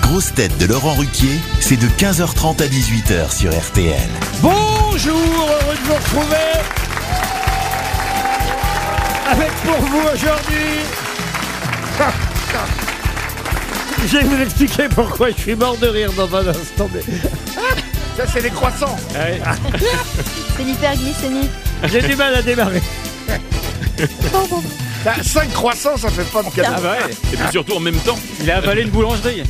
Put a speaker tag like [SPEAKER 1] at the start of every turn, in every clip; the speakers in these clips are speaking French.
[SPEAKER 1] grosses têtes de Laurent Ruquier, c'est de 15h30 à 18h sur RTL.
[SPEAKER 2] Bonjour, heureux de vous retrouver avec pour vous aujourd'hui. Je vais vous expliquer pourquoi je suis mort de rire dans un instant. mais- euh,
[SPEAKER 3] Ça, c'est les croissants.
[SPEAKER 4] C'est l'hyperglycémie.
[SPEAKER 2] J'ai du mal à démarrer.
[SPEAKER 3] T'as 5 croissants, ça fait
[SPEAKER 2] Ah
[SPEAKER 3] pas de cadeau.
[SPEAKER 5] Et puis surtout en même temps.
[SPEAKER 6] Il a avalé une boulangerie.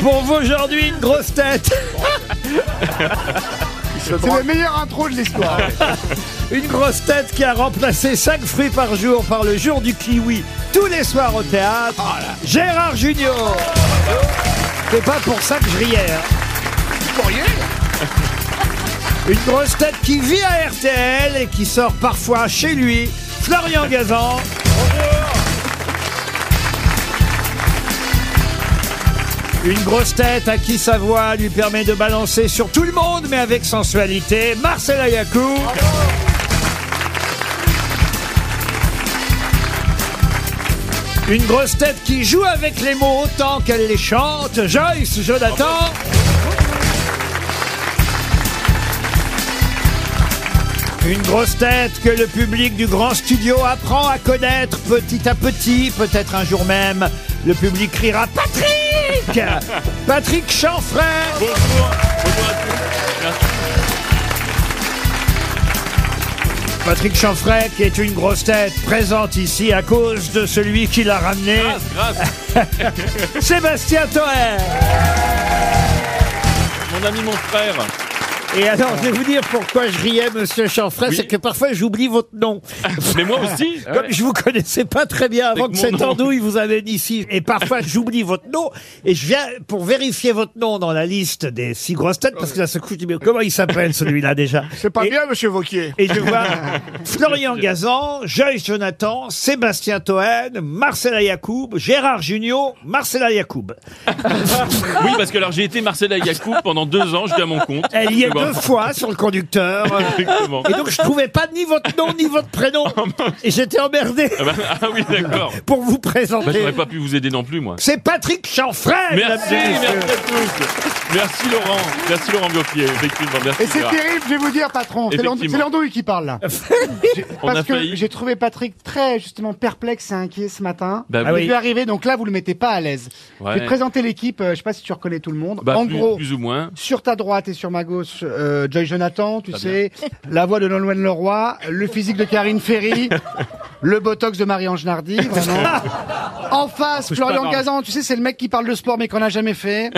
[SPEAKER 2] Pour vous aujourd'hui, une grosse tête,
[SPEAKER 3] C'est la meilleure intro de l'histoire.
[SPEAKER 5] Ah
[SPEAKER 2] une grosse tête qui a remplacé 5 fruits par jour par le jour du kiwi tous les soirs au théâtre.
[SPEAKER 3] Oh
[SPEAKER 2] Gérard Junior. C'est pas pour ça que je riais. hein. Une grosse tête qui vit à RTL et qui sort parfois chez lui, Florian Gazan. Une grosse tête à qui sa voix lui permet de balancer sur tout le monde, mais avec sensualité, Marcela Yacoub. Une grosse tête qui joue avec les mots autant qu'elle les chante, Joyce Jonathan. Une grosse tête que le public du grand studio apprend à connaître petit à petit, peut-être un jour même, le public criera Patrick Patrick Chanfray
[SPEAKER 5] Bonjour, bonjour à tous. Merci.
[SPEAKER 2] Patrick Chanfray qui est une grosse tête présente ici à cause de celui qui l'a ramené.
[SPEAKER 5] Grâce, grâce. Ah
[SPEAKER 2] Sébastien Toer.
[SPEAKER 5] Mon ami, mon frère.
[SPEAKER 2] Et alors, je vais vous dire pourquoi je riais, monsieur Chanfray,
[SPEAKER 5] Oui.
[SPEAKER 2] c'est que parfois j'oublie votre nom.
[SPEAKER 5] Mais moi aussi.
[SPEAKER 2] Comme je vous connaissais pas très bien avant
[SPEAKER 5] que
[SPEAKER 2] que
[SPEAKER 5] mon
[SPEAKER 2] cette
[SPEAKER 5] nom.
[SPEAKER 2] andouille vous amène ici, et parfois j'oublie votre nom, et je viens pour vérifier votre nom dans la liste des six grosses têtes, parce que là, ce coup, je dis, mais comment il s'appelle celui-là déjà
[SPEAKER 3] C'est pas
[SPEAKER 2] Et-
[SPEAKER 3] bien, monsieur Vauquier.
[SPEAKER 2] Et je vois Florian Gazan, Joyce Jonathan, Sébastien Toen, Marcela Yacoub, Gérard Junior, Marcela Yacoub.
[SPEAKER 5] Oui, parce que alors j'ai été Marcela Yacoub pendant deux ans, j'étais à mon compte.
[SPEAKER 3] Eh,
[SPEAKER 5] bah,
[SPEAKER 2] Elle y est
[SPEAKER 5] Tu vois.
[SPEAKER 2] deux fois sur le conducteur.
[SPEAKER 5] Exactement.
[SPEAKER 2] Et donc je trouvais pas ni votre nom ni votre prénom. Et j'étais emmerdé
[SPEAKER 5] Ah, bah, ah oui, d'accord.
[SPEAKER 2] pour vous
[SPEAKER 5] Bah,
[SPEAKER 2] présenter.
[SPEAKER 5] j'aurais pas pu vous aider non plus, moi.
[SPEAKER 2] C'est Patrick Chanfray. mesdames
[SPEAKER 5] Merci,
[SPEAKER 2] et messieurs.
[SPEAKER 5] merci à tous. Merci Laurent. Merci Laurent Gauffier, effectivement. Merci.
[SPEAKER 3] Et c'est
[SPEAKER 5] Gérard.
[SPEAKER 3] terrible, je vais vous dire, patron. C'est l'and-
[SPEAKER 5] Effectivement.
[SPEAKER 3] c'est l'andouille qui parle, là. J'ai-
[SPEAKER 5] On a
[SPEAKER 3] Parce que
[SPEAKER 5] failli.
[SPEAKER 3] j'ai trouvé Patrick très, justement, perplexe et inquiet ce matin.
[SPEAKER 5] Bah
[SPEAKER 2] Ah
[SPEAKER 3] Il
[SPEAKER 2] oui.
[SPEAKER 5] oui.
[SPEAKER 3] est arrivé, donc là, vous le mettez pas à l'aise.
[SPEAKER 5] Ouais.
[SPEAKER 3] Je vais te présenter l'équipe, euh, je sais pas si tu reconnais tout le monde.
[SPEAKER 5] Bah,
[SPEAKER 3] en
[SPEAKER 5] plus,
[SPEAKER 3] gros,
[SPEAKER 5] plus ou moins.
[SPEAKER 3] sur ta droite et sur ma gauche, euh, Joy Jonathan, tu
[SPEAKER 5] Pas
[SPEAKER 3] sais, la voix de Nolwenn Leroy, le physique de Karine Ferry, le botox de Marie-Ange Nardi, vraiment. En face, Florian
[SPEAKER 6] pas,
[SPEAKER 3] Gazan, tu sais, c'est le mec qui parle de sport mais qu'on n'a jamais fait.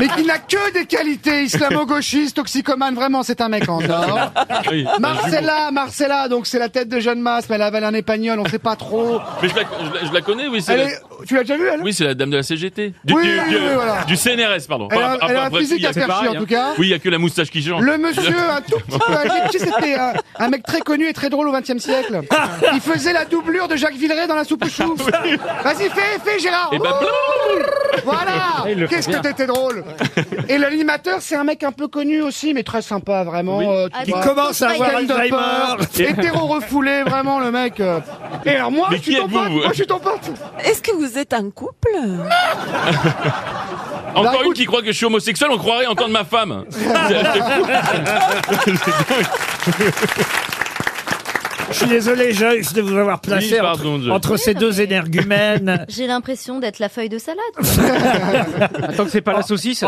[SPEAKER 3] mais qui n'a que des qualités, islamo-gauchiste, toxicomane, vraiment, c'est un mec en or.
[SPEAKER 5] Oui.
[SPEAKER 3] Marcella, Marcella, donc c'est la tête de jeune masse, mais elle avale un épagnol, on sait pas trop.
[SPEAKER 5] Mais je la, je la- je la connais, oui. C'est
[SPEAKER 3] Elle
[SPEAKER 5] la,
[SPEAKER 3] est- Tu l'as déjà vue, elle
[SPEAKER 5] oui, c'est la dame de la CGT. Du,
[SPEAKER 3] Oui,
[SPEAKER 5] du,
[SPEAKER 3] oui,
[SPEAKER 5] du-
[SPEAKER 3] oui, voilà.
[SPEAKER 5] du CNRS, pardon.
[SPEAKER 3] Elle a,
[SPEAKER 5] Enfin,
[SPEAKER 3] elle a un
[SPEAKER 5] après,
[SPEAKER 3] physique
[SPEAKER 5] il y a- hein.
[SPEAKER 3] à faire chier, en tout cas.
[SPEAKER 5] Oui, il y a que la moustache qui change.
[SPEAKER 3] Le monsieur, un tout petit peu âgé, euh, tu sais, c'était un, un mec très connu et très drôle au XXe siècle. Il faisait la doublure de Jacques Villeray dans la soupe aux choux. Vas-y, fais, fais, Gérard.
[SPEAKER 5] Et bah,
[SPEAKER 3] Ouh,
[SPEAKER 6] Il
[SPEAKER 3] voilà.
[SPEAKER 6] le fait
[SPEAKER 3] Ah, Qu'est-ce que
[SPEAKER 6] bien.
[SPEAKER 3] t'étais drôle. Et l'animateur, c'est un mec un peu connu aussi, mais très sympa, vraiment. euh, tu
[SPEAKER 4] Ah,
[SPEAKER 2] Qui
[SPEAKER 3] vois.
[SPEAKER 4] Ouais.
[SPEAKER 2] commence à avoir Alzheimer.
[SPEAKER 3] Stand-upper, hétéro refoulé, vraiment le mec. euh. Et alors moi,
[SPEAKER 5] Mais
[SPEAKER 3] je suis
[SPEAKER 5] qui
[SPEAKER 3] ton
[SPEAKER 5] êtes-vous,
[SPEAKER 3] pote.
[SPEAKER 5] vous
[SPEAKER 3] Moi, je suis ton pote.
[SPEAKER 7] Est-ce que vous êtes un couple
[SPEAKER 3] Bah,
[SPEAKER 5] Encore une
[SPEAKER 3] écoute-
[SPEAKER 5] qui croit que je suis homosexuel, on croirait entendre ma femme.
[SPEAKER 2] Je suis désolé, Joyce, de vous avoir placé
[SPEAKER 5] Oui,
[SPEAKER 2] entre-
[SPEAKER 5] pardon,
[SPEAKER 2] entre,
[SPEAKER 5] Joyce.
[SPEAKER 2] ces deux énergumènes.
[SPEAKER 4] J'ai l'impression d'être la feuille de salade.
[SPEAKER 6] Tant que c'est pas la saucisse.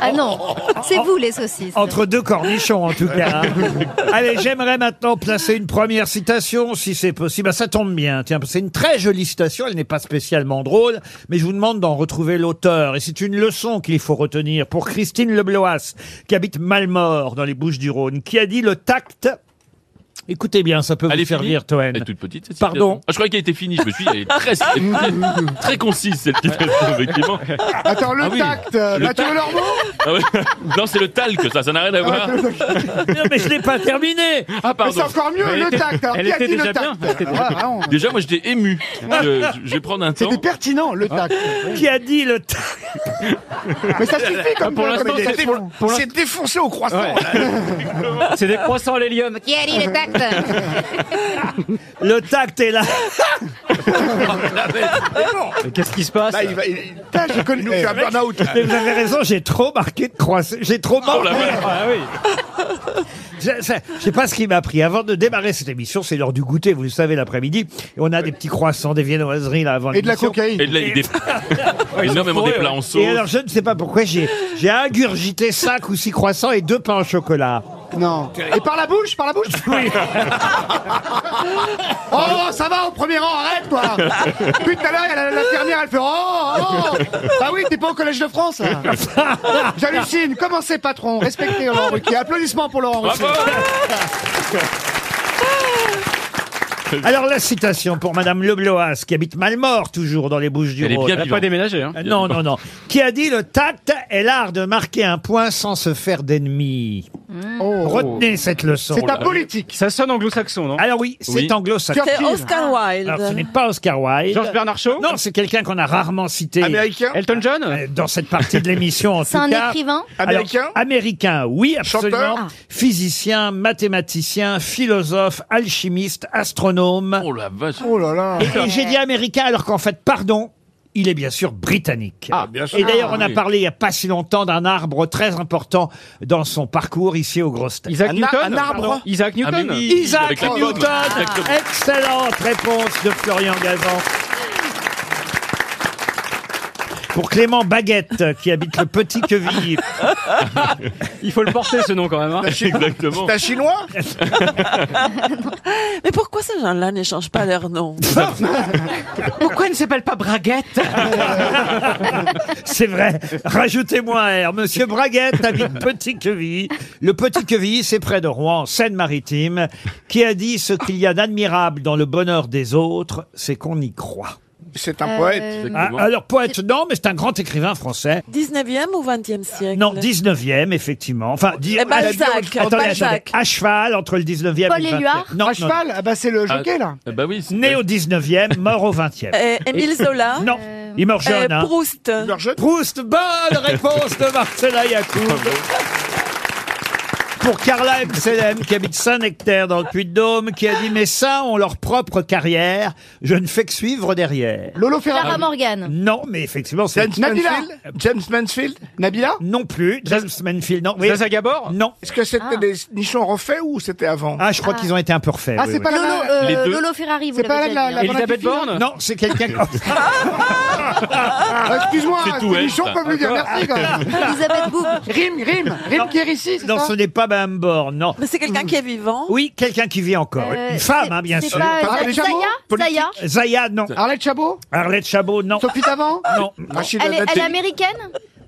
[SPEAKER 4] Ah non, c'est vous les saucisses.
[SPEAKER 2] Entre deux cornichons, en tout cas. hein. Allez, j'aimerais maintenant placer une première citation, si c'est possible. Ah, ça tombe bien. Tiens, c'est une très jolie citation. Elle n'est pas spécialement drôle, mais je vous demande d'en retrouver l'auteur. Et c'est une leçon qu'il faut retenir pour Christine Lebloas, qui habite Malmort, dans les Bouches-du-Rhône, qui a dit le tact. Écoutez bien, ça peut
[SPEAKER 5] Elle
[SPEAKER 2] vous
[SPEAKER 5] est
[SPEAKER 2] faire
[SPEAKER 5] finie
[SPEAKER 2] rire, Toen.
[SPEAKER 5] Elle est toute petite, cette
[SPEAKER 2] Pardon
[SPEAKER 5] citation. Ah, je croyais qu'elle était finie. Je me suis dit, elle est très, elle est très, très concise, cette citation, effectivement.
[SPEAKER 3] Attends, le
[SPEAKER 5] Ah oui.
[SPEAKER 3] tact. euh,
[SPEAKER 5] Le
[SPEAKER 3] Mathieu
[SPEAKER 5] tact.
[SPEAKER 3] Lormeau
[SPEAKER 5] Ah ouais. Non, c'est le talc, ça, ça n'a rien à voir.
[SPEAKER 2] Non, mais je l'ai pas terminé.
[SPEAKER 5] Ah,
[SPEAKER 3] Ah, C'est
[SPEAKER 5] pardon.
[SPEAKER 3] encore mieux, le tact. Alors,
[SPEAKER 6] elle
[SPEAKER 3] qui a
[SPEAKER 6] était
[SPEAKER 3] dit le
[SPEAKER 6] déjà
[SPEAKER 3] Ah, tact
[SPEAKER 6] bien. Elle était
[SPEAKER 3] Ouais, vraiment.
[SPEAKER 5] Déjà, moi, j'étais ému. Je, je vais prendre un temps.
[SPEAKER 3] Ah. C'était pertinent, le tact.
[SPEAKER 2] Ah. Qui a dit le tact.
[SPEAKER 3] Mais ça suffit comme
[SPEAKER 6] Ah, Pour
[SPEAKER 3] comme
[SPEAKER 6] l'instant,
[SPEAKER 3] imitation.
[SPEAKER 6] c'est- pour l'in-
[SPEAKER 3] défoncé au croissant.
[SPEAKER 6] Ouais. c'est des croissants à l'hélium.
[SPEAKER 8] Uh-huh.
[SPEAKER 9] Qui a dit le tac
[SPEAKER 2] Le tact est là.
[SPEAKER 6] Mais Qu'est-ce qui se passe
[SPEAKER 3] Bah,
[SPEAKER 9] Là, il va. Il, Putain, je connais. Il nous fait un burn-out.
[SPEAKER 2] Mais vous avez raison, j'ai trop marqué de croissance. J'ai trop marqué.
[SPEAKER 6] Ah oui.
[SPEAKER 2] Je je sais pas ce qui m'a pris. Avant de démarrer cette émission, c'est l'heure du goûter, vous le savez, l'après-midi. Et on a des petits croissants, des viennoiseries là avant
[SPEAKER 3] Et de la
[SPEAKER 2] l'émission.
[SPEAKER 3] cocaïne.
[SPEAKER 5] Et de là, il dé- énormément des plats en sauce.
[SPEAKER 2] Et alors, je ne sais pas pourquoi, j'ai j'ai ingurgité 5 ou 6 croissants et deux pains au chocolat.
[SPEAKER 3] Non. Et par la bouche, par la bouche Oh, ça va, au premier rang, arrête, toi Puis tout à l'heure, il y a la, la dernière, elle fait Oh, oh Ah oui, t'es pas au Collège de France là. J'hallucine, commencez, patron, respectez Laurent Ruquier. Applaudissements pour Laurent Ruquier.
[SPEAKER 5] Bravo
[SPEAKER 2] Alors, la citation pour Madame Lebloas, qui habite Malmort, toujours dans les
[SPEAKER 5] Elle est
[SPEAKER 2] Bouches-du-Rhône.
[SPEAKER 5] bien
[SPEAKER 6] Elle a pas
[SPEAKER 5] vivante.
[SPEAKER 6] déménagé. Hein.
[SPEAKER 2] Euh, Non, non, non. Qui a dit le tact est l'art de marquer un point sans se faire d'ennemis. Oh.
[SPEAKER 9] Oh.
[SPEAKER 2] Retenez cette leçon.
[SPEAKER 3] C'est ta politique.
[SPEAKER 6] Ça sonne anglo-saxon, non
[SPEAKER 2] Alors oui, c'est
[SPEAKER 5] Oui.
[SPEAKER 2] anglo-saxon. Ah.
[SPEAKER 7] C'est
[SPEAKER 3] Churchill.
[SPEAKER 7] Oscar
[SPEAKER 2] Alors ce n'est
[SPEAKER 7] Wilde.
[SPEAKER 2] pas Oscar Wilde.
[SPEAKER 6] Georges Bernard Shaw
[SPEAKER 2] Non, c'est quelqu'un qu'on a rarement cité.
[SPEAKER 9] Américain
[SPEAKER 6] Elton John
[SPEAKER 2] euh, Dans cette partie de l'émission, en tout
[SPEAKER 4] C'est un
[SPEAKER 2] cas.
[SPEAKER 4] écrivain Ah.
[SPEAKER 2] Alors,
[SPEAKER 9] Américain
[SPEAKER 2] Américain, oui, absolument.
[SPEAKER 9] Chanteur
[SPEAKER 2] Physicien, mathématicien, philosophe, alchimiste, astronome.
[SPEAKER 5] Oh la vache.
[SPEAKER 3] Oh là là.
[SPEAKER 2] Et, et j'ai dit américain alors qu'en fait, pardon, il est bien sûr britannique.
[SPEAKER 9] Ah, bien sûr.
[SPEAKER 2] Et d'ailleurs, on a
[SPEAKER 5] oui.
[SPEAKER 2] parlé il n'y a pas si longtemps d'un arbre très important dans son parcours ici au Gros Tête.
[SPEAKER 6] Isaac
[SPEAKER 9] Un ar-
[SPEAKER 6] Newton
[SPEAKER 9] un arbre
[SPEAKER 6] Pardon Isaac
[SPEAKER 5] Ah, mais
[SPEAKER 6] Newton
[SPEAKER 5] oui, avec
[SPEAKER 2] Isaac
[SPEAKER 5] la pomme.
[SPEAKER 2] Newton, excellente réponse de Florian Gazan. Pour Clément Baguette, qui habite le Petit Queville.
[SPEAKER 6] Il faut le porter ce nom quand même. hein.
[SPEAKER 5] Exactement.
[SPEAKER 9] C'est un chinois
[SPEAKER 7] Mais pourquoi ces gens-là n'échangent pas leur nom Pourquoi ils ne s'appellent pas Braguette
[SPEAKER 2] C'est vrai. Rajoutez-moi un R. Monsieur Braguette habite Petit Queville. Le Petit Queville, c'est près de Rouen, en Seine-Maritime, qui a dit ce qu'il y a d'admirable dans le bonheur des autres, c'est qu'on y croit.
[SPEAKER 9] C'est un
[SPEAKER 4] Euh,
[SPEAKER 9] poète.
[SPEAKER 2] Ah,
[SPEAKER 5] Exactement.
[SPEAKER 2] alors, poète, non, mais c'est un grand écrivain français.
[SPEAKER 7] 19e ou 20e siècle
[SPEAKER 2] Non, 19e, effectivement. Enfin, dix- euh,
[SPEAKER 7] Eh, Balzac,
[SPEAKER 2] Attendez, attendez.
[SPEAKER 7] Balzac.
[SPEAKER 2] À cheval entre le 19e
[SPEAKER 4] Paul
[SPEAKER 2] et le 20e.
[SPEAKER 4] Éluard
[SPEAKER 2] Non,
[SPEAKER 3] à
[SPEAKER 2] non,
[SPEAKER 3] cheval Ah bah c'est le jockey là.
[SPEAKER 5] Ah, Bah oui. c'est-
[SPEAKER 2] non. Né au 19e, mort au 20e.
[SPEAKER 7] Euh, Émile Zola
[SPEAKER 2] Non,
[SPEAKER 4] Euh,
[SPEAKER 2] il meurt jeune.
[SPEAKER 7] Euh,
[SPEAKER 2] hein.
[SPEAKER 7] Proust
[SPEAKER 9] Bergette
[SPEAKER 2] Proust, bonne réponse de Marcella Yacoub.
[SPEAKER 6] Ah
[SPEAKER 2] Pour Carla MCLM, qui habite Saint-Nectaire dans le Puy-de-Dôme, qui a dit Mes saints ont leur propre carrière, je ne fais que suivre derrière.
[SPEAKER 3] Lolo Ferrari.
[SPEAKER 4] Clara Morgan.
[SPEAKER 2] Non, mais effectivement, c'est.
[SPEAKER 9] James
[SPEAKER 3] Nabila.
[SPEAKER 9] Mansfield James Mansfield
[SPEAKER 3] Nabila
[SPEAKER 2] Non plus. James Manfield, non. Oui.
[SPEAKER 6] Zaza Gabor
[SPEAKER 2] Non.
[SPEAKER 9] Est-ce que c'était
[SPEAKER 4] Ah.
[SPEAKER 9] des nichons refaits ou c'était avant
[SPEAKER 2] Ah, je crois qu'ils ont été un peu refaits.
[SPEAKER 3] Ah,
[SPEAKER 2] oui,
[SPEAKER 3] c'est
[SPEAKER 2] oui.
[SPEAKER 3] pas
[SPEAKER 4] Lolo,
[SPEAKER 3] la-
[SPEAKER 4] euh,
[SPEAKER 5] Les deux.
[SPEAKER 4] Lolo Ferrari, vous
[SPEAKER 3] C'est pas
[SPEAKER 4] l'avez
[SPEAKER 3] la-
[SPEAKER 4] déjà
[SPEAKER 3] la-
[SPEAKER 4] dit, hein.
[SPEAKER 6] Elisabeth
[SPEAKER 3] Bonne
[SPEAKER 6] Borne
[SPEAKER 2] Non, c'est quelqu'un.
[SPEAKER 3] Ah, Excuse-moi,
[SPEAKER 5] C'est tout,
[SPEAKER 3] c'est
[SPEAKER 5] elle,
[SPEAKER 3] nichon,
[SPEAKER 5] ça.
[SPEAKER 3] on peut me dire merci quand même.
[SPEAKER 4] Elisabeth Boub.
[SPEAKER 3] Rime, rime, rime qui est ici, c'est
[SPEAKER 2] non,
[SPEAKER 3] ça
[SPEAKER 2] ce n'est pas Madame Borne, non.
[SPEAKER 7] Mais c'est quelqu'un qui est vivant
[SPEAKER 2] Oui, quelqu'un qui vit encore.
[SPEAKER 4] Euh,
[SPEAKER 2] Une femme,
[SPEAKER 4] c'est-
[SPEAKER 2] hein, bien
[SPEAKER 4] c'est
[SPEAKER 2] sûr.
[SPEAKER 4] pas-
[SPEAKER 3] Ah,
[SPEAKER 4] Zaya-
[SPEAKER 3] déjà,
[SPEAKER 4] Zaya, Zaya.
[SPEAKER 2] Zaya, non.
[SPEAKER 3] Arlette Chabot
[SPEAKER 2] Arlette Chabot, non.
[SPEAKER 3] Sophie Davant
[SPEAKER 2] Non.
[SPEAKER 9] Rachid
[SPEAKER 4] Elle est, elle est
[SPEAKER 9] Dati-
[SPEAKER 4] américaine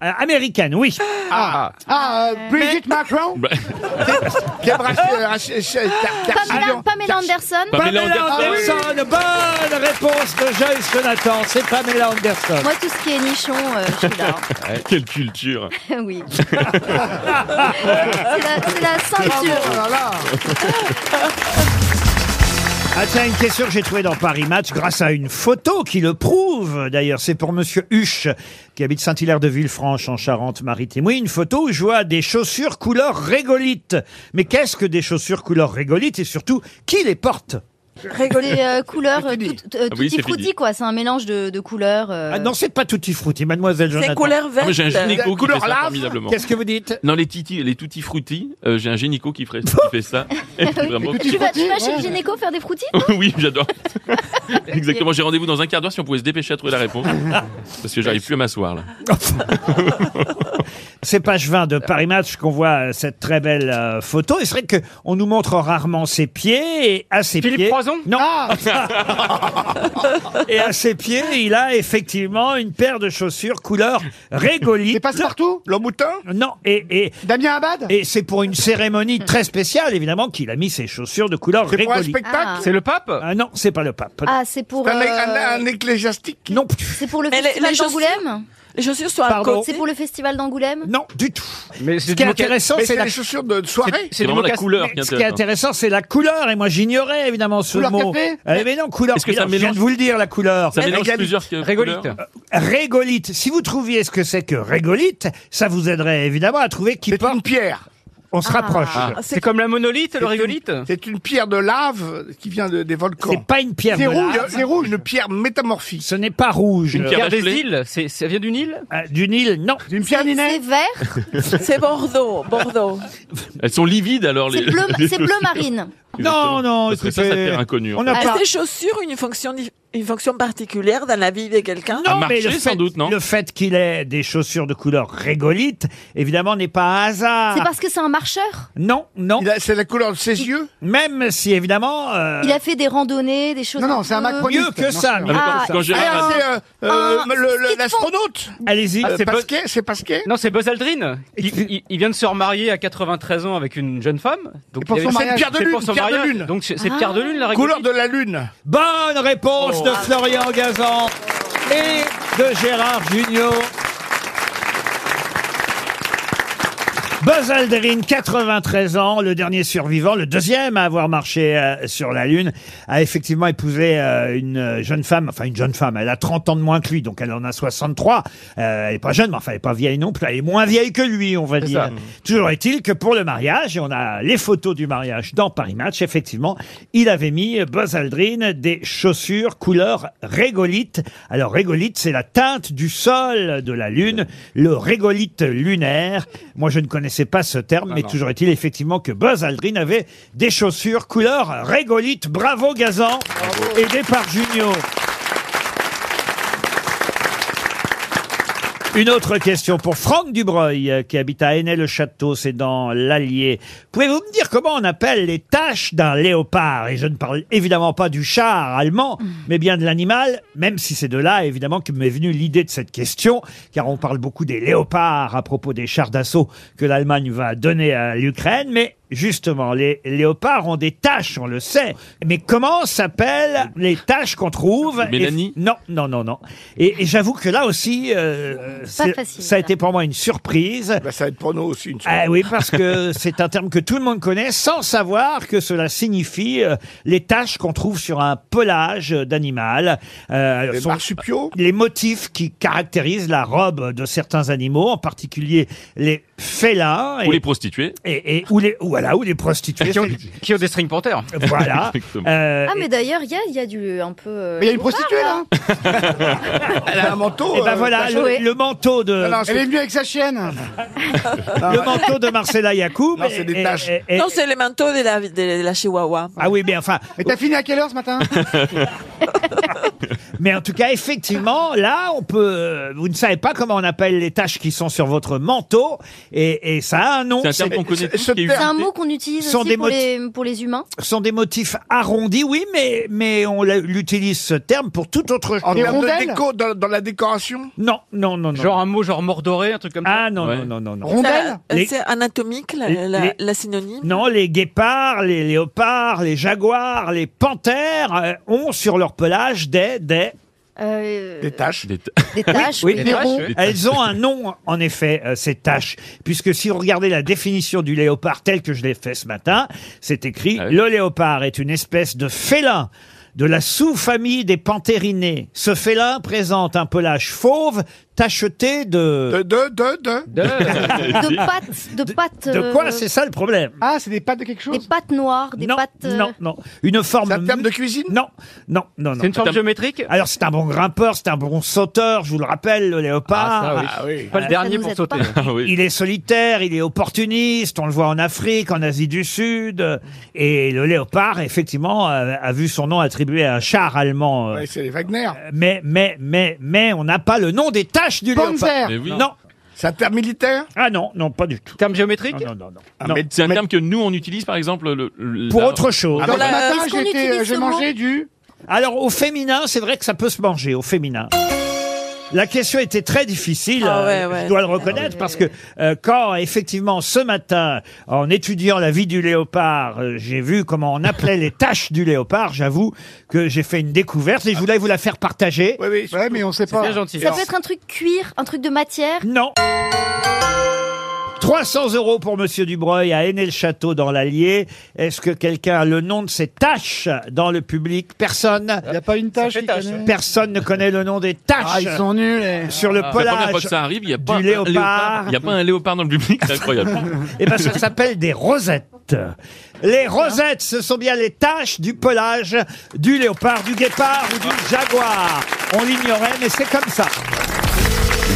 [SPEAKER 2] Euh, américaine, oui. Ah.
[SPEAKER 9] Ah,
[SPEAKER 3] Ah, euh, Brigitte Macron
[SPEAKER 5] Bah,
[SPEAKER 9] Qui a brassé, euh, Rachid- Rachid- Tar-
[SPEAKER 4] Pamela,
[SPEAKER 9] Tarsilian.
[SPEAKER 4] Pamela
[SPEAKER 9] Tars-
[SPEAKER 4] Anderson
[SPEAKER 5] Pamela
[SPEAKER 10] Ah
[SPEAKER 5] Anderson.
[SPEAKER 2] Anderson, bonne réponse de Joyce Jonathan. C'est Pamela Anderson.
[SPEAKER 4] Moi, tout ce qui est nichon, euh, je suis là.
[SPEAKER 5] Ah, Quelle culture.
[SPEAKER 4] oui. c'est la, c'est la
[SPEAKER 3] Oh
[SPEAKER 4] ceinture.
[SPEAKER 3] là là.
[SPEAKER 2] Ah tiens, une question que j'ai trouvée dans Paris Match grâce à une photo qui le prouve. D'ailleurs, c'est pour Monsieur Huche, qui habite Saint-Hilaire de Villefranche, en Charente-Maritime. Oui, une photo où je vois des chaussures couleur régolite. Mais qu'est-ce que des chaussures couleur régolite et surtout, qui les porte
[SPEAKER 4] C'est euh, couleur euh, tout, euh,
[SPEAKER 5] Ah oui,
[SPEAKER 4] tutti
[SPEAKER 5] c'est
[SPEAKER 4] frutti,
[SPEAKER 5] fini.
[SPEAKER 4] quoi. C'est un mélange de, de couleurs. euh.
[SPEAKER 2] Ah non, c'est pas Tutti Frutti, Mademoiselle
[SPEAKER 7] C'est
[SPEAKER 2] Jonathan.
[SPEAKER 7] couleur
[SPEAKER 5] Ah,
[SPEAKER 7] verte
[SPEAKER 5] mais j'ai un gynéco qui fait
[SPEAKER 9] couleur
[SPEAKER 5] ça
[SPEAKER 9] lave.
[SPEAKER 5] formidablement.
[SPEAKER 2] Qu'est-ce que vous dites
[SPEAKER 5] Non, les titi, les tutti frutti, euh, j'ai un gynéco qui ferait- qui fait ça. Et puis Eh, vraiment,
[SPEAKER 4] tu vas, tu vas chez le gynéco faire des fruitis
[SPEAKER 5] oui, j'adore. Exactement, j'ai rendez-vous dans un quart d'heure si on pouvait se dépêcher à trouver la réponse. Parce que j'arrive plus à m'asseoir là.
[SPEAKER 2] C'est page 20 de Paris Match qu'on voit euh, cette très belle euh, photo. Et c'est vrai que on nous montre rarement ses pieds et à ses
[SPEAKER 6] Philippe
[SPEAKER 2] pieds.
[SPEAKER 6] Croizon
[SPEAKER 2] Non.
[SPEAKER 3] Ah,
[SPEAKER 2] Et à ses pieds, il a effectivement une paire de chaussures couleur
[SPEAKER 3] les
[SPEAKER 2] régolite.
[SPEAKER 3] passe-partout
[SPEAKER 9] L'homme mouton
[SPEAKER 2] Non, et, et,
[SPEAKER 3] Damien Abad
[SPEAKER 2] et c'est pour une cérémonie très spéciale, évidemment, qu'il a mis ses chaussures de couleur
[SPEAKER 9] C'est pour un
[SPEAKER 2] régolite.
[SPEAKER 9] spectacle
[SPEAKER 6] C'est le pape
[SPEAKER 2] Ah non, c'est pas le pape.
[SPEAKER 4] Ah, c'est pour,
[SPEAKER 9] Un,
[SPEAKER 4] euh,
[SPEAKER 9] un- un ecclésiastique
[SPEAKER 2] Non plus.
[SPEAKER 4] c'est pour le
[SPEAKER 7] Mais les-
[SPEAKER 4] festival
[SPEAKER 7] les chaussures-
[SPEAKER 4] d'Angoulême
[SPEAKER 7] Les chaussures sont à
[SPEAKER 2] Pardon
[SPEAKER 7] côté.
[SPEAKER 4] C'est pour le festival d'Angoulême
[SPEAKER 2] Non, du tout.
[SPEAKER 6] Mais
[SPEAKER 2] Ce
[SPEAKER 6] c'est
[SPEAKER 2] qui
[SPEAKER 6] du
[SPEAKER 2] est
[SPEAKER 6] moca-
[SPEAKER 2] intéressant,
[SPEAKER 9] Mais
[SPEAKER 2] c'est
[SPEAKER 9] c'est
[SPEAKER 2] la...
[SPEAKER 9] les chaussures de soirée
[SPEAKER 5] C'est vraiment la
[SPEAKER 6] mocassine.
[SPEAKER 5] couleur qui est
[SPEAKER 2] Mais ce qui est
[SPEAKER 5] intéressante.
[SPEAKER 2] intéressant, c'est la couleur. Et moi, j'ignorais évidemment ce
[SPEAKER 3] Couleur
[SPEAKER 2] mot.
[SPEAKER 3] café
[SPEAKER 2] Eh, mais non, couleur.
[SPEAKER 5] Est-ce que ça
[SPEAKER 2] couleur, Je viens
[SPEAKER 5] mélange-
[SPEAKER 2] de vous le dire, la couleur.
[SPEAKER 5] Ça mélange
[SPEAKER 9] Régolite.
[SPEAKER 5] plusieurs euh,
[SPEAKER 6] Régolite.
[SPEAKER 5] couleurs.
[SPEAKER 2] Régolite. Si vous trouviez ce que c'est que régolite, ça vous aiderait évidemment à trouver qui
[SPEAKER 9] C'est
[SPEAKER 2] porte.
[SPEAKER 9] une pierre.
[SPEAKER 2] On se rapproche.
[SPEAKER 6] C'est comme la monolithe, le rigolithe
[SPEAKER 9] C'est une pierre de lave qui vient de- des volcans.
[SPEAKER 2] C'est pas une pierre
[SPEAKER 9] C'est
[SPEAKER 2] de
[SPEAKER 9] rouge,
[SPEAKER 2] lave.
[SPEAKER 9] c'est rouge, une pierre métamorphique.
[SPEAKER 2] Ce n'est pas rouge.
[SPEAKER 5] Une
[SPEAKER 6] Pierre
[SPEAKER 5] pierre
[SPEAKER 6] des
[SPEAKER 5] d'Ashley.
[SPEAKER 6] îles Euh, c'est- Ça vient du Nil
[SPEAKER 2] Euh, du Nil, non.
[SPEAKER 9] Une pierre
[SPEAKER 4] C'est
[SPEAKER 9] ninette
[SPEAKER 4] vert,
[SPEAKER 7] C'est Bordeaux, Bordeaux.
[SPEAKER 5] Elles sont livides alors les.
[SPEAKER 4] c'est bleu,
[SPEAKER 5] les
[SPEAKER 4] c'est bleu
[SPEAKER 5] chaussures.
[SPEAKER 4] marine.
[SPEAKER 5] Exactement.
[SPEAKER 2] Non, non,
[SPEAKER 5] Parce que ça, ça
[SPEAKER 2] écoutez,
[SPEAKER 5] fait inconnu.
[SPEAKER 2] On a
[SPEAKER 7] Est-ce
[SPEAKER 2] pas...
[SPEAKER 7] que les Ah, chaussures ont une fonction, dif- une fonction particulière dans la vie de quelqu'un
[SPEAKER 5] À marcher,
[SPEAKER 2] le fait,
[SPEAKER 5] sans doute, non
[SPEAKER 2] le fait qu'il ait des chaussures de couleur régolite, évidemment, n'est pas un hasard.
[SPEAKER 4] C'est parce que c'est un marcheur.
[SPEAKER 2] Non, non.
[SPEAKER 9] Il a- C'est la couleur de ses yeux
[SPEAKER 2] Même si, évidemment, euh,
[SPEAKER 4] Il a fait des randonnées, des choses.
[SPEAKER 3] Non, non,
[SPEAKER 4] un
[SPEAKER 3] c'est un
[SPEAKER 4] peu-
[SPEAKER 3] macroniste.
[SPEAKER 2] mieux que ça.
[SPEAKER 5] Ah, mais
[SPEAKER 2] mieux
[SPEAKER 5] quand-
[SPEAKER 4] Ah,
[SPEAKER 5] quand j'ai-
[SPEAKER 9] Ah, c'est euh, euh,
[SPEAKER 4] un-
[SPEAKER 9] le- le-
[SPEAKER 4] ski de
[SPEAKER 9] l'astronaute
[SPEAKER 2] Allez-y.
[SPEAKER 9] Euh,
[SPEAKER 6] c'est pas-
[SPEAKER 9] Pasquet, c'est Pasquet
[SPEAKER 6] Non, c'est Buzz Aldrin. Il, il- il vient de se remarier à 93 ans avec une jeune femme. Donc
[SPEAKER 3] Et pour
[SPEAKER 6] il avait-
[SPEAKER 3] son
[SPEAKER 9] C'est une
[SPEAKER 3] mariage,
[SPEAKER 9] pierre de
[SPEAKER 6] Eh c'est
[SPEAKER 9] lune,
[SPEAKER 6] pour son
[SPEAKER 9] pierre de
[SPEAKER 6] mariage.
[SPEAKER 9] lune.
[SPEAKER 6] Donc c'est
[SPEAKER 9] Ah.
[SPEAKER 6] c'est Pierre de Lune, la Oh. rigolite.
[SPEAKER 9] Couleur de la lune.
[SPEAKER 2] Bonne réponse de Florian Gazan et de Gérard Junior. Buzz Aldrin, 93 ans, le dernier survivant, le deuxième à avoir marché euh, sur la Lune, a effectivement épousé euh, une jeune femme, enfin une jeune femme, elle a 30 ans de moins que lui, donc elle en a 63. Euh, elle n'est pas jeune, mais enfin elle n'est pas vieille non plus, elle est moins vieille que lui, on va dire. Toujours est-il que pour le mariage, et on a les photos du mariage dans Paris Match, effectivement, il avait mis euh, Buzz Aldrin des chaussures couleur régolite. Alors régolite, c'est la teinte du sol de la Lune, le régolite lunaire. Moi, je ne connaissais pas ce terme, mais toujours est-il effectivement que Buzz Aldrin avait des chaussures couleur régolite. Bravo Gazan, aidé par Junio. Une autre question pour Franck Dubreuil, euh, qui habite à Aînay-le-Château, c'est dans l'Allier. Pouvez-vous me dire comment on appelle les taches d'un léopard Et je ne parle évidemment pas du char allemand, mais bien de l'animal, même si c'est de là, évidemment, que m'est venue l'idée de cette question, car on parle beaucoup des léopards à propos des chars d'assaut que l'Allemagne va donner à l'Ukraine, mais justement, les léopards ont des taches, on le sait. Mais comment s'appellent les taches qu'on trouve
[SPEAKER 5] Mélanie
[SPEAKER 2] Et- Non, non, non, non. Et, et j'avoue que là aussi, euh, c'est-
[SPEAKER 4] facile,
[SPEAKER 2] ça a
[SPEAKER 4] là.
[SPEAKER 2] été pour moi une surprise.
[SPEAKER 9] Bah, ça va être pour nous aussi une
[SPEAKER 2] Ah oui, parce que c'est un terme que tout le monde connaît sans savoir que cela signifie euh, les taches qu'on trouve sur un pelage d'animal. Euh,
[SPEAKER 9] Les
[SPEAKER 2] sont-
[SPEAKER 9] marsupiaux
[SPEAKER 2] les motifs qui caractérisent la robe de certains animaux, en particulier les félins et,
[SPEAKER 5] Ou les prostituées.
[SPEAKER 2] et- et- ou les ou voilà ou les prostituées.
[SPEAKER 6] Qui ont, qui ont des string panthers.
[SPEAKER 2] voilà.
[SPEAKER 5] Exactement.
[SPEAKER 2] Euh,
[SPEAKER 4] Ah, mais d'ailleurs, il y a, il y a du un peu. euh,
[SPEAKER 3] Mais il y a une prostituée, là
[SPEAKER 5] Euh,
[SPEAKER 9] Elle a un manteau.
[SPEAKER 2] et ben
[SPEAKER 9] euh,
[SPEAKER 2] voilà
[SPEAKER 4] joué.
[SPEAKER 2] le, le manteau de
[SPEAKER 9] Non, non, c'est-
[SPEAKER 3] Euh, Elle est venue avec sa chienne.
[SPEAKER 2] le manteau de Marcella Yacoub.
[SPEAKER 9] Non, c'est des
[SPEAKER 2] et- et-
[SPEAKER 9] taches.
[SPEAKER 2] et- et-
[SPEAKER 7] Non, c'est les manteaux de la, de la Chihuahua.
[SPEAKER 2] ah oui, mais enfin,
[SPEAKER 3] Et t'as fini à quelle heure ce matin
[SPEAKER 2] Mais en tout cas, effectivement, là, on peut. Vous ne savez pas comment on appelle les taches qui sont sur votre manteau, et, et ça a un nom.
[SPEAKER 5] C'est un
[SPEAKER 2] Ce
[SPEAKER 5] terme qu'on connaît
[SPEAKER 9] ce-
[SPEAKER 5] tous.
[SPEAKER 9] ce
[SPEAKER 5] qui est
[SPEAKER 4] C'est un
[SPEAKER 5] usité.
[SPEAKER 4] mot qu'on utilise
[SPEAKER 2] Sont
[SPEAKER 4] aussi
[SPEAKER 2] des
[SPEAKER 4] pour les, pour les humains.
[SPEAKER 2] sont des motifs arrondis, oui, mais mais on l'a- l'utilise ce terme pour toute autre
[SPEAKER 9] En
[SPEAKER 2] chose.
[SPEAKER 3] Des
[SPEAKER 9] termes de
[SPEAKER 3] rondelles
[SPEAKER 9] déco, dans, dans la décoration
[SPEAKER 2] Non, non, non, non.
[SPEAKER 6] Genre un mot genre mordoré, un truc comme ça.
[SPEAKER 2] ah non,
[SPEAKER 5] Ouais.
[SPEAKER 2] non, non, non, non.
[SPEAKER 3] Rondelle
[SPEAKER 7] Ça, euh,
[SPEAKER 2] Les-
[SPEAKER 7] C'est anatomique, la,
[SPEAKER 2] Les-
[SPEAKER 7] la-
[SPEAKER 2] les-
[SPEAKER 7] la synonyme
[SPEAKER 2] Non, les guépards, les léopards, les jaguars, les panthères euh, ont sur leur pelage des des.
[SPEAKER 4] Euh,
[SPEAKER 9] Des taches.
[SPEAKER 5] Des t-
[SPEAKER 4] des taches.
[SPEAKER 2] oui.
[SPEAKER 4] ou-
[SPEAKER 6] Des vaches, ouais.
[SPEAKER 2] Elles ont un nom, en effet, euh, ces taches, puisque si vous regardez la définition du léopard telle que je l'ai fait ce matin, c'est écrit
[SPEAKER 5] Ah oui.
[SPEAKER 2] Le léopard est une espèce de félin de la sous-famille des pantérinés. Ce félin présente un pelage fauve tacheté de...
[SPEAKER 9] De, de, de, de.
[SPEAKER 6] De-
[SPEAKER 4] De pattes. De pattes.
[SPEAKER 2] De quoi
[SPEAKER 4] euh,
[SPEAKER 2] C'est ça le problème
[SPEAKER 3] Ah, c'est des pattes de quelque
[SPEAKER 4] Des
[SPEAKER 3] chose
[SPEAKER 4] pattes noires, des
[SPEAKER 2] non,
[SPEAKER 4] pattes. euh,
[SPEAKER 2] non, non. Une forme...
[SPEAKER 9] C'est un terme
[SPEAKER 2] mu-
[SPEAKER 9] de cuisine
[SPEAKER 2] Non, non, non, non.
[SPEAKER 6] C'est une forme géométrique
[SPEAKER 2] Alors c'est un bon grimpeur, c'est un bon sauteur, je vous le rappelle, le
[SPEAKER 6] Ah,
[SPEAKER 2] léopard.
[SPEAKER 6] ça, oui.
[SPEAKER 9] Ah oui.
[SPEAKER 6] Pas le
[SPEAKER 4] Euh, Ça
[SPEAKER 6] dernier
[SPEAKER 4] nous
[SPEAKER 6] pour
[SPEAKER 4] aide
[SPEAKER 6] sauter.
[SPEAKER 4] pas.
[SPEAKER 5] Ah oui.
[SPEAKER 2] Il est solitaire, il est opportuniste, on le voit en Afrique, en Asie du Sud. euh, Et le léopard, effectivement, euh, a vu son nom attribué à un char allemand. euh,
[SPEAKER 9] Ouais, c'est les Wagner.
[SPEAKER 2] Mais, mais, mais, mais, on n'a pas le nom des tâches du léopard.
[SPEAKER 5] Mais
[SPEAKER 3] Panzer
[SPEAKER 5] oui.
[SPEAKER 2] Non.
[SPEAKER 9] C'est un terme militaire Ah,
[SPEAKER 2] Ah non, non, pas du tout.
[SPEAKER 6] Terme
[SPEAKER 2] Non,
[SPEAKER 6] géométrique
[SPEAKER 2] non, non, non.
[SPEAKER 9] Un
[SPEAKER 2] Non.
[SPEAKER 9] méde-
[SPEAKER 5] C'est un
[SPEAKER 9] méde-
[SPEAKER 5] terme que nous on utilise par exemple. le- le-
[SPEAKER 2] Pour
[SPEAKER 5] la-
[SPEAKER 2] autre chose.
[SPEAKER 9] Ah,
[SPEAKER 3] Alors,
[SPEAKER 9] Dans
[SPEAKER 3] ce matin, euh,
[SPEAKER 4] est-ce qu'on
[SPEAKER 3] j'ai été-
[SPEAKER 4] utilise
[SPEAKER 3] j'ai
[SPEAKER 4] ce
[SPEAKER 3] mangé du...
[SPEAKER 2] Alors, au féminin, c'est vrai que ça peut se manger, au féminin. La question était très difficile,
[SPEAKER 7] Ah ouais,
[SPEAKER 2] euh,
[SPEAKER 7] ouais. Ah
[SPEAKER 2] je dois le reconnaître, parce que euh, quand effectivement ce matin, en étudiant la vie du léopard, euh, j'ai vu comment on appelait les taches du léopard, j'avoue que j'ai fait une découverte et je voulais vous la faire partager.
[SPEAKER 9] Oui, oui.
[SPEAKER 3] Ouais, mais on sait pas.
[SPEAKER 6] Bien gentil.
[SPEAKER 4] Ça peut être un truc cuir, un truc de matière.
[SPEAKER 2] Non, 300 euros pour Monsieur Dubreuil à Aîné-le-Château dans l'Allier. Est-ce que quelqu'un a le nom de ses tâches dans le public Personne.
[SPEAKER 3] Il n'y a pas une tâche qui connaît
[SPEAKER 2] Personne ne connaît le nom des tâches
[SPEAKER 3] Ah, ils sont nuls. les-
[SPEAKER 2] sur le
[SPEAKER 5] Ah. La première fois que
[SPEAKER 2] pelage.
[SPEAKER 5] ça arrive, il n'y a pas un
[SPEAKER 2] du léopard.
[SPEAKER 5] Il n'y a pas un léopard dans le public, c'est incroyable.
[SPEAKER 2] Eh ben, ça s'appelle des rosettes. Les rosettes, ce sont bien les taches du pelage du léopard, du guépard ou du
[SPEAKER 5] Ah.
[SPEAKER 2] jaguar. On l'ignorait, mais c'est comme ça.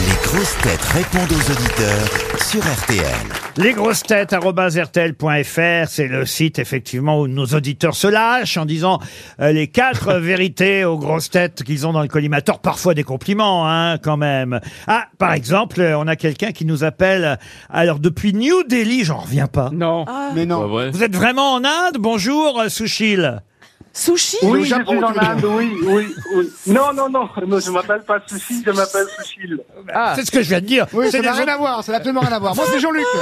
[SPEAKER 1] Les grosses têtes répondent aux auditeurs sur RTL.
[SPEAKER 2] Lesgrossetêtes.rtl.fr, c'est le site effectivement où nos auditeurs se lâchent en disant euh, les quatre vérités aux grosses têtes qu'ils ont dans le collimateur, parfois des compliments hein, quand même. Ah, par exemple, euh, on a quelqu'un qui nous appelle, euh, alors depuis New Delhi, j'en reviens pas.
[SPEAKER 6] Non.
[SPEAKER 11] Ah.
[SPEAKER 3] Mais
[SPEAKER 5] Pas
[SPEAKER 3] non.
[SPEAKER 5] vrai.
[SPEAKER 2] Vous êtes vraiment en Inde Bonjour euh, Souchil.
[SPEAKER 7] Sushi
[SPEAKER 11] Oui,
[SPEAKER 3] au
[SPEAKER 11] je
[SPEAKER 3] Japon,
[SPEAKER 11] suis en
[SPEAKER 3] tu veux dire.
[SPEAKER 11] Inde, oui, oui, oui. Non, non, non, non, je m'appelle pas Sushi, je m'appelle Sushil.
[SPEAKER 6] Ah.
[SPEAKER 2] C'est ce que je viens de dire.
[SPEAKER 3] Oui,
[SPEAKER 2] C'est
[SPEAKER 3] ça n'a
[SPEAKER 2] des-
[SPEAKER 3] rien à voir, ça n'a absolument rien à voir. Moi, c'est Jean-Luc. Euh,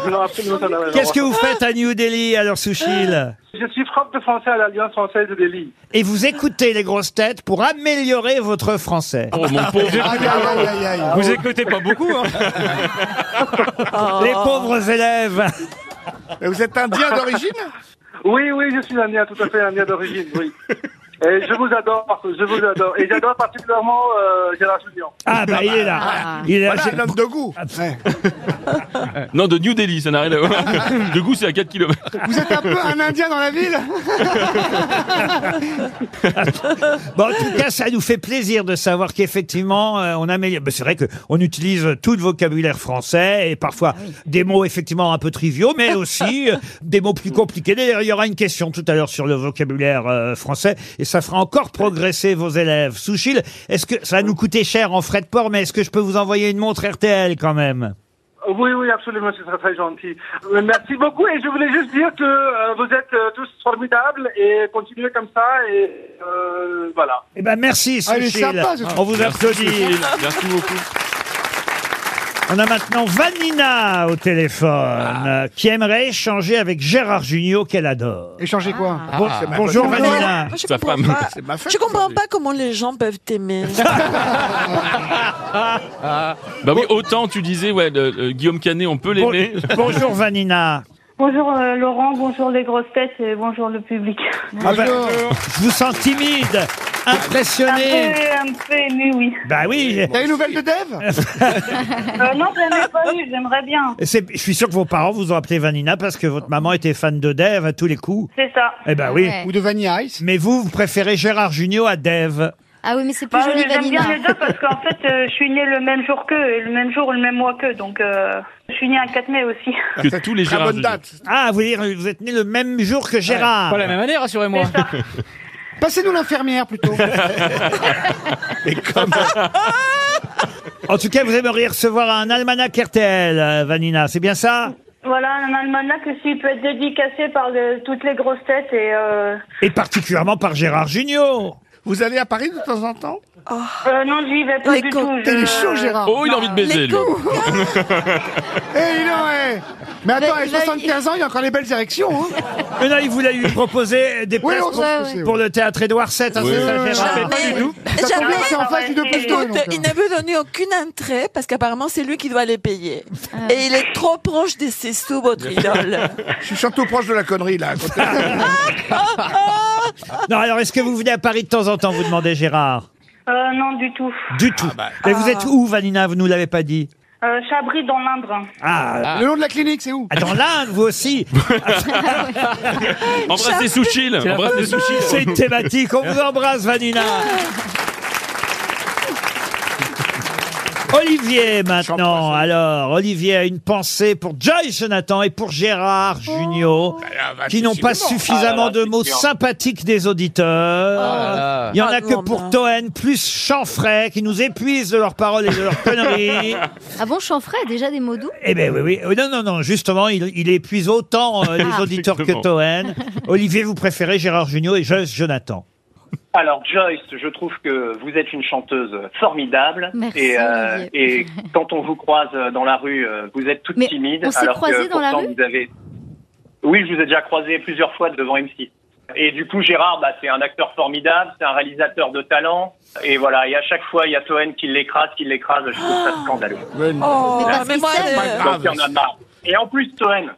[SPEAKER 3] Voilà.
[SPEAKER 11] Non, absolument, ça n'a rien à
[SPEAKER 2] Qu'est-ce
[SPEAKER 11] voir.
[SPEAKER 2] que vous faites à New Delhi alors Souchil
[SPEAKER 11] Je suis prof de français à l'Alliance française de Delhi.
[SPEAKER 2] Et vous écoutez les grosses têtes pour améliorer votre français.
[SPEAKER 5] Oh mon pauvre.
[SPEAKER 3] Aïe, aïe, aïe, aïe, aïe.
[SPEAKER 6] Vous écoutez pas beaucoup, hein
[SPEAKER 2] Les pauvres élèves
[SPEAKER 9] Mais Vous êtes indien d'origine
[SPEAKER 11] Oui, oui, je suis indien, tout à fait indien d'origine, oui. Et je vous adore, je vous adore. Et j'adore particulièrement euh, Gérard Junior.
[SPEAKER 2] Ah bah il est là. Il est là.
[SPEAKER 9] Voilà, un homme de goût.
[SPEAKER 5] Non, de New Delhi, ça n'a rien à voir. De goût, c'est à 4 km.
[SPEAKER 3] Vous êtes un peu un Indien dans la ville
[SPEAKER 2] Ah Bon, en tout cas, ça nous fait plaisir de savoir qu'effectivement, euh, on améliore. Ben, c'est vrai que on utilise tout le vocabulaire français et parfois
[SPEAKER 3] Ah
[SPEAKER 2] des mots effectivement un peu triviaux, mais aussi euh, des mots plus compliqués. D'ailleurs, il y aura une question tout à l'heure sur le vocabulaire euh, français et ça fera encore progresser vos élèves. Souchil, est-ce que ça va nous coûter cher en frais de port, mais est-ce que je peux vous envoyer une montre RTL quand même
[SPEAKER 11] Oui, oui, absolument, ce serait très gentil. Euh, Merci beaucoup et je voulais juste dire que euh, vous êtes euh, tous formidables et continuez comme ça et euh, voilà.
[SPEAKER 2] Eh ben merci
[SPEAKER 3] Ah, il est
[SPEAKER 2] Souchil.
[SPEAKER 3] sympa, ce
[SPEAKER 2] on vous applaudit.
[SPEAKER 5] Merci beaucoup.
[SPEAKER 2] On a maintenant Vanina au téléphone
[SPEAKER 5] Ah.
[SPEAKER 2] euh, qui aimerait échanger avec Gérard Junior qu'elle adore.
[SPEAKER 3] Échangez quoi
[SPEAKER 4] Ah.
[SPEAKER 2] Bon- bonjour Vanina.
[SPEAKER 7] Je
[SPEAKER 5] Sa
[SPEAKER 7] comprends
[SPEAKER 5] femme.
[SPEAKER 7] pas.
[SPEAKER 9] C'est ma fête
[SPEAKER 7] Je comprends
[SPEAKER 9] aujourd'hui.
[SPEAKER 7] pas comment les gens peuvent t'aimer.
[SPEAKER 5] Bah oui, autant tu disais, ouais, le- le Guillaume Canet, on peut
[SPEAKER 2] Bon-
[SPEAKER 5] l'aimer.
[SPEAKER 2] bonjour Vanina.
[SPEAKER 12] Bonjour euh, Laurent, bonjour les grosses têtes et bonjour le public.
[SPEAKER 2] Ah ben, je vous sens timide,
[SPEAKER 12] Un
[SPEAKER 2] impressionné.
[SPEAKER 12] peu, un peu ému, oui.
[SPEAKER 2] Bah oui,
[SPEAKER 3] T'as une nouvelle de Dev
[SPEAKER 12] Euh, non, je n'en ai pas eu, j'aimerais bien.
[SPEAKER 2] c'est- je suis sûr que vos parents vous ont appelé Vanina parce que votre maman était fan de Dev à tous les coups.
[SPEAKER 12] C'est ça.
[SPEAKER 2] Eh ben oui.
[SPEAKER 4] Ouais.
[SPEAKER 3] Ou de Vanilla Ice
[SPEAKER 2] Mais vous, vous préférez Gérard Junior à Dev.
[SPEAKER 4] Ah oui, mais c'est plus
[SPEAKER 12] Bah,
[SPEAKER 4] joli,
[SPEAKER 12] J'aime bien les
[SPEAKER 4] Vanina.
[SPEAKER 12] deux parce qu'en fait, euh, je suis née le même jour qu'eux, et le même jour, le même mois qu'eux, donc euh, je suis née un 4 mai aussi.
[SPEAKER 5] Que tous les
[SPEAKER 9] Très
[SPEAKER 5] Gérard
[SPEAKER 9] bonne
[SPEAKER 5] Junior.
[SPEAKER 9] date.
[SPEAKER 2] Ah, vous voulez dire, vous êtes né le même jour que Gérard.
[SPEAKER 6] Pas la même année, rassurez-moi.
[SPEAKER 12] C'est ça.
[SPEAKER 3] Passez-nous l'infirmière plutôt.
[SPEAKER 2] En tout cas, vous aimeriez recevoir un almanach RTL, euh, Vanina, c'est bien ça
[SPEAKER 12] Voilà, un almanach aussi peut être dédicacé par le- toutes les grosses têtes et... Euh,
[SPEAKER 2] Et particulièrement par Gérard Junior.
[SPEAKER 9] Vous allez à Paris de temps en temps
[SPEAKER 12] euh, non, j'y vais pas
[SPEAKER 7] Les
[SPEAKER 12] du tout.
[SPEAKER 7] cocktails
[SPEAKER 12] je-
[SPEAKER 3] T'es chaud, Gérard.
[SPEAKER 5] Oh, il a envie de baiser,
[SPEAKER 7] Les
[SPEAKER 5] lui.
[SPEAKER 7] coups.
[SPEAKER 3] Eh, il en est Mais attends,
[SPEAKER 4] Mais
[SPEAKER 3] à
[SPEAKER 4] il a-
[SPEAKER 3] 75 ans, il a encore les belles érections. Hein.
[SPEAKER 2] Mais non, il voulait lui proposer des
[SPEAKER 3] Oui,
[SPEAKER 2] places
[SPEAKER 3] on
[SPEAKER 2] pour,
[SPEAKER 3] sait. oui.
[SPEAKER 2] pour le théâtre Édouard VII. hein,
[SPEAKER 5] Oui.
[SPEAKER 2] c'est ça,
[SPEAKER 3] Oui, oui,
[SPEAKER 2] Gérard
[SPEAKER 3] Eh oui.
[SPEAKER 7] Jamais.
[SPEAKER 3] Ça tombe bien,
[SPEAKER 7] Jamais.
[SPEAKER 3] c'est en face du 2 plus 2.
[SPEAKER 12] Écoute,
[SPEAKER 3] donc,
[SPEAKER 7] Écoute, il
[SPEAKER 3] euh.
[SPEAKER 7] n'avait donné aucune entrée parce qu'apparemment c'est lui qui doit les payer. Et il est trop proche de ses sous, votre idole.
[SPEAKER 9] Je suis surtout proche de la connerie, là. à côté.
[SPEAKER 2] Non, alors est-ce que vous venez à Paris de temps en temps, vous demandez Gérard
[SPEAKER 12] Euh, non, du tout.
[SPEAKER 2] Du tout. Mais vous êtes où, Vanina Vous nous l'avez pas dit.
[SPEAKER 12] Euh, Chabris dans l'Indre.
[SPEAKER 2] Ah,
[SPEAKER 3] Le long de la clinique, c'est où
[SPEAKER 2] ah, dans l'Inde, vous aussi.
[SPEAKER 5] Embrassez Souchil. Embrassez
[SPEAKER 2] C'est
[SPEAKER 5] Souchil.
[SPEAKER 2] une thématique. On vous embrasse, Vanina. Olivier, maintenant. Alors, Olivier a une pensée pour Joyce Jonathan et pour Gérard Junior,
[SPEAKER 9] Ah, bah,
[SPEAKER 2] qui n'ont pas
[SPEAKER 11] Ah là
[SPEAKER 2] suffisamment
[SPEAKER 11] là,
[SPEAKER 2] de
[SPEAKER 11] c'est
[SPEAKER 2] mots
[SPEAKER 11] sûr.
[SPEAKER 2] sympathiques des auditeurs.
[SPEAKER 6] Ah.
[SPEAKER 2] Il y en a
[SPEAKER 7] Ah,
[SPEAKER 2] que
[SPEAKER 7] non,
[SPEAKER 2] pour
[SPEAKER 7] non.
[SPEAKER 2] Toen, plus Chanfray, qui nous épuisent de leurs paroles et de leurs conneries.
[SPEAKER 4] Ah bon, chanfray, déjà des mots doux
[SPEAKER 2] Eh ben oui, oui. Euh, Non, non, non, justement, il, il épuise autant euh, les
[SPEAKER 4] Ah.
[SPEAKER 2] auditeurs que
[SPEAKER 5] Exactement.
[SPEAKER 2] Toen. Olivier, vous préférez Gérard Junior et Joyce Jonathan.
[SPEAKER 11] Alors Joyce, je trouve que vous êtes une chanteuse formidable
[SPEAKER 4] Merci,
[SPEAKER 11] et,
[SPEAKER 10] euh,
[SPEAKER 4] Olivier.
[SPEAKER 11] et quand on vous croise euh, dans la rue, euh, vous êtes toute
[SPEAKER 4] Mais
[SPEAKER 11] timide.
[SPEAKER 4] on s'est
[SPEAKER 11] alors que
[SPEAKER 4] croisés dans la
[SPEAKER 11] pourtant,
[SPEAKER 4] rue
[SPEAKER 11] vous avez... Oui, je vous ai déjà croisé plusieurs fois devant M6.
[SPEAKER 10] Et du coup, Gérard, bah, c'est un acteur formidable, c'est un réalisateur de talent. Et voilà, et à chaque fois, il y a Toen qui l'écrase, qui l'écrase. Je trouve ça scandaleux.
[SPEAKER 7] Oh,
[SPEAKER 10] Là,
[SPEAKER 7] mais moi,
[SPEAKER 10] c'est
[SPEAKER 7] euh,
[SPEAKER 10] pas grave. Donc, il y en a marre. Et en plus, Toen,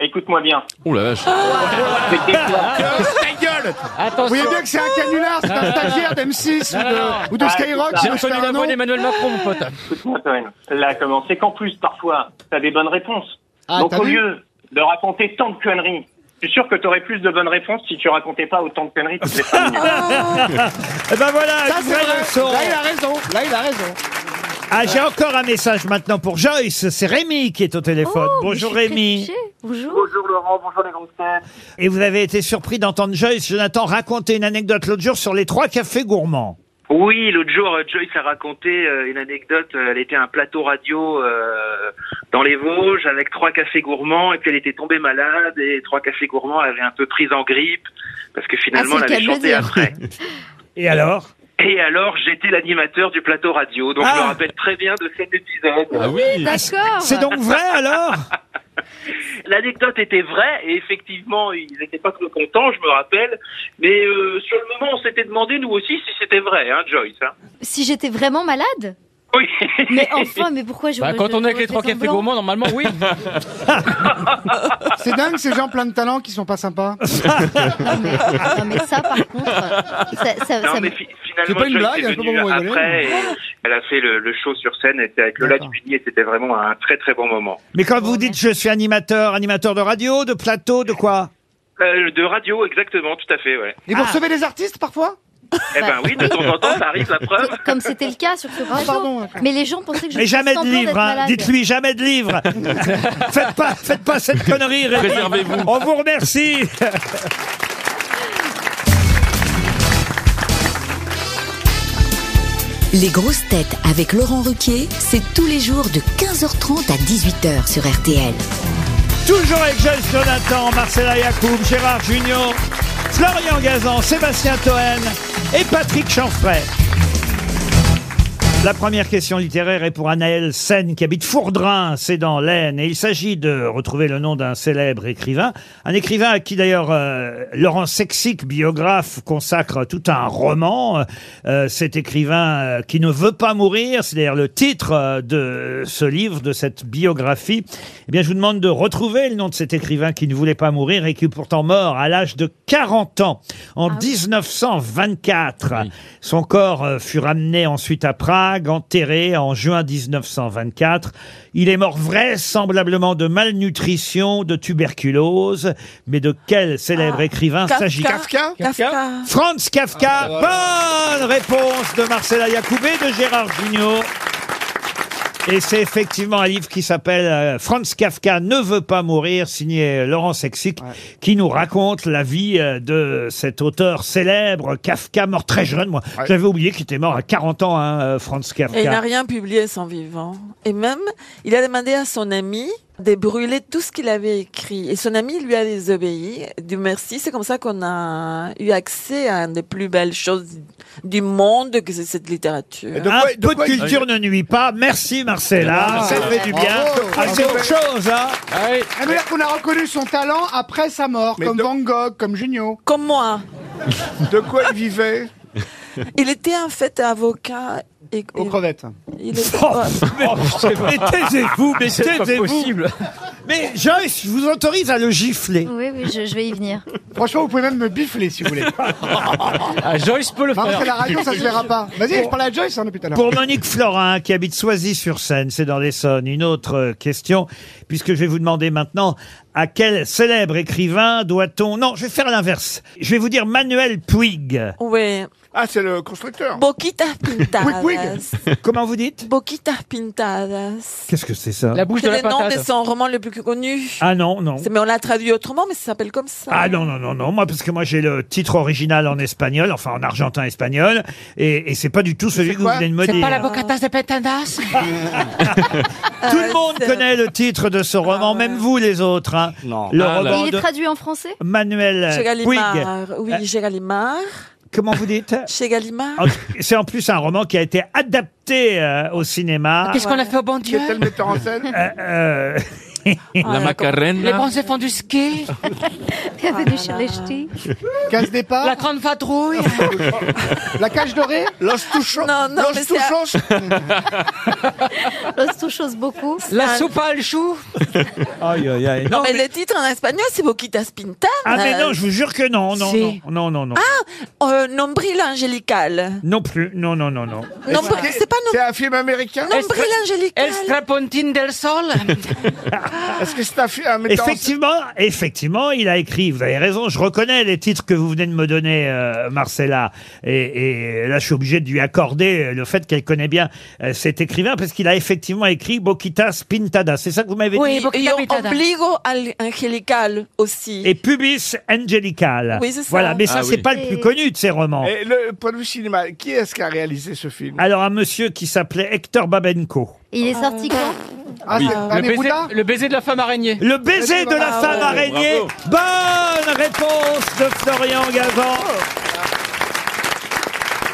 [SPEAKER 10] écoute-moi bien.
[SPEAKER 5] Oh la vache.
[SPEAKER 10] C'était toi.
[SPEAKER 3] Ta gueule Vous voyez bien que c'est un canular, c'est un stagiaire d'M6 ou de, ou de
[SPEAKER 10] Ah,
[SPEAKER 3] Skyrock.
[SPEAKER 10] c'est ça.
[SPEAKER 3] qui veut se faire un nom.
[SPEAKER 10] Macron, mon pote. Écoute-moi, Toen. Là, comment C'est qu'en plus, parfois, t'as des bonnes réponses.
[SPEAKER 3] Ah,
[SPEAKER 10] Donc,
[SPEAKER 3] t'as
[SPEAKER 10] au
[SPEAKER 3] vu
[SPEAKER 10] lieu de raconter tant de conneries, je suis sûr que t'aurais plus de bonnes réponses si tu racontais pas autant de conneries toutes les cinq minutes.
[SPEAKER 2] Eh ben voilà,
[SPEAKER 3] Ah, Ça,
[SPEAKER 2] une
[SPEAKER 3] c'est
[SPEAKER 2] vraie
[SPEAKER 3] vrai.
[SPEAKER 2] leçon.
[SPEAKER 3] Là, il a raison. Là, il a raison.
[SPEAKER 2] Ah, j'ai encore un message maintenant pour Joyce. C'est Rémi qui est au téléphone.
[SPEAKER 13] Oh,
[SPEAKER 2] Bonjour Rémi.
[SPEAKER 4] Bonjour.
[SPEAKER 11] Bonjour Laurent, bonjour les grandes têtes.
[SPEAKER 2] Et vous avez été surpris d'entendre Joyce, Jonathan, raconter une anecdote l'autre jour sur les trois cafés gourmands.
[SPEAKER 13] Oui, l'autre jour, euh, Joyce a raconté euh, une anecdote. Euh, Elle était à un plateau radio euh, dans les Vosges avec trois cafés gourmands et puis elle était tombée malade et trois cafés gourmands elle avait un peu prise en grippe parce que finalement
[SPEAKER 2] Ah, c'est
[SPEAKER 13] elle avait
[SPEAKER 2] le cas de
[SPEAKER 13] chanté
[SPEAKER 2] le
[SPEAKER 13] après.
[SPEAKER 2] Et alors
[SPEAKER 13] Et alors, j'étais l'animateur du plateau radio, donc je me rappelle très bien de cet épisode.
[SPEAKER 2] Ah. C'est donc vrai alors
[SPEAKER 13] L'anecdote était vraie et effectivement, ils n'étaient pas trop contents, je me rappelle. Mais euh, sur le moment, on s'était demandé nous aussi si c'était vrai, hein, Joyce. hein.
[SPEAKER 4] Si j'étais vraiment malade
[SPEAKER 13] Oui.
[SPEAKER 4] Mais enfin, mais pourquoi je
[SPEAKER 6] Bah, quand on est avec les trois cafés gourmands, normalement, oui.
[SPEAKER 3] C'est dingue ces gens pleins de talent qui sont pas sympas.
[SPEAKER 4] Non, Ah, mais ça, par contre, ça, ça,
[SPEAKER 13] Non,
[SPEAKER 4] ça
[SPEAKER 13] mais
[SPEAKER 4] me-
[SPEAKER 13] fi- finalement, Joyce est
[SPEAKER 2] hein,
[SPEAKER 13] venue après. et elle a fait le, le show sur scène, elle était avec Lola Dubini et c'était vraiment un très très bon moment.
[SPEAKER 2] Mais quand vous dites je suis animateur, animateur de radio, de plateau, de quoi
[SPEAKER 13] Euh, de radio, exactement, tout à fait, ouais.
[SPEAKER 3] Et vous
[SPEAKER 14] Ah,
[SPEAKER 4] Ah.
[SPEAKER 3] recevez des artistes parfois
[SPEAKER 13] Eh ben oui, de temps en temps, ça arrive, la preuve.
[SPEAKER 4] Comme c'était le cas sur ce
[SPEAKER 3] Ah,
[SPEAKER 4] réseau. mais les gens pensaient que je
[SPEAKER 2] Mais jamais de
[SPEAKER 4] faisais semblant
[SPEAKER 2] livre,
[SPEAKER 4] d'être
[SPEAKER 2] hein.
[SPEAKER 4] malade.
[SPEAKER 2] dites-lui jamais de livre. faites pas, faites pas cette connerie. Rémi.
[SPEAKER 5] Préservez-vous.
[SPEAKER 2] On vous remercie.
[SPEAKER 15] Les grosses têtes avec Laurent Ruquier, c'est tous les jours de 15h30 à 18h sur RTL.
[SPEAKER 2] Toujours avec Joyce Jonathan, Marcella Yacoub, Gérard Junior, Florian Gazan, Sébastien Toen et Patrick Chanfray. La première question littéraire est pour Anaël Sen qui habite Fourdrin, c'est dans l'Aisne. Et il s'agit de retrouver le nom d'un célèbre écrivain. Un écrivain à qui d'ailleurs euh, Laurent Sexic, biographe, consacre tout un roman. Euh, cet écrivain euh, qui ne veut pas mourir, c'est d'ailleurs le titre euh, de ce livre, de cette biographie. Eh bien, je vous demande de retrouver le nom de cet écrivain qui ne voulait pas mourir et qui est pourtant mort à l'âge de 40 ans en 1924. Son corps euh, fut ramené ensuite à Prague, enterré en juin 1924. Il est mort vraisemblablement de malnutrition, de tuberculose. Mais de quel célèbre écrivain s'agit-il
[SPEAKER 7] Kafka. Kafka.
[SPEAKER 2] Franz
[SPEAKER 7] Ah,
[SPEAKER 2] Kafka. Bonne réponse de Marcella Yacoubé et de Gérard Jugnot. Et c'est effectivement un livre qui s'appelle euh, Franz Kafka ne veut pas mourir, signé Laurent Sexic, qui nous raconte la vie euh, de cet auteur célèbre, Kafka, mort très jeune. Moi,
[SPEAKER 7] Ouais.
[SPEAKER 2] j'avais oublié qu'il était mort à 40 ans, hein, euh, Franz Kafka.
[SPEAKER 7] Et il n'a rien publié son vivant. Et même, il a demandé à son ami de brûler tout ce qu'il avait écrit. Et son ami lui a désobéi. Du merci, c'est comme ça qu'on a eu accès à une des plus belles choses du monde, que c'est cette littérature.
[SPEAKER 2] Un peu de culture ne nuit pas. Merci Marcella,
[SPEAKER 7] Bravo.
[SPEAKER 2] ça fait du bien.
[SPEAKER 7] Bravo.
[SPEAKER 2] Ah, c'est autre chose, hein
[SPEAKER 3] Ah, mais là qu'on a reconnu son talent après sa mort, comme Van Gogh, comme Junio.
[SPEAKER 7] Comme moi.
[SPEAKER 9] De quoi il vivait
[SPEAKER 7] Il était en fait avocat. Et, Aux
[SPEAKER 3] crevettes.
[SPEAKER 7] Il était-
[SPEAKER 2] Oh, Mais,
[SPEAKER 5] Oh,
[SPEAKER 2] mais taisez-vous, mais
[SPEAKER 7] C'est pas
[SPEAKER 2] taisez-vous.
[SPEAKER 7] possible.
[SPEAKER 2] Mais Joyce, je vous autorise à le gifler.
[SPEAKER 4] Oui, oui, je, je vais y venir.
[SPEAKER 3] Franchement, vous pouvez même me bifler si vous voulez.
[SPEAKER 6] Joyce peut le
[SPEAKER 3] Non, parce
[SPEAKER 6] faire.
[SPEAKER 3] que la radio, ça se verra pas. Vas-y, je parle à Joyce hein, depuis tout à l'heure.
[SPEAKER 2] Pour Monique Florin, qui habite Soisy-sur-Seine, c'est dans l'Essonne, une autre euh, question, puisque je vais vous demander maintenant à quel célèbre écrivain doit-on... Non, je vais faire l'inverse. Je vais vous dire Manuel Puig.
[SPEAKER 3] Oh.
[SPEAKER 7] Oui.
[SPEAKER 9] Ah, c'est le constructeur.
[SPEAKER 7] Boquitas pintadas.
[SPEAKER 2] Comment vous dites
[SPEAKER 7] Boquitas pintadas.
[SPEAKER 2] Qu'est-ce que c'est ça
[SPEAKER 7] C'est le nom de son roman le plus connu.
[SPEAKER 2] Ah non, non.
[SPEAKER 7] C'est- Mais on l'a traduit autrement, mais ça s'appelle comme ça.
[SPEAKER 2] Ah non, non, non, non, moi, parce que moi, j'ai le titre original en espagnol, enfin en argentin-espagnol, et, et c'est pas du tout celui que vous venez de me dire.
[SPEAKER 7] bocatas de pintadas
[SPEAKER 2] Tout le monde connaît le titre de ce roman, même vous les autres. hein. Le
[SPEAKER 9] Ah,
[SPEAKER 4] Et
[SPEAKER 2] roman
[SPEAKER 4] Ah, il
[SPEAKER 2] de
[SPEAKER 4] est traduit en français
[SPEAKER 2] Manuel
[SPEAKER 7] Chez
[SPEAKER 2] Puig. Euh.
[SPEAKER 7] Gallimard. Oui, chez Gallimard.
[SPEAKER 2] Comment vous dites
[SPEAKER 7] Chez Gallimard.
[SPEAKER 2] En- C'est en plus un roman qui a été adapté euh, au cinéma.
[SPEAKER 7] Ah, Qu'est-ce qu'on a fait au bon Dieu
[SPEAKER 9] Quel metteur en scène
[SPEAKER 2] Euh,
[SPEAKER 7] Ah,
[SPEAKER 5] La Macarena.
[SPEAKER 16] Français font du ski. T'es venu sur les ch'tis.
[SPEAKER 3] Casse départ.
[SPEAKER 16] La grande vadrouille.
[SPEAKER 3] La cage dorée Los touchos.
[SPEAKER 7] Non, non, mais
[SPEAKER 3] Los
[SPEAKER 7] c'est à-
[SPEAKER 3] touchos.
[SPEAKER 4] Oh,
[SPEAKER 16] Los touchos beaucoup. La soupe à chou.
[SPEAKER 2] Aïe, aïe, aïe.
[SPEAKER 7] Non,
[SPEAKER 2] Non,
[SPEAKER 7] Ah. mais, le titre en espagnol, c'est Boquitas Pintan.
[SPEAKER 2] Ah, mais non, je vous jure que non, non,
[SPEAKER 7] Si.
[SPEAKER 2] non, non, non, non.
[SPEAKER 7] Euh, Ah, euh, nombril angélical.
[SPEAKER 2] Non plus, non, non, non, non.
[SPEAKER 7] Nombril, c'est pas
[SPEAKER 9] C'est un film américain
[SPEAKER 7] Nombril angélical.
[SPEAKER 16] Strapontine del sol.
[SPEAKER 9] Est-ce que c'est un film metteur en scène
[SPEAKER 2] Effectivement, effectivement, il a écrit, vous avez raison, je reconnais les titres que vous venez de me donner, euh, Marcella. Et, et là, je suis obligé de lui accorder euh, le fait qu'elle connaît bien euh, cet écrivain, parce qu'il a effectivement écrit Boquitas Pintadas. C'est ça que vous m'avez
[SPEAKER 7] Oui,
[SPEAKER 2] dit
[SPEAKER 7] et ombligo al- angélical aussi.
[SPEAKER 2] Et Pubis Angelical.
[SPEAKER 7] Oui, c'est ça.
[SPEAKER 2] Voilà, mais ça,
[SPEAKER 7] Ah
[SPEAKER 2] c'est
[SPEAKER 7] oui.
[SPEAKER 2] pas le plus connu de ses romans.
[SPEAKER 9] Et le point de vue cinéma, qui est-ce qui a réalisé ce film
[SPEAKER 2] Alors, un monsieur qui s'appelait Hector Babenko.
[SPEAKER 4] Il est sorti quand
[SPEAKER 9] Ah,
[SPEAKER 6] Oui.
[SPEAKER 9] c'est
[SPEAKER 6] Le, baiser, le baiser de la femme araignée.
[SPEAKER 2] Le baiser de la
[SPEAKER 6] Ah
[SPEAKER 2] femme
[SPEAKER 6] ouais.
[SPEAKER 2] araignée. Bonne réponse de Florian Gazan.
[SPEAKER 9] Oh.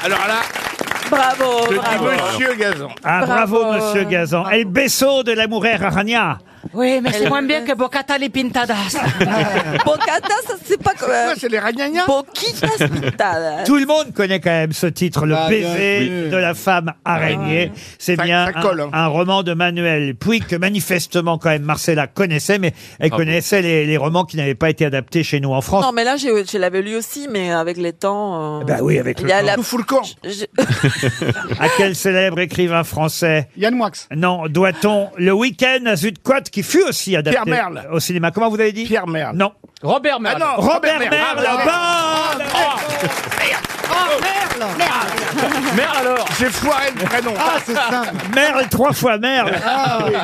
[SPEAKER 9] Alors là,
[SPEAKER 7] Bravo,
[SPEAKER 9] je dis
[SPEAKER 7] bravo.
[SPEAKER 9] Monsieur Gazan.
[SPEAKER 2] Ah, bravo,
[SPEAKER 16] Bravo.
[SPEAKER 2] monsieur Gazan. El beso de l'amoureux Rania.
[SPEAKER 16] Oui, mais c'est moins bien que Bocata les pintadas.
[SPEAKER 7] Bocatas, c'est pas comme. euh,
[SPEAKER 9] C'est les ragnagnas
[SPEAKER 7] Boquitas Pintadas.
[SPEAKER 2] Tout le monde connaît quand même ce titre, Le
[SPEAKER 9] Ah, bien
[SPEAKER 2] baiser
[SPEAKER 9] sûr.
[SPEAKER 2] de la femme araignée. C'est
[SPEAKER 9] Ça-
[SPEAKER 2] bien
[SPEAKER 9] ça
[SPEAKER 2] un-
[SPEAKER 9] colle, hein.
[SPEAKER 2] un, roman de Manuel Puig que manifestement quand même Marcella connaissait, mais
[SPEAKER 6] Ah
[SPEAKER 2] elle
[SPEAKER 5] Bravo.
[SPEAKER 2] connaissait les, les romans qui n'avaient pas été adaptés chez nous en France.
[SPEAKER 7] Non, mais là, j'ai- je l'avais lu aussi, mais avec les temps. euh,
[SPEAKER 2] Bah oui, avec
[SPEAKER 7] il
[SPEAKER 2] le
[SPEAKER 7] y a
[SPEAKER 2] temps.
[SPEAKER 7] la-
[SPEAKER 9] Tout fout le camp.
[SPEAKER 7] je-
[SPEAKER 2] À quel célèbre écrivain français
[SPEAKER 3] Yann Moix.
[SPEAKER 2] Non, doit-on le week-end à Zutquat qui fut aussi adapté
[SPEAKER 9] Pierre Merle.
[SPEAKER 2] au cinéma Comment vous avez dit
[SPEAKER 9] Pierre Merle.
[SPEAKER 2] Non,
[SPEAKER 6] Robert
[SPEAKER 9] Ah
[SPEAKER 6] Merle.
[SPEAKER 9] non,
[SPEAKER 2] Robert, Merle. Ah,
[SPEAKER 9] Merle. Ah,
[SPEAKER 2] bonne
[SPEAKER 6] Merle alors.
[SPEAKER 9] J'ai foiré le prénom. Ah,
[SPEAKER 3] Ah, c'est ça.
[SPEAKER 2] Merle trois fois Merle.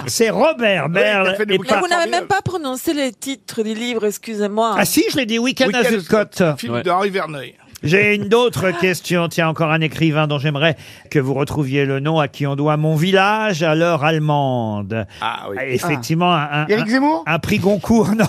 [SPEAKER 2] C'est Robert
[SPEAKER 9] t'as
[SPEAKER 2] Merle
[SPEAKER 9] fait des
[SPEAKER 2] et
[SPEAKER 9] bouquins.
[SPEAKER 7] Mais
[SPEAKER 2] pas.
[SPEAKER 7] vous n'avez
[SPEAKER 9] Formidable.
[SPEAKER 7] même pas prononcé le titre du livre, excusez-moi.
[SPEAKER 2] Ah si, je l'ai dit week-end à
[SPEAKER 9] Week-end
[SPEAKER 2] Zutquat.
[SPEAKER 9] Film
[SPEAKER 5] Ouais.
[SPEAKER 9] de Henri Verneuil.
[SPEAKER 2] J'ai une autre question. Tiens, encore un écrivain dont j'aimerais que vous retrouviez le nom, à qui on doit mon village à l'heure allemande.
[SPEAKER 9] Ah oui.
[SPEAKER 2] Effectivement, un- un,
[SPEAKER 3] Éric Zemmour
[SPEAKER 2] un prix Goncourt, non.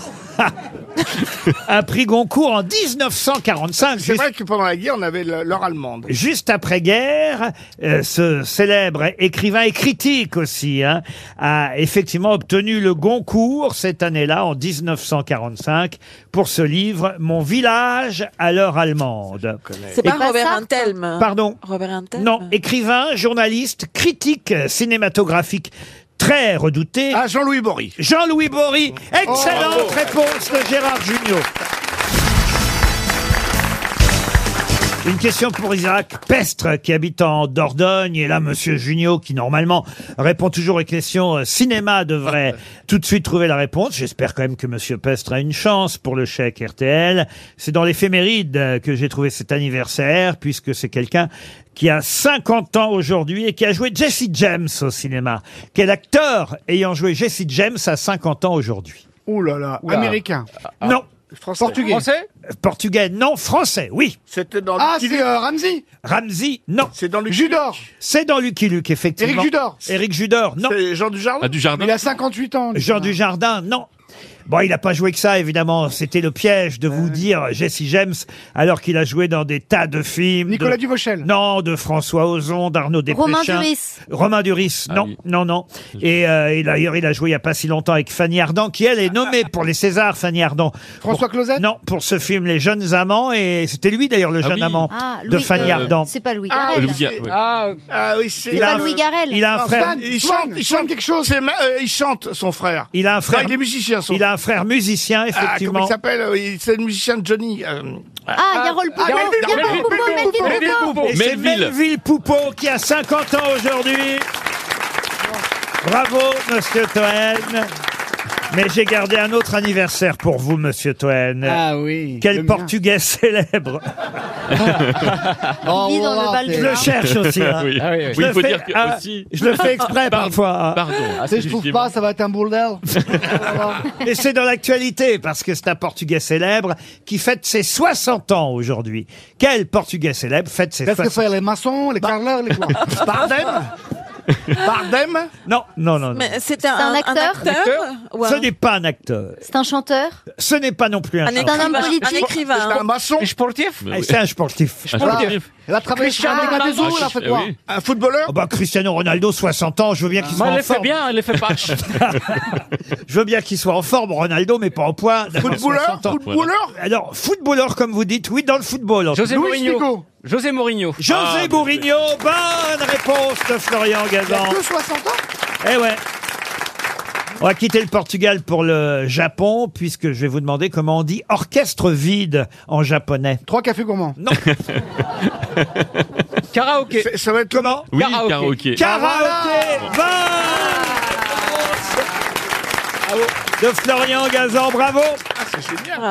[SPEAKER 2] un prix Goncourt en 1945,
[SPEAKER 9] C'est
[SPEAKER 2] juste,
[SPEAKER 9] vrai que pendant la guerre, on avait le- l'heure allemande.
[SPEAKER 2] juste après-guerre. euh, ce célèbre écrivain et critique aussi hein, a effectivement obtenu le Goncourt cette année-là, en 1945, pour ce livre « Mon village à l'heure allemande
[SPEAKER 7] C'est pas
[SPEAKER 4] pas
[SPEAKER 7] Robert
[SPEAKER 4] ça
[SPEAKER 7] Antelme. ».
[SPEAKER 2] Pardon
[SPEAKER 7] Robert Antelme.
[SPEAKER 2] Non, écrivain, journaliste, critique euh, cinématographique très redouté.
[SPEAKER 9] Ah, Jean-Louis Bory. Oh,
[SPEAKER 2] Jean-Louis Bory, excellente réponse de Gérard Junior. Une question pour Isaac Pestre qui habite en Dordogne et là Monsieur Junio qui normalement répond toujours aux questions euh, cinéma devrait tout de suite trouver la réponse. J'espère quand même que Monsieur Pestre a une chance pour le chèque RTL. C'est dans l'éphéméride euh, que j'ai trouvé cet anniversaire puisque c'est quelqu'un qui a 50 ans aujourd'hui et qui a joué Jesse James au cinéma. Quel acteur ayant joué Jesse James a 50 ans aujourd'hui
[SPEAKER 3] Ouh là là.
[SPEAKER 9] Oula.
[SPEAKER 3] Américain.
[SPEAKER 2] Non,
[SPEAKER 9] Français.
[SPEAKER 3] Portugais.
[SPEAKER 6] Français
[SPEAKER 2] Euh, portugais, non, français, oui.
[SPEAKER 9] C'était dans
[SPEAKER 3] Ah,
[SPEAKER 9] le...
[SPEAKER 3] c'est euh, Ramsey.
[SPEAKER 2] Ramsey, non.
[SPEAKER 9] C'est dans le...
[SPEAKER 3] Judor.
[SPEAKER 2] C'est dans Lucky Luke, effectivement.
[SPEAKER 3] Éric Judor.
[SPEAKER 2] Éric Judor, non.
[SPEAKER 9] C'est Jean Dujardin
[SPEAKER 5] Ah, du jardin.
[SPEAKER 3] Il a 58 ans. lui.
[SPEAKER 2] Jean Dujardin, non. Bon, il n'a pas joué que ça, évidemment. C'était le piège de
[SPEAKER 3] Euh.
[SPEAKER 2] vous dire Jesse James, alors qu'il a joué dans des tas de films.
[SPEAKER 3] Nicolas
[SPEAKER 2] de...
[SPEAKER 3] Duvauchel.
[SPEAKER 2] Non, de François Ozon, d'Arnaud Desplechin.
[SPEAKER 4] Romain Duris.
[SPEAKER 2] Romain Duris,
[SPEAKER 5] Ah
[SPEAKER 2] non,
[SPEAKER 5] oui.
[SPEAKER 2] non, non. Et, euh, et d'ailleurs, il a joué il n'y a pas si longtemps avec Fanny Ardant, qui elle est nommée pour les Césars, Fanny Ardant.
[SPEAKER 3] François
[SPEAKER 2] Pour-
[SPEAKER 3] Clauset.
[SPEAKER 2] Non, pour ce film Les Jeunes Amants, et c'était lui d'ailleurs le
[SPEAKER 5] Ah
[SPEAKER 2] jeune
[SPEAKER 5] oui.
[SPEAKER 2] amant
[SPEAKER 4] Ah,
[SPEAKER 2] de Fanny
[SPEAKER 4] euh,
[SPEAKER 2] Ardant.
[SPEAKER 4] C'est pas Louis
[SPEAKER 9] Ah,
[SPEAKER 4] Garrel.
[SPEAKER 5] Louis Gar- ouais.
[SPEAKER 6] Ah,
[SPEAKER 9] Ah oui, c'est...
[SPEAKER 4] C'est
[SPEAKER 2] Il a
[SPEAKER 4] pas
[SPEAKER 2] un-
[SPEAKER 4] Louis Garrel.
[SPEAKER 2] Il a un
[SPEAKER 3] Non,
[SPEAKER 2] frère.
[SPEAKER 3] Stan.
[SPEAKER 9] Il chante, il chante quelque chose. C'est ma- euh, il chante, son frère.
[SPEAKER 2] Il a un
[SPEAKER 9] Non,
[SPEAKER 2] frère.
[SPEAKER 9] il est musicien, son
[SPEAKER 2] Il a un frère musicien,
[SPEAKER 9] Ah, comment
[SPEAKER 2] effectivement.
[SPEAKER 9] il s'appelle euh, il- C'est le musicien de Johnny. euh,
[SPEAKER 4] Ah, Yarol Poupon.
[SPEAKER 6] Yarol-
[SPEAKER 4] Yarol
[SPEAKER 6] Melville
[SPEAKER 4] Poupon,
[SPEAKER 6] Poupeau.
[SPEAKER 4] Melville
[SPEAKER 6] Melville
[SPEAKER 4] Poupeau.
[SPEAKER 6] Poupeau.
[SPEAKER 2] Et c'est
[SPEAKER 5] Melville.
[SPEAKER 2] Melville Poupeau qui a 50 ans aujourd'hui. Bravo, monsieur Toen. Mais j'ai gardé un autre anniversaire pour vous, monsieur Toen.
[SPEAKER 16] Ah oui.
[SPEAKER 2] Quel portugais célèbre.
[SPEAKER 4] Il vit dans le Val
[SPEAKER 2] Je
[SPEAKER 4] de
[SPEAKER 2] le cherche aussi. hein.
[SPEAKER 5] oui.
[SPEAKER 6] Ah oui, oui.
[SPEAKER 2] Je
[SPEAKER 5] Oui,
[SPEAKER 2] le
[SPEAKER 5] il faut
[SPEAKER 2] fais-
[SPEAKER 5] dire que
[SPEAKER 2] ah,
[SPEAKER 5] aussi.
[SPEAKER 2] Je le fais exprès
[SPEAKER 5] Pardon.
[SPEAKER 2] parfois. hein.
[SPEAKER 5] Pardon. Ah,
[SPEAKER 3] Si je trouve pas, ça va être un bordel.
[SPEAKER 2] Et c'est dans l'actualité parce que c'est un Portugais célèbre qui fête ses 60 ans aujourd'hui. Quel Portugais célèbre fête ses
[SPEAKER 3] Qu'est-ce que
[SPEAKER 2] 60 ans
[SPEAKER 3] c'est Les maçons, les carleurs, les quoi
[SPEAKER 9] Bardem Bardem
[SPEAKER 2] Non, non, non. non.
[SPEAKER 7] Mais c'était un,
[SPEAKER 4] un acteur
[SPEAKER 7] acteur Ouais.
[SPEAKER 2] Ce n'est pas un acteur.
[SPEAKER 4] C'est un chanteur.
[SPEAKER 2] Ce n'est pas non plus
[SPEAKER 7] Un
[SPEAKER 2] un, chanteur.
[SPEAKER 7] écrivain, Un homme politique. un écrivain. C'est un
[SPEAKER 9] maçon.
[SPEAKER 6] sportif
[SPEAKER 2] Ah, C'est un sportif.
[SPEAKER 9] Sportif.
[SPEAKER 3] Elle a travaillé sur
[SPEAKER 9] Cristiano
[SPEAKER 3] un
[SPEAKER 9] Ronaldo.
[SPEAKER 3] là, faites voir.
[SPEAKER 9] Eh oui. Un footballeur
[SPEAKER 2] Oh bah, Cristiano Ronaldo, 60 ans, je veux bien qu'il
[SPEAKER 6] Moi,
[SPEAKER 2] soit
[SPEAKER 6] elle
[SPEAKER 2] en
[SPEAKER 6] les fait
[SPEAKER 2] forme.
[SPEAKER 6] bien, elle les fait pas.
[SPEAKER 2] Je veux bien qu'il soit en forme, Ronaldo, mais pas en poids. d'avoir
[SPEAKER 6] Footballeur,
[SPEAKER 2] 60 ans.
[SPEAKER 6] footballeur
[SPEAKER 2] Alors, footballeur, comme vous dites, oui, dans le football. en tout
[SPEAKER 6] José
[SPEAKER 2] cas.
[SPEAKER 6] Mourinho. Ah, José Mourinho.
[SPEAKER 2] José Mourinho, bonne réponse de Florian
[SPEAKER 3] Il a
[SPEAKER 2] Gazan.
[SPEAKER 3] que 60 ans
[SPEAKER 2] Eh ouais. On va quitter le Portugal pour le Japon, puisque je vais vous demander comment on dit orchestre vide en japonais.
[SPEAKER 3] Trois cafés gourmands.
[SPEAKER 2] Non.
[SPEAKER 6] Karaoké.
[SPEAKER 9] Ça va être
[SPEAKER 2] comment
[SPEAKER 5] Oui, karaoké.
[SPEAKER 2] Karaoké. Bravo. De Florian Gazan, bravo.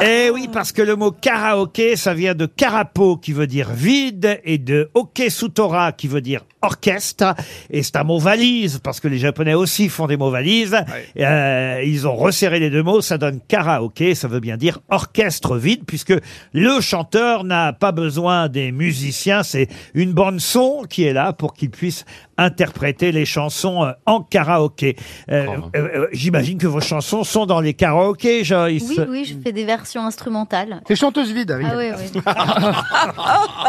[SPEAKER 2] Eh oui, parce que le mot karaoké, ça vient de carapo, qui veut dire vide, et de okesutora, qui veut dire orchestre. Et c'est un mot valise, parce que les Japonais aussi font des mots valises. Euh, ils ont resserré les deux mots, ça donne karaoké, ça veut bien dire orchestre vide, puisque le chanteur n'a pas besoin des musiciens, c'est une bande son qui est là pour qu'il puisse interpréter les chansons euh, en karaoké. Euh, euh, euh, J'imagine que vos chansons sont dans les karaokés, Joyce.
[SPEAKER 14] Oui, oui, je fais des versions instrumentales.
[SPEAKER 3] C'est chanteuse vide. avec
[SPEAKER 14] Ah
[SPEAKER 3] elle.
[SPEAKER 14] oui, oui.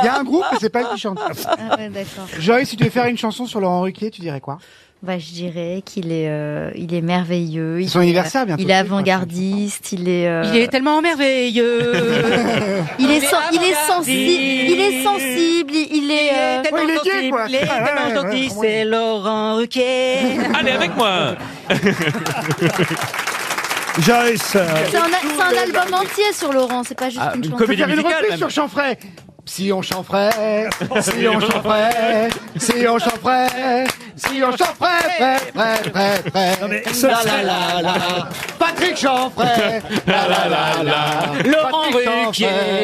[SPEAKER 3] Il y a un groupe, mais c'est pas elle qui chante.
[SPEAKER 14] Ah ouais, d'accord.
[SPEAKER 3] Joyce, si tu devais faire une chanson sur Laurent Ruquier, tu dirais quoi
[SPEAKER 14] Bah, je dirais qu'il est, euh, il est merveilleux. Il
[SPEAKER 3] son
[SPEAKER 14] est-
[SPEAKER 3] anniversaire bientôt,
[SPEAKER 14] Il est
[SPEAKER 3] c'est quoi,
[SPEAKER 14] avant-gardiste. Il est. euh,
[SPEAKER 8] Il est tellement merveilleux.
[SPEAKER 6] Euh,
[SPEAKER 14] Il est, sen- il est
[SPEAKER 8] avant-gardiste.
[SPEAKER 14] sensible. Il est sensible. Il, il est. euh,
[SPEAKER 8] tellement sensible, il est tellement gentil, c'est Laurent Ruquier.
[SPEAKER 5] Allez avec moi
[SPEAKER 2] Joyce. euh,
[SPEAKER 14] C'est un, a- c'est un album entier sur Laurent. C'est pas juste
[SPEAKER 2] Ah,
[SPEAKER 14] une chanson.
[SPEAKER 3] Tu faire une reprise sur Chanfray. Si on chanfrait, si on chanfrait, si on chanfrait, si on chanfrait, frais, frais, frais, frais.
[SPEAKER 2] mais
[SPEAKER 3] La,
[SPEAKER 2] ce
[SPEAKER 3] la,
[SPEAKER 2] serait-
[SPEAKER 3] la, la. Patrick Chanfray, la la la la.
[SPEAKER 8] Laurent
[SPEAKER 3] Patrick Chanfray.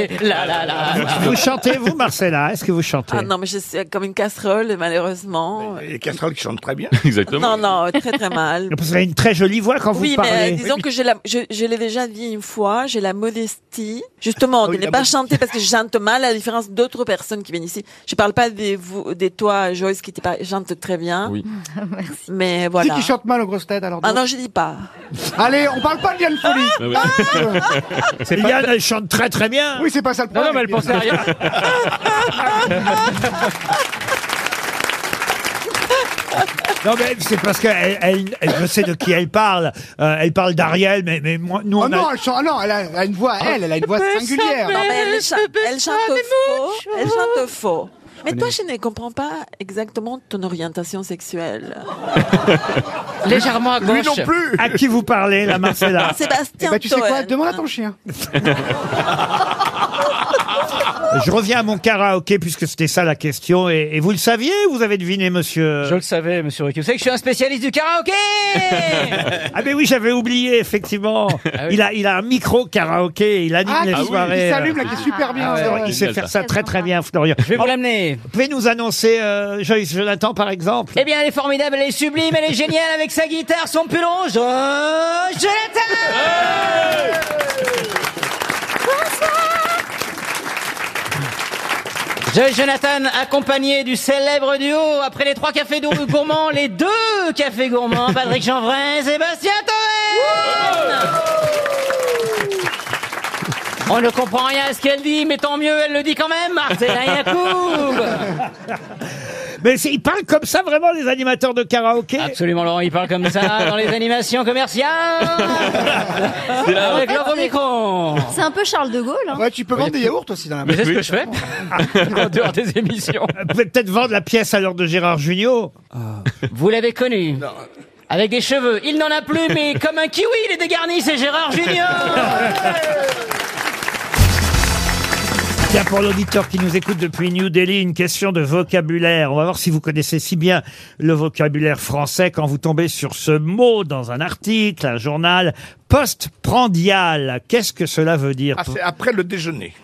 [SPEAKER 8] Ruquier. La la la. la.
[SPEAKER 2] Vous chantez, vous, Marcella Est-ce que vous chantez
[SPEAKER 7] Ah non, mais je suis comme une casserole, malheureusement.
[SPEAKER 9] Les casseroles qui chantent très bien.
[SPEAKER 5] Exactement.
[SPEAKER 7] Non, non, très très mal.
[SPEAKER 2] Parce que vous avez une très jolie voix quand vous
[SPEAKER 7] Oui, mais
[SPEAKER 2] parlez.
[SPEAKER 7] euh, disons que j'ai la- je, je l'ai déjà dit une fois, j'ai la modestie, justement, de ne pas chanter parce que je chante mal, à la différence d'autres personnes qui viennent ici. Je parle pas des, vous, des toi, Joyce, qui t'es pas- chante très bien.
[SPEAKER 5] Oui.
[SPEAKER 14] Merci.
[SPEAKER 7] Mais
[SPEAKER 3] Qui
[SPEAKER 7] voilà.
[SPEAKER 3] qui chante mal aux grosses têtes alors
[SPEAKER 7] Ah non, je dis pas.
[SPEAKER 3] Allez, on parle pas de Yann Folie.
[SPEAKER 5] Ah ouais.
[SPEAKER 2] Yann, elle chante très très bien.
[SPEAKER 3] Oui, c'est pas ça le
[SPEAKER 6] Non, non,
[SPEAKER 3] problème.
[SPEAKER 6] mais elle pensait à rien.
[SPEAKER 2] Non, mais c'est parce que elle, elle- elle- je sais de qui elle parle. Euh, elle parle d'Ariel, mais, mais moi, nous,
[SPEAKER 3] Oh
[SPEAKER 2] on a- Ah,
[SPEAKER 3] non, elle chante. ah non, elle a, elle a une voix, elle, elle a une voix singulière.
[SPEAKER 7] Non, mais elle, chante, elle chante faux. Elle chante faux. Mais toi, je ne comprends pas exactement ton orientation sexuelle.
[SPEAKER 8] Légèrement à
[SPEAKER 9] Lui
[SPEAKER 8] gauche.
[SPEAKER 9] non plus
[SPEAKER 2] à qui vous parlez, la Marcella
[SPEAKER 7] Sébastien
[SPEAKER 3] Bah tu sais quoi
[SPEAKER 7] Toen.
[SPEAKER 3] Demande à ton chien.
[SPEAKER 2] Je reviens à mon karaoké, puisque c'était ça la question. Et, et vous le saviez ou Vous avez deviné, monsieur
[SPEAKER 6] Je le savais, monsieur Ricky. Vous savez que je suis un spécialiste du karaoké
[SPEAKER 2] Ah, mais oui, j'avais oublié, effectivement.
[SPEAKER 6] Ah oui.
[SPEAKER 2] il, a, il a un micro karaoké. Il anime
[SPEAKER 3] Ah,
[SPEAKER 2] les
[SPEAKER 3] qui,
[SPEAKER 2] soirées. euh,
[SPEAKER 3] qui s'allume là, qui est super bien.
[SPEAKER 2] Ah,
[SPEAKER 3] c'est
[SPEAKER 2] ouais,
[SPEAKER 3] vrai.
[SPEAKER 2] il sait
[SPEAKER 5] Génial,
[SPEAKER 2] faire
[SPEAKER 5] ça.
[SPEAKER 2] ça très très bien, Florian.
[SPEAKER 6] Je vais vous
[SPEAKER 2] Vous
[SPEAKER 6] l'amener.
[SPEAKER 2] pouvez nous annoncer euh, Joyce Jonathan, par exemple
[SPEAKER 8] Eh bien, elle est formidable, elle est sublime, elle est géniale avec sa guitare, son pull rouge. Oh, Jonathan Je, Jonathan, accompagné du célèbre duo, après les trois cafés dou- gourmands, les deux cafés gourmands, Patrick Chanvrin et Sébastien Toen On ne comprend rien à ce qu'elle dit, mais tant mieux, elle le dit quand même, Marcela Yacoub
[SPEAKER 2] Mais c'est- il parle comme ça, vraiment, les animateurs de karaoké
[SPEAKER 8] Absolument, Laurent, il parle comme ça dans les animations commerciales Avec le gros micro
[SPEAKER 14] Ah, C'est un peu Charles de Gaulle. hein.
[SPEAKER 3] Ouais, tu peux vendre des yaourts aussi dans la
[SPEAKER 6] Mais c'est ce que je fais en dehors des émissions.
[SPEAKER 2] Vous pouvez peut-être vendre la pièce à l'heure de Gérard Junior.
[SPEAKER 9] Ah.
[SPEAKER 8] Vous l'avez connu Avec des cheveux. Il n'en a plus, mais comme un kiwi, il est dégarni, c'est Gérard Junior
[SPEAKER 2] Tiens, pour l'auditeur qui nous écoute depuis New Delhi, une question de vocabulaire. On va voir si vous connaissez si bien le vocabulaire français quand vous tombez sur ce mot dans un article, un journal. Postprandial, qu'est-ce que cela veut dire
[SPEAKER 9] Ah, c'est après le déjeuner.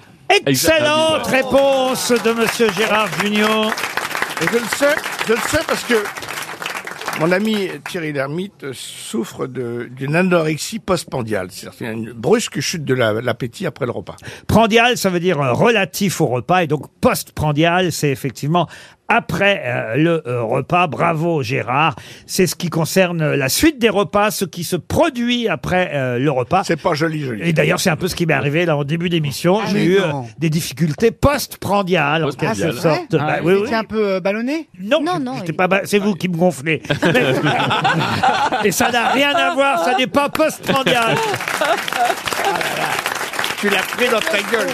[SPEAKER 2] Excellente réponse de Monsieur Gérard Junior.
[SPEAKER 9] Et je le sais, je le sais parce que mon ami Thierry Lhermitte souffre de- d'une anorexie postpandiale. C'est-à-dire une brusque chute de la- l'appétit après le repas.
[SPEAKER 2] Prandial, ça veut dire euh, relatif au repas, et donc post-prandial, c'est effectivement après euh, le euh, repas. Bravo Gérard. C'est ce qui concerne euh, la suite des repas, ce qui se produit après euh, le repas. C'est pas joli, joli. Et d'ailleurs, c'est un peu ce qui m'est arrivé là en début d'émission.
[SPEAKER 3] Ah,
[SPEAKER 2] J'ai
[SPEAKER 3] mais
[SPEAKER 2] eu euh,
[SPEAKER 3] non.
[SPEAKER 2] des difficultés post-prandiales en
[SPEAKER 3] Ah, c'est
[SPEAKER 2] quelque
[SPEAKER 3] vrai
[SPEAKER 2] sorte. Bah,
[SPEAKER 3] Vous
[SPEAKER 2] oui, oui.
[SPEAKER 3] étiez un peu euh, ballonné
[SPEAKER 2] Non,
[SPEAKER 3] non, non.
[SPEAKER 2] J'étais pas ba- C'est vous qui me gonflez. Et ça n'a rien à voir, ça n'est pas post-mondial.
[SPEAKER 9] Ah Tu l'as pris dans ta gueule.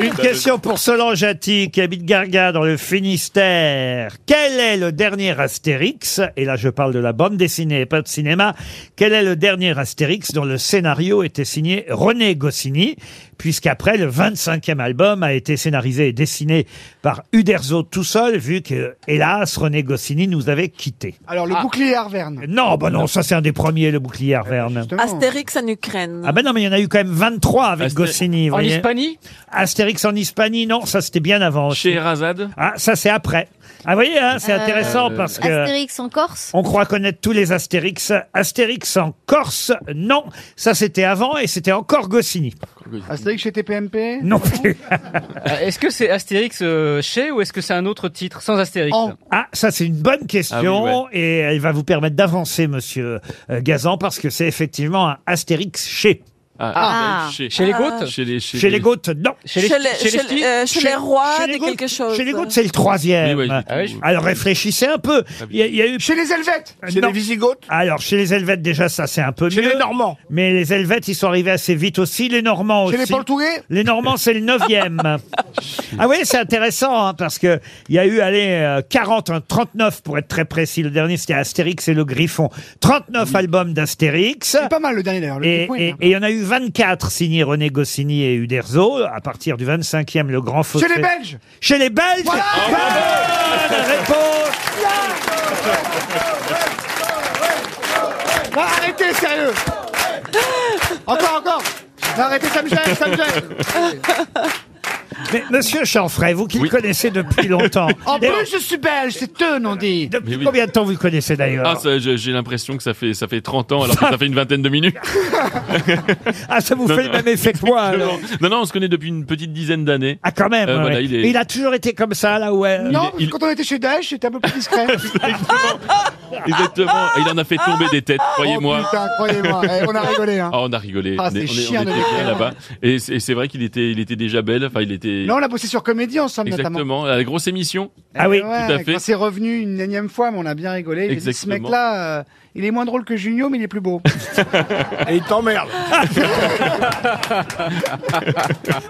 [SPEAKER 2] Une question pour Solange Atti, qui habite Garga dans le Finistère. Quel est le dernier Astérix Et là, je parle de la bande dessinée et pas de cinéma. Quel est le dernier Astérix dont le scénario était signé René Goscinny Puisqu'après, le 25e album a été scénarisé et dessiné par Uderzo tout seul, vu que, hélas, René Goscinny nous avait quittés.
[SPEAKER 3] Alors, le bouclier Oh, Arverne.
[SPEAKER 2] Ah. Non, bah non, ça c'est un des premiers, le bouclier Arverne.
[SPEAKER 7] Astérix en Ukraine.
[SPEAKER 2] Ah ben non, mais il y en a eu quand même 23 avec
[SPEAKER 7] Asté-
[SPEAKER 2] Goscinny. vous
[SPEAKER 7] En
[SPEAKER 2] voyez.
[SPEAKER 7] Hispanie
[SPEAKER 2] Astérix en Hispanie, non, ça c'était bien avant. Chez
[SPEAKER 5] Razad
[SPEAKER 2] Ah, ça c'est après. Ah, vous voyez, hein, c'est
[SPEAKER 4] Euh,
[SPEAKER 2] intéressant parce que...
[SPEAKER 4] Astérix en Corse
[SPEAKER 2] On croit connaître tous les Astérix. Astérix en Corse, non. Ça, c'était avant et c'était encore Goscinny.
[SPEAKER 3] Astérix chez TPMP
[SPEAKER 2] Non plus.
[SPEAKER 6] Euh, Est-ce que c'est Astérix euh, chez ou est-ce que c'est un autre titre sans Astérix
[SPEAKER 2] Ah, ça, c'est une bonne question.
[SPEAKER 6] Ah
[SPEAKER 2] Et elle va vous permettre d'avancer, monsieur euh, Gazan, parce que c'est effectivement un Astérix chez.
[SPEAKER 5] Ah, Astérix chez. Chez les Goths Chez les- chez
[SPEAKER 2] Chez les
[SPEAKER 5] les-
[SPEAKER 2] Goths, non.
[SPEAKER 7] Chez les- Chez les- chez les chez- Ch'tis euh, chez les rois
[SPEAKER 2] chez les
[SPEAKER 7] de
[SPEAKER 2] Goths-
[SPEAKER 7] quelque chose.
[SPEAKER 2] Chez les Goths, c'est le troisième. Ah, Alors réfléchissez un peu.
[SPEAKER 5] Ah,
[SPEAKER 2] Il y a, il y a eu... Chez
[SPEAKER 3] les Helvètes
[SPEAKER 9] Chez les Visigoths
[SPEAKER 2] Alors, chez les Helvètes, déjà, ça, c'est un peu mieux.
[SPEAKER 9] les Normands.
[SPEAKER 2] Mais les Helvètes, ils sont arrivés assez vite aussi. Les Normands
[SPEAKER 9] Chez
[SPEAKER 2] aussi.
[SPEAKER 9] les Portugais
[SPEAKER 2] Les Normands, c'est le neuvième. ah oui, c'est intéressant, hein, parce que il y a eu, allez, euh, 40, hein, 39 pour être très précis. Le dernier, c'était Astérix et le Griffon. 39 albums d'Astérix.
[SPEAKER 3] C'est pas mal le dernier d'ailleurs. le
[SPEAKER 2] Et
[SPEAKER 3] Dupont, il est
[SPEAKER 2] et-
[SPEAKER 3] bien.
[SPEAKER 2] et il y en a eu 24 signés René Goscinny et Uderzo. À partir du 25e, le grand faux.
[SPEAKER 3] Chez les Belges
[SPEAKER 2] Chez les Belges Bonne réponse
[SPEAKER 3] Non, arrêtez, sérieux Encore, encore Non, arrêtez, ça me gêne, ça me gêne
[SPEAKER 2] Mais monsieur Chanfray, vous qui le connaissez depuis longtemps.
[SPEAKER 3] En
[SPEAKER 2] Et-
[SPEAKER 3] plus, je suis belge, c'est eux, non dit
[SPEAKER 2] depuis combien de temps vous le connaissez d'ailleurs
[SPEAKER 5] Ah, ça, je- j'ai l'impression que ça fait, ça fait 30 ans alors que ça fait une vingtaine de minutes.
[SPEAKER 2] Ah, ça vous fait le même effet que moi, alors.
[SPEAKER 5] Non, non, on se connaît depuis une petite dizaine d'années.
[SPEAKER 2] Ah, quand même.
[SPEAKER 5] Euh,
[SPEAKER 2] ouais.
[SPEAKER 5] voilà, il est-
[SPEAKER 2] Et il a toujours été comme ça, là où elle...
[SPEAKER 3] Non, parce que quand on était chez Daesh, c'était un peu plus discret. Oh,
[SPEAKER 5] Exactement. Et il en a fait tomber des têtes, croyez-moi.
[SPEAKER 3] Oh, Putain, croyez-moi, eh, on a rigolé, hein.
[SPEAKER 5] Ah, on a rigolé.
[SPEAKER 3] Ah,
[SPEAKER 5] on, est-
[SPEAKER 3] c'est
[SPEAKER 5] on est- on
[SPEAKER 3] chiant
[SPEAKER 5] était
[SPEAKER 3] de rigoler.
[SPEAKER 5] bien là-bas. Et c'est et c'est vrai qu'il était, il était déjà belle. Enfin, il était.
[SPEAKER 3] Là, on a bossé sur Comédie ensemble, notamment. Eh
[SPEAKER 5] Exactement. La grosse émission.
[SPEAKER 2] Ah
[SPEAKER 3] Ouais,
[SPEAKER 5] Tout à fait.
[SPEAKER 3] Quand c'est revenu une énième fois, mais on a bien rigolé. J'ai dit, ce
[SPEAKER 5] Exactement.
[SPEAKER 3] mec-là, euh, il est moins drôle que Junio, mais il est plus beau.
[SPEAKER 9] Et il t'emmerde.
[SPEAKER 7] Mais moi,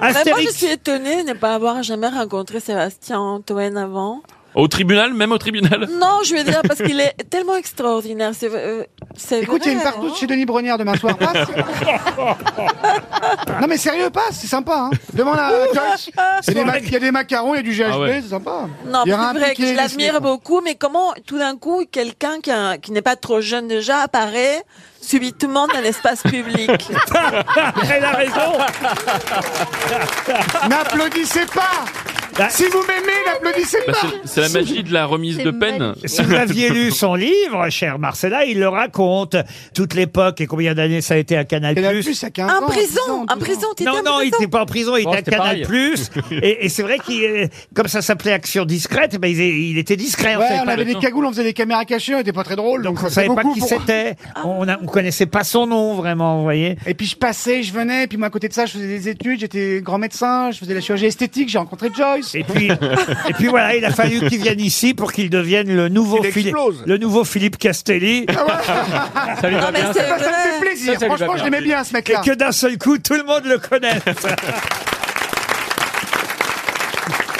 [SPEAKER 7] je
[SPEAKER 2] Astérix.
[SPEAKER 7] suis étonnée de ne pas avoir jamais rencontré Sébastien Antoine avant.
[SPEAKER 5] Au tribunal, même au tribunal.
[SPEAKER 7] Non, je veux dire, parce qu'il est tellement extraordinaire. C'est, euh, c'est
[SPEAKER 3] Écoute, il y a une
[SPEAKER 7] vrai,
[SPEAKER 3] partouze chez Denis Brognière demain soir. Passe. non, mais sérieux, passe, c'est sympa. Hein. Demande à Joyce. Il y a des ma- Il y a des macarons, il y a du GHB,
[SPEAKER 7] Ah ouais.
[SPEAKER 3] c'est sympa.
[SPEAKER 7] Non,
[SPEAKER 3] il y aura
[SPEAKER 7] c'est vrai que
[SPEAKER 3] piqué
[SPEAKER 7] je
[SPEAKER 3] des
[SPEAKER 7] l'admire
[SPEAKER 3] steaks, quoi.
[SPEAKER 7] beaucoup, mais comment tout d'un coup quelqu'un qui, a- qui n'est pas trop jeune déjà apparaît subitement dans l'espace public
[SPEAKER 2] Elle a raison
[SPEAKER 3] N'applaudissez pas
[SPEAKER 2] Bah.
[SPEAKER 3] Si vous m'aimez, n'applaudissez
[SPEAKER 5] Bah,
[SPEAKER 3] pas
[SPEAKER 5] c'est- c'est la magie de la remise de peine.
[SPEAKER 2] Si vous aviez lu son livre, cher Marcella, il le raconte toute l'époque et combien d'années ça a été à Canal+.
[SPEAKER 3] Plus, à 15
[SPEAKER 7] En
[SPEAKER 3] ans,
[SPEAKER 7] prison, en prison, t'étais
[SPEAKER 2] Non,
[SPEAKER 7] en
[SPEAKER 2] non, il
[SPEAKER 7] prison.
[SPEAKER 2] n'était pas en prison, il
[SPEAKER 7] Oh,
[SPEAKER 2] était à
[SPEAKER 7] c'était
[SPEAKER 2] Canal+.
[SPEAKER 7] pareil.
[SPEAKER 2] Et, et c'est vrai qu'il, euh, comme ça s'appelait Action discrète, eh ben, il, est- il était discret.
[SPEAKER 3] Ouais,
[SPEAKER 2] savait
[SPEAKER 3] on
[SPEAKER 2] pas
[SPEAKER 3] avait
[SPEAKER 2] le
[SPEAKER 3] des
[SPEAKER 2] temps.
[SPEAKER 3] cagoules, on faisait des caméras cachées, on était pas très drôle. Donc,
[SPEAKER 2] On savait pas qui c'était.
[SPEAKER 7] Ah.
[SPEAKER 2] On ne connaissait pas son nom, vraiment, vous voyez.
[SPEAKER 3] Et puis je passais, je venais, puis moi à côté de ça, je faisais des études, j'étais grand médecin, je faisais la chirurgie esthétique, j'ai rencontré Joyce.
[SPEAKER 2] Et puis, Et puis voilà, il a fallu qu'il vienne ici pour qu'il devienne le nouveau,
[SPEAKER 3] Il
[SPEAKER 2] Philippe,
[SPEAKER 3] explose.
[SPEAKER 2] le nouveau Philippe Castelli.
[SPEAKER 3] ça
[SPEAKER 2] lui va bien,
[SPEAKER 3] Ah ça,
[SPEAKER 2] ça.
[SPEAKER 3] me fait plaisir.
[SPEAKER 2] Ça, ça lui va
[SPEAKER 3] Franchement, je
[SPEAKER 2] bien.
[SPEAKER 3] l'aimais bien ce
[SPEAKER 2] Et
[SPEAKER 3] mec-là.
[SPEAKER 2] que d'un seul coup, tout le monde le connaît.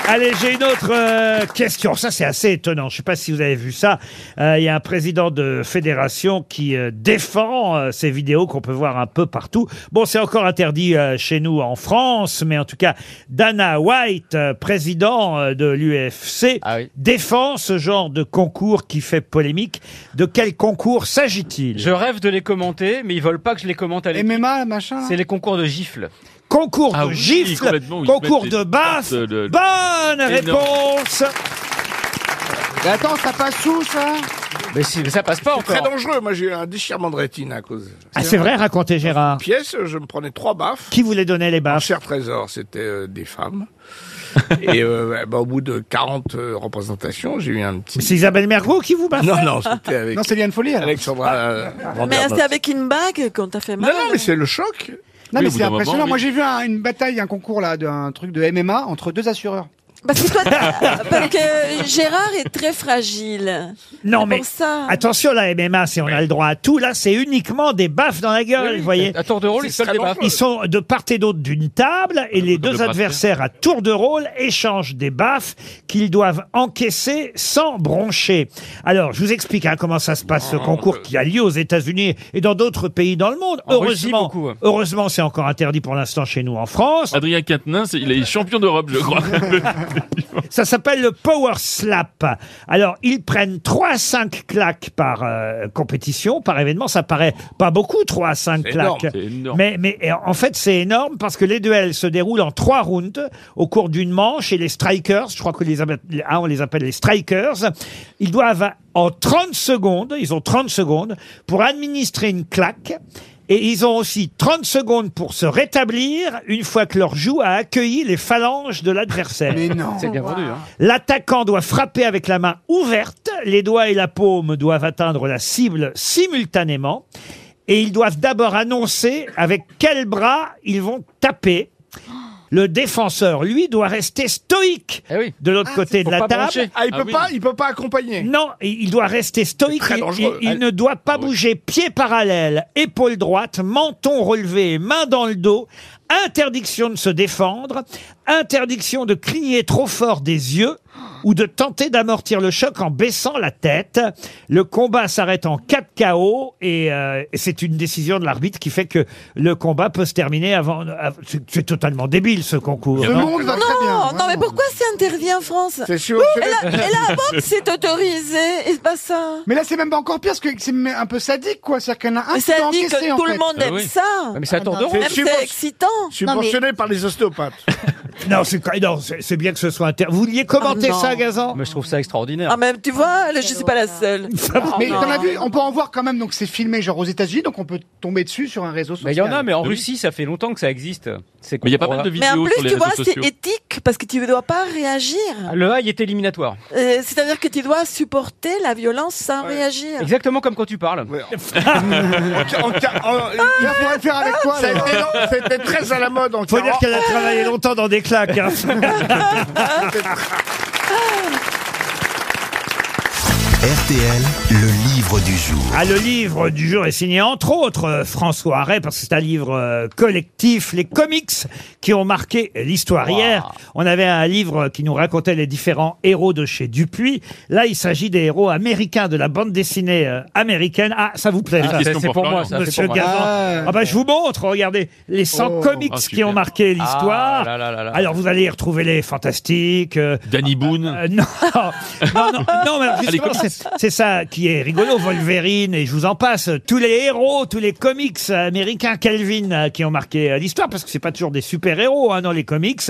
[SPEAKER 2] Allez, j'ai une autre euh, question. Ça, c'est assez étonnant. Je ne sais pas si vous avez vu ça. Euh, Il y a un président de fédération qui euh, défend euh, ces vidéos qu'on peut voir un peu partout. Bon, c'est encore interdit euh, chez nous en France, mais en tout cas, Dana White, euh, président euh, de l'UFC,
[SPEAKER 6] Ah
[SPEAKER 2] défend ce genre de concours qui fait polémique. De quel concours s'agit-il
[SPEAKER 6] Je rêve de les commenter, mais ils veulent pas que je les commente à l'équipe.
[SPEAKER 3] MMA, machin.
[SPEAKER 6] C'est les concours de gifles.
[SPEAKER 2] Concours
[SPEAKER 6] Ah
[SPEAKER 2] de
[SPEAKER 6] oui,
[SPEAKER 2] gifles,
[SPEAKER 6] complètement, oui,
[SPEAKER 2] concours
[SPEAKER 6] ils
[SPEAKER 2] de
[SPEAKER 6] mettent des
[SPEAKER 2] baffes.
[SPEAKER 6] tartes, le-
[SPEAKER 2] Bonne
[SPEAKER 6] Énorme.
[SPEAKER 2] réponse
[SPEAKER 3] Mais attends, ça passe où ça
[SPEAKER 6] Mais, si, mais ça passe pas
[SPEAKER 9] C'est très
[SPEAKER 6] encore.
[SPEAKER 9] dangereux. Moi, j'ai eu un déchirement de rétine à cause.
[SPEAKER 2] Ah, c'est vrai, racontez Gérard.
[SPEAKER 9] Pièce, je me prenais trois baffes.
[SPEAKER 2] Qui voulait donner les baffes
[SPEAKER 9] Cher trésor, c'était euh, des femmes. Et euh, bah, au bout de 40 euh, représentations, j'ai eu un petit.
[SPEAKER 2] C'est Isabelle Mergo qui vous bat Ah.
[SPEAKER 9] Non, non, c'était avec.
[SPEAKER 7] Non, c'est
[SPEAKER 9] Liane Folie. Alexandra. euh,
[SPEAKER 7] Mais
[SPEAKER 9] Vanderbilt.
[SPEAKER 7] c'est avec une bague quand t'as fait
[SPEAKER 9] Non,
[SPEAKER 7] mal.
[SPEAKER 9] non, mais c'est le choc.
[SPEAKER 3] Non, mais
[SPEAKER 9] Oui, au bout
[SPEAKER 3] c'est
[SPEAKER 9] d'un moment,
[SPEAKER 3] impressionnant.
[SPEAKER 9] oui.
[SPEAKER 3] Moi, j'ai vu un- une bataille, un concours, là, d'un truc de MMA entre deux assureurs.
[SPEAKER 7] Parce que toi, t'as- parce que Gérard est très fragile.
[SPEAKER 2] Non,
[SPEAKER 7] C'est
[SPEAKER 2] mais
[SPEAKER 7] pour ça.
[SPEAKER 2] attention, la MMA, si on a le droit à tout, là, c'est uniquement des baffes dans la gueule,
[SPEAKER 6] Oui,
[SPEAKER 2] vous voyez.
[SPEAKER 6] à tour de rôle, ils se donnent des baffes.
[SPEAKER 2] Ils sont de part et d'autre d'une table et les
[SPEAKER 6] comme
[SPEAKER 2] deux
[SPEAKER 6] le
[SPEAKER 2] adversaires à tour de rôle échangent des baffes qu'ils doivent encaisser sans broncher. Alors, je vous explique hein, comment ça se passe, ce concours qui a lieu aux États-Unis et dans d'autres pays dans le monde.
[SPEAKER 5] En Russie,
[SPEAKER 2] heureusement,
[SPEAKER 5] beaucoup.
[SPEAKER 2] heureusement, c'est encore interdit pour l'instant chez nous en France.
[SPEAKER 5] Adrien Quatennin, c'est- il est champion d'Europe, je crois.
[SPEAKER 2] Ça s'appelle le Power Slap. Alors, ils prennent 3 à 5 claques par euh, compétition, par événement. Ça paraît pas beaucoup, 3 à 5
[SPEAKER 5] C'est énorme,
[SPEAKER 2] claques.
[SPEAKER 5] c'est énorme.
[SPEAKER 2] Mais, mais et en fait, c'est énorme parce que les duels se déroulent en 3 rounds au cours d'une manche et les strikers, je crois que les, abe- ah, on les appelle les strikers, ils doivent en 30 secondes, ils ont 30 secondes pour administrer une claque. Et ils ont aussi 30 secondes pour se rétablir une fois que leur joue a accueilli les phalanges de l'adversaire. Mais non.
[SPEAKER 6] C'est bien vendu, hein.
[SPEAKER 2] L'attaquant doit frapper avec la main ouverte, les doigts et la paume doivent atteindre la cible simultanément, et ils doivent d'abord annoncer avec quel bras ils vont taper. Le défenseur, lui, doit rester stoïque
[SPEAKER 6] Eh
[SPEAKER 2] de l'autre côté de
[SPEAKER 9] Faut
[SPEAKER 2] la
[SPEAKER 9] pas
[SPEAKER 2] table.
[SPEAKER 9] broncher. Ah, il peut pas, il peut pas accompagner.
[SPEAKER 2] Non, il il doit rester stoïque.
[SPEAKER 9] C'est très
[SPEAKER 2] Il-
[SPEAKER 9] dangereux. Ah
[SPEAKER 2] Il, il ne doit pas bouger. Pied parallèle, épaule droite, menton relevé, main dans le dos. Interdiction de se défendre. Interdiction de crier trop fort des yeux ou de tenter d'amortir le choc en baissant la tête. Le combat s'arrête en 4 KO et euh, et c'est une décision de l'arbitre qui fait que le combat peut se terminer avant. av- c'est- C'est totalement débile ce concours. non
[SPEAKER 7] non, non, mais pourquoi c'est interdit en France
[SPEAKER 2] C'est sûr,
[SPEAKER 7] Oui,
[SPEAKER 2] c'est-
[SPEAKER 7] Ah, Et la, et la boxe c'est autorisé, et c'est pas ça.
[SPEAKER 3] Mais là, c'est même pas encore pire, parce que c'est même un peu sadique, quoi. C'est-à-dire qu'il y en a un
[SPEAKER 7] Mais
[SPEAKER 3] qui doit
[SPEAKER 7] sadique,
[SPEAKER 3] encaisser, en
[SPEAKER 7] tout le
[SPEAKER 3] fait.
[SPEAKER 7] monde aime ça.
[SPEAKER 3] mais c'est à tour de rôle.
[SPEAKER 7] Même
[SPEAKER 3] Subvention-
[SPEAKER 7] c'est excitant.
[SPEAKER 9] Subventionné par les ostéopathes.
[SPEAKER 2] Non, c'est quand- non, c'est c'est bien que ce soit inter. Vous vouliez commenter
[SPEAKER 7] Ah, non.
[SPEAKER 2] ça, Gazan
[SPEAKER 6] Mais je trouve ça extraordinaire.
[SPEAKER 7] Ah, même tu vois, là, je suis pas la seule.
[SPEAKER 3] Mais
[SPEAKER 7] Non.
[SPEAKER 3] t'en as vu, on peut en voir quand même, donc c'est filmé genre aux États-Unis, donc on peut tomber dessus sur un réseau social.
[SPEAKER 6] Mais il y en a, mais en Russie, ça fait longtemps que ça existe. Mais
[SPEAKER 5] il y a pas mal de
[SPEAKER 7] Mais en plus, tu vois, c'est éthique parce que tu ne dois pas réagir.
[SPEAKER 6] Le high est éliminatoire.
[SPEAKER 7] Euh, C'est-à-dire que tu dois supporter la violence sans réagir.
[SPEAKER 6] Exactement comme quand tu parles.
[SPEAKER 7] Ah,
[SPEAKER 9] pourrait faire avec toi. C'était très à la mode en
[SPEAKER 2] Faut dire qu'elle a travaillé longtemps dans des claques. hein.
[SPEAKER 1] RTL, le livre du jour.
[SPEAKER 2] Ah, le livre du jour est signé entre autres euh, François Arrêt, parce que c'est un livre euh, collectif, les comics qui ont marqué l'histoire hier. On avait un livre qui nous racontait les différents héros de chez Dupuis. Là, il s'agit des héros américains de la bande dessinée euh, américaine. Ah, ça vous plaît
[SPEAKER 6] Ah,
[SPEAKER 2] ça.
[SPEAKER 6] question C'est pour pour moi, Florian. ça, c'est
[SPEAKER 2] Monsieur
[SPEAKER 6] pour moi.
[SPEAKER 2] Gazan.
[SPEAKER 6] Ah.
[SPEAKER 2] Ah, bah, je vous montre, regardez, les 100
[SPEAKER 6] Oh.
[SPEAKER 2] comics
[SPEAKER 6] Ah,
[SPEAKER 2] qui ont marqué l'histoire.
[SPEAKER 6] Ah, là, là, là, là.
[SPEAKER 2] Alors, vous allez y retrouver les fantastiques. Danny Boone. non, non, non, non, mais alors,
[SPEAKER 5] Allez,
[SPEAKER 2] justement,
[SPEAKER 5] comics.
[SPEAKER 2] c'est- c'est ça qui est rigolo, Wolverine, et je vous en passe, tous les héros, tous les comics américains, Calvin, euh, qui ont marqué euh, l'histoire, parce que c'est pas toujours des super-héros hein, dans les comics.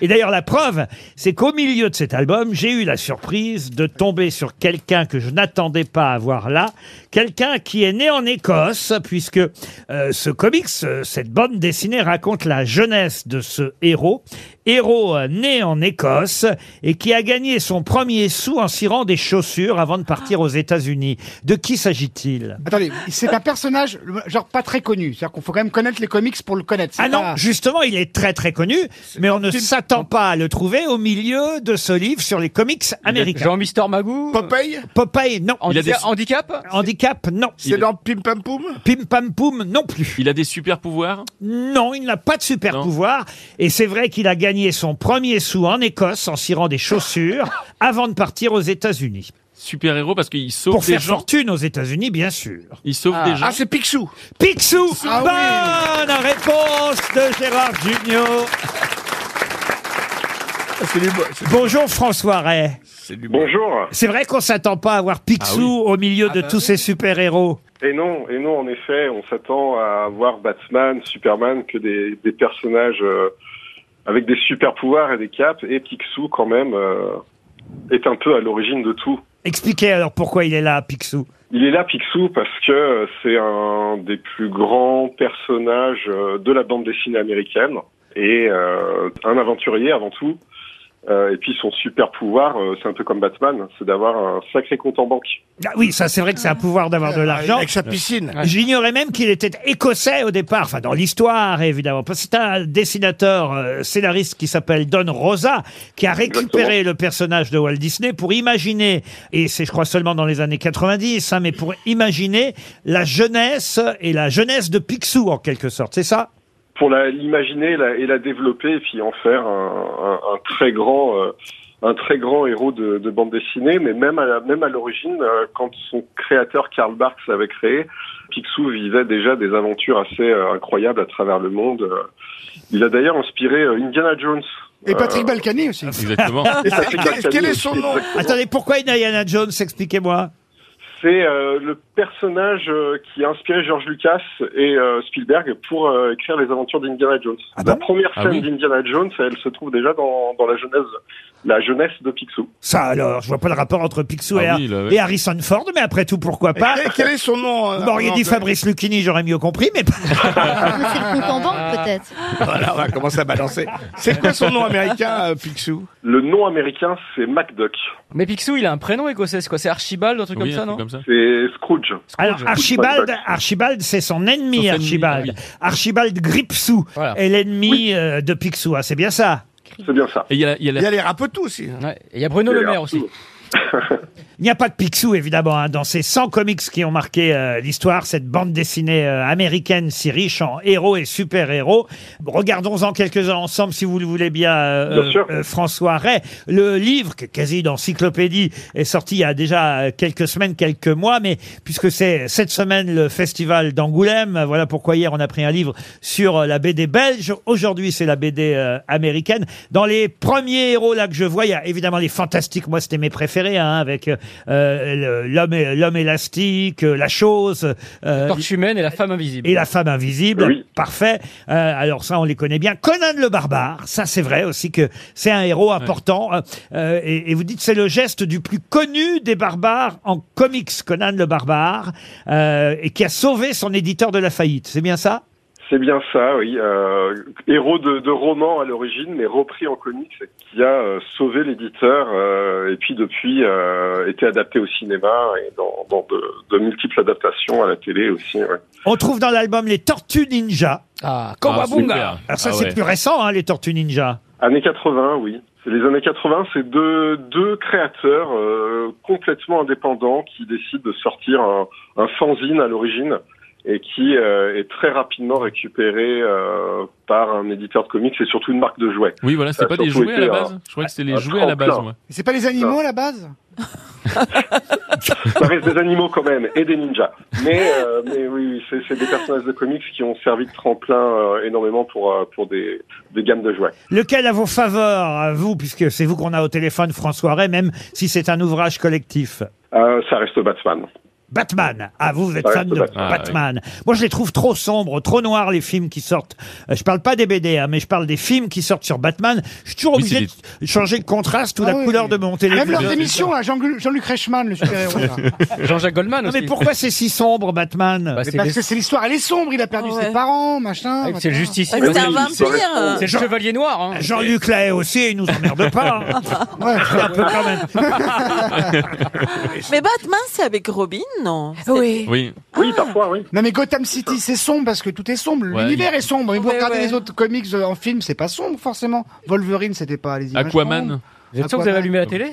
[SPEAKER 2] Et d'ailleurs, la preuve, c'est qu'au milieu de cet album, j'ai eu la surprise de tomber sur quelqu'un que je n'attendais pas à voir là, quelqu'un qui est né en Écosse, puisque euh, ce comics, euh, cette bande dessinée raconte la jeunesse de ce héros, héros euh, né en Écosse et qui a gagné son premier sou en cirant des chaussures avant de partir aux États-Unis. De qui s'agit-il
[SPEAKER 3] Attendez, c'est un personnage, le- genre pas très connu. C'est-à-dire qu'on faut quand même connaître les comics pour le connaître.
[SPEAKER 2] Ah non, justement, il est très très connu, mais on ne s'attend pas à le trouver au milieu de ce livre sur les comics américains.
[SPEAKER 6] Jean-Mister Magoo
[SPEAKER 2] Popeye Popeye, non.
[SPEAKER 5] euh, Il a des-
[SPEAKER 6] Handicap
[SPEAKER 2] Handicap, non.
[SPEAKER 5] C'est Il- dans
[SPEAKER 2] Pim Pam Poum Pim Pam Poum, non plus.
[SPEAKER 5] Il a des super pouvoirs.
[SPEAKER 2] Non, il n'a pas de super pouvoir. Et c'est vrai qu'il a gagné son premier sou en Écosse en cirant des chaussures avant de partir aux États-Unis.
[SPEAKER 5] Super héros parce qu'il sauve
[SPEAKER 2] Pour
[SPEAKER 5] des
[SPEAKER 2] faire
[SPEAKER 5] gens.
[SPEAKER 2] fortune aux États-Unis, bien sûr.
[SPEAKER 5] Il sauve des gens.
[SPEAKER 2] Ah, c'est Picsou. Ah Picsou. Bonne réponse de Gérard Junior. Bonjour François Ray.
[SPEAKER 17] Bonjour.
[SPEAKER 2] C'est vrai qu'on s'attend pas à voir Picsou
[SPEAKER 17] Ah
[SPEAKER 2] au milieu
[SPEAKER 17] bah
[SPEAKER 2] de tous ces super héros.
[SPEAKER 17] Et non, et non, en effet, on s'attend à voir Batman, Superman, que des, des personnages euh, avec des super pouvoirs et des capes, et Picsou quand même euh, est un peu à l'origine de tout.
[SPEAKER 2] Expliquez alors pourquoi il est là, Picsou.
[SPEAKER 17] Il est là, Picsou, parce que euh, c'est un des plus grands personnages euh, de la bande dessinée américaine et euh, un aventurier avant tout. Euh, et puis son super pouvoir, euh, c'est un peu comme Batman, c'est d'avoir un sacré compte en banque.
[SPEAKER 2] Ah oui, ça c'est vrai que c'est un pouvoir d'avoir de l'argent.
[SPEAKER 17] Ah, Avec sa piscine.
[SPEAKER 2] Ouais. J'ignorais même qu'il était écossais au départ, enfin dans l'histoire évidemment. Parce que c'est un dessinateur, euh, scénariste qui s'appelle Don Rosa, qui a récupéré le personnage de Walt Disney pour imaginer, et c'est je crois seulement dans les années 90, hein, mais pour imaginer la jeunesse et la jeunesse de Picsou en quelque sorte, c'est ça
[SPEAKER 17] Pour la- l'imaginer la- et la développer, et puis en faire un, un- un très grand, euh, un très grand héros de, de bande dessinée. Mais même à la- même à l'origine, euh, quand son créateur Karl Barks l'avait créé, Picsou vivait déjà des aventures assez euh, incroyables à travers le monde. Euh, Il a d'ailleurs inspiré euh, Indiana Jones.
[SPEAKER 3] Et Patrick
[SPEAKER 17] Euh,
[SPEAKER 3] Balkany aussi.
[SPEAKER 17] Exactement. Et Patrick Balkany
[SPEAKER 3] Quel est
[SPEAKER 17] aussi,
[SPEAKER 3] son nom
[SPEAKER 17] exactement.
[SPEAKER 2] Attendez, pourquoi Indiana Jones Expliquez-moi.
[SPEAKER 17] C'est euh, le personnage euh, qui a inspiré George Lucas et euh, Spielberg pour euh, écrire les aventures d'Indiana Jones. la première
[SPEAKER 2] Ah
[SPEAKER 17] scène
[SPEAKER 2] oui.
[SPEAKER 17] d'Indiana Jones, elle se trouve déjà dans, dans la jeunesse, la jeunesse de Picsou.
[SPEAKER 2] Ça alors, je vois pas le rapport entre Picsou
[SPEAKER 17] Ah
[SPEAKER 2] et,
[SPEAKER 17] oui, là, ouais.
[SPEAKER 2] et Harrison Ford, mais après tout, pourquoi pas
[SPEAKER 3] Et quel est son nom euh,
[SPEAKER 2] Vous m'auriez
[SPEAKER 3] en
[SPEAKER 2] dit
[SPEAKER 3] anglais
[SPEAKER 2] Fabrice Lucchini, j'aurais mieux compris, mais pas...
[SPEAKER 3] C'est le compte en banque,
[SPEAKER 4] peut-être.
[SPEAKER 17] Voilà, on va commencer à balancer.
[SPEAKER 3] C'est quoi son nom américain, euh, Picsou
[SPEAKER 17] Le nom américain, c'est MacDuck.
[SPEAKER 6] Mais Picsou, il a un prénom écossais, c'est quoi C'est Archibald, un truc comme ça, non
[SPEAKER 17] C'est Scrooge.
[SPEAKER 2] Alors Archibald, Archibald, c'est son ennemi, Archibald. Archibald Gripsou est l'ennemi euh, de Picsou, ah, c'est bien ça.
[SPEAKER 17] C'est bien ça.
[SPEAKER 5] Et il y a, il y a la-
[SPEAKER 3] Il y a les rapetous aussi. hein.
[SPEAKER 6] Il y a Bruno
[SPEAKER 2] Il y a
[SPEAKER 6] Le
[SPEAKER 2] les
[SPEAKER 6] Maire aussi.
[SPEAKER 2] Il n'y a pas de Picsou, évidemment, hein, dans ces 100 comics qui ont marqué euh, l'histoire, cette bande dessinée euh, américaine si riche en héros et super-héros. Regardons-en quelques-uns ensemble, si vous le voulez bien, euh,
[SPEAKER 17] Bien sûr.
[SPEAKER 2] euh, François Ray. Le livre, qui est quasi d'encyclopédie, est sorti il y a déjà euh, quelques semaines, quelques mois, mais puisque c'est cette semaine le festival d'Angoulême, euh, voilà pourquoi hier on a pris un livre sur euh, la BD belge. Aujourd'hui, c'est la BD euh, américaine. Dans les premiers héros là que je vois, il y a évidemment les fantastiques. Moi, c'était mes préférés, hein, avec euh, euh, le- l'homme et- l'homme élastique, euh, la chose, euh,
[SPEAKER 6] Torche humaine et la femme invisible.
[SPEAKER 2] et la femme invisible. Parfait. Euh, alors ça, on les connaît bien. Conan le barbare, ça c'est vrai aussi que c'est un héros important. Euh, euh, et, et vous dites c'est le geste du plus connu des barbares en comics, Conan le barbare, euh, et qui a sauvé son éditeur de la faillite. C'est bien ça
[SPEAKER 17] C'est bien ça, oui. Euh, héros de, de roman à l'origine, mais repris en comics, qui a euh, sauvé l'éditeur euh, et puis depuis euh, été adapté au cinéma et dans, dans de, de multiples adaptations à la télé aussi. ouais.
[SPEAKER 2] On trouve dans l'album les Tortues Ninja. Ah,
[SPEAKER 17] Kawabunga. super.
[SPEAKER 2] Alors ça
[SPEAKER 17] Ah
[SPEAKER 2] c'est
[SPEAKER 17] ouais.
[SPEAKER 2] plus récent, hein, les Tortues Ninja.
[SPEAKER 17] Années 80, oui. C'est les années 80, c'est deux, deux créateurs euh, complètement indépendants qui décident de sortir un, un fanzine à l'origine et qui euh, est très rapidement récupéré euh, par un éditeur de comics et surtout une marque de jouets.
[SPEAKER 5] Oui, voilà,
[SPEAKER 17] Ça
[SPEAKER 5] c'était
[SPEAKER 17] a
[SPEAKER 5] pas des
[SPEAKER 17] surtout
[SPEAKER 5] jouets à
[SPEAKER 17] été
[SPEAKER 5] la
[SPEAKER 17] un-
[SPEAKER 5] base. Je crois que
[SPEAKER 2] Ah,
[SPEAKER 5] c'était les
[SPEAKER 17] un
[SPEAKER 5] jouets à la base,
[SPEAKER 17] tremplin.
[SPEAKER 5] moi.
[SPEAKER 3] C'est pas les animaux hein à la base
[SPEAKER 17] Ça reste des animaux quand même et des ninjas. Mais, euh, mais oui, oui, c'est- c'est des personnages de comics qui ont servi de tremplin euh, énormément pour, euh, pour des, des gammes de jouets.
[SPEAKER 2] Lequel à vos faveurs, à vous, puisque c'est vous qu'on a au téléphone, François Ray, même si c'est un ouvrage collectif
[SPEAKER 17] Euh, ça reste Batman.
[SPEAKER 2] Batman. Ah, vous, vous êtes
[SPEAKER 17] Ouais,
[SPEAKER 2] fan de
[SPEAKER 17] Batman. Ah,
[SPEAKER 2] Batman. Moi, je les trouve trop sombres, trop noirs, les films qui sortent. Euh, Je parle pas des BD, hein, mais je parle des films qui sortent sur Batman. Je suis toujours obligé de changer le contraste ou la couleur de mon téléphone.
[SPEAKER 3] Ah Même leurs émissions, là, Jean-Luc Jean-Luc Reichmann, le super-héros. là.
[SPEAKER 6] Jean-Jacques Goldman
[SPEAKER 2] Non,
[SPEAKER 6] aussi. Bah,
[SPEAKER 2] mais pourquoi c'est si sombre, Batman
[SPEAKER 3] Mais parce que c'est l'histoire, elle est sombre, il a perdu
[SPEAKER 7] Ah
[SPEAKER 3] ses parents, machin.
[SPEAKER 6] C'est le justicier.
[SPEAKER 3] Ah, c'est un
[SPEAKER 2] vampire.
[SPEAKER 6] C'est le chevalier noir. hein.
[SPEAKER 2] Jean-Luc Lahaye aussi, il nous emmerde pas. hein. C'est un peu quand même.
[SPEAKER 7] ah. Mais Batman, c'est avec Robin, non Ah Oui.
[SPEAKER 5] Oui.
[SPEAKER 17] Oui, parfois, oui.
[SPEAKER 3] Non mais Gotham City, c'est sombre parce que tout est sombre.
[SPEAKER 5] Ouais,
[SPEAKER 3] L'univers est sombre. Et vous
[SPEAKER 7] Ouais,
[SPEAKER 3] regardez
[SPEAKER 7] ouais.
[SPEAKER 3] les autres comics euh, en film, c'est pas sombre forcément. Wolverine, c'était pas les images sombres.
[SPEAKER 5] Aquaman.
[SPEAKER 6] Vous êtes sûr que vous avez allumé la télé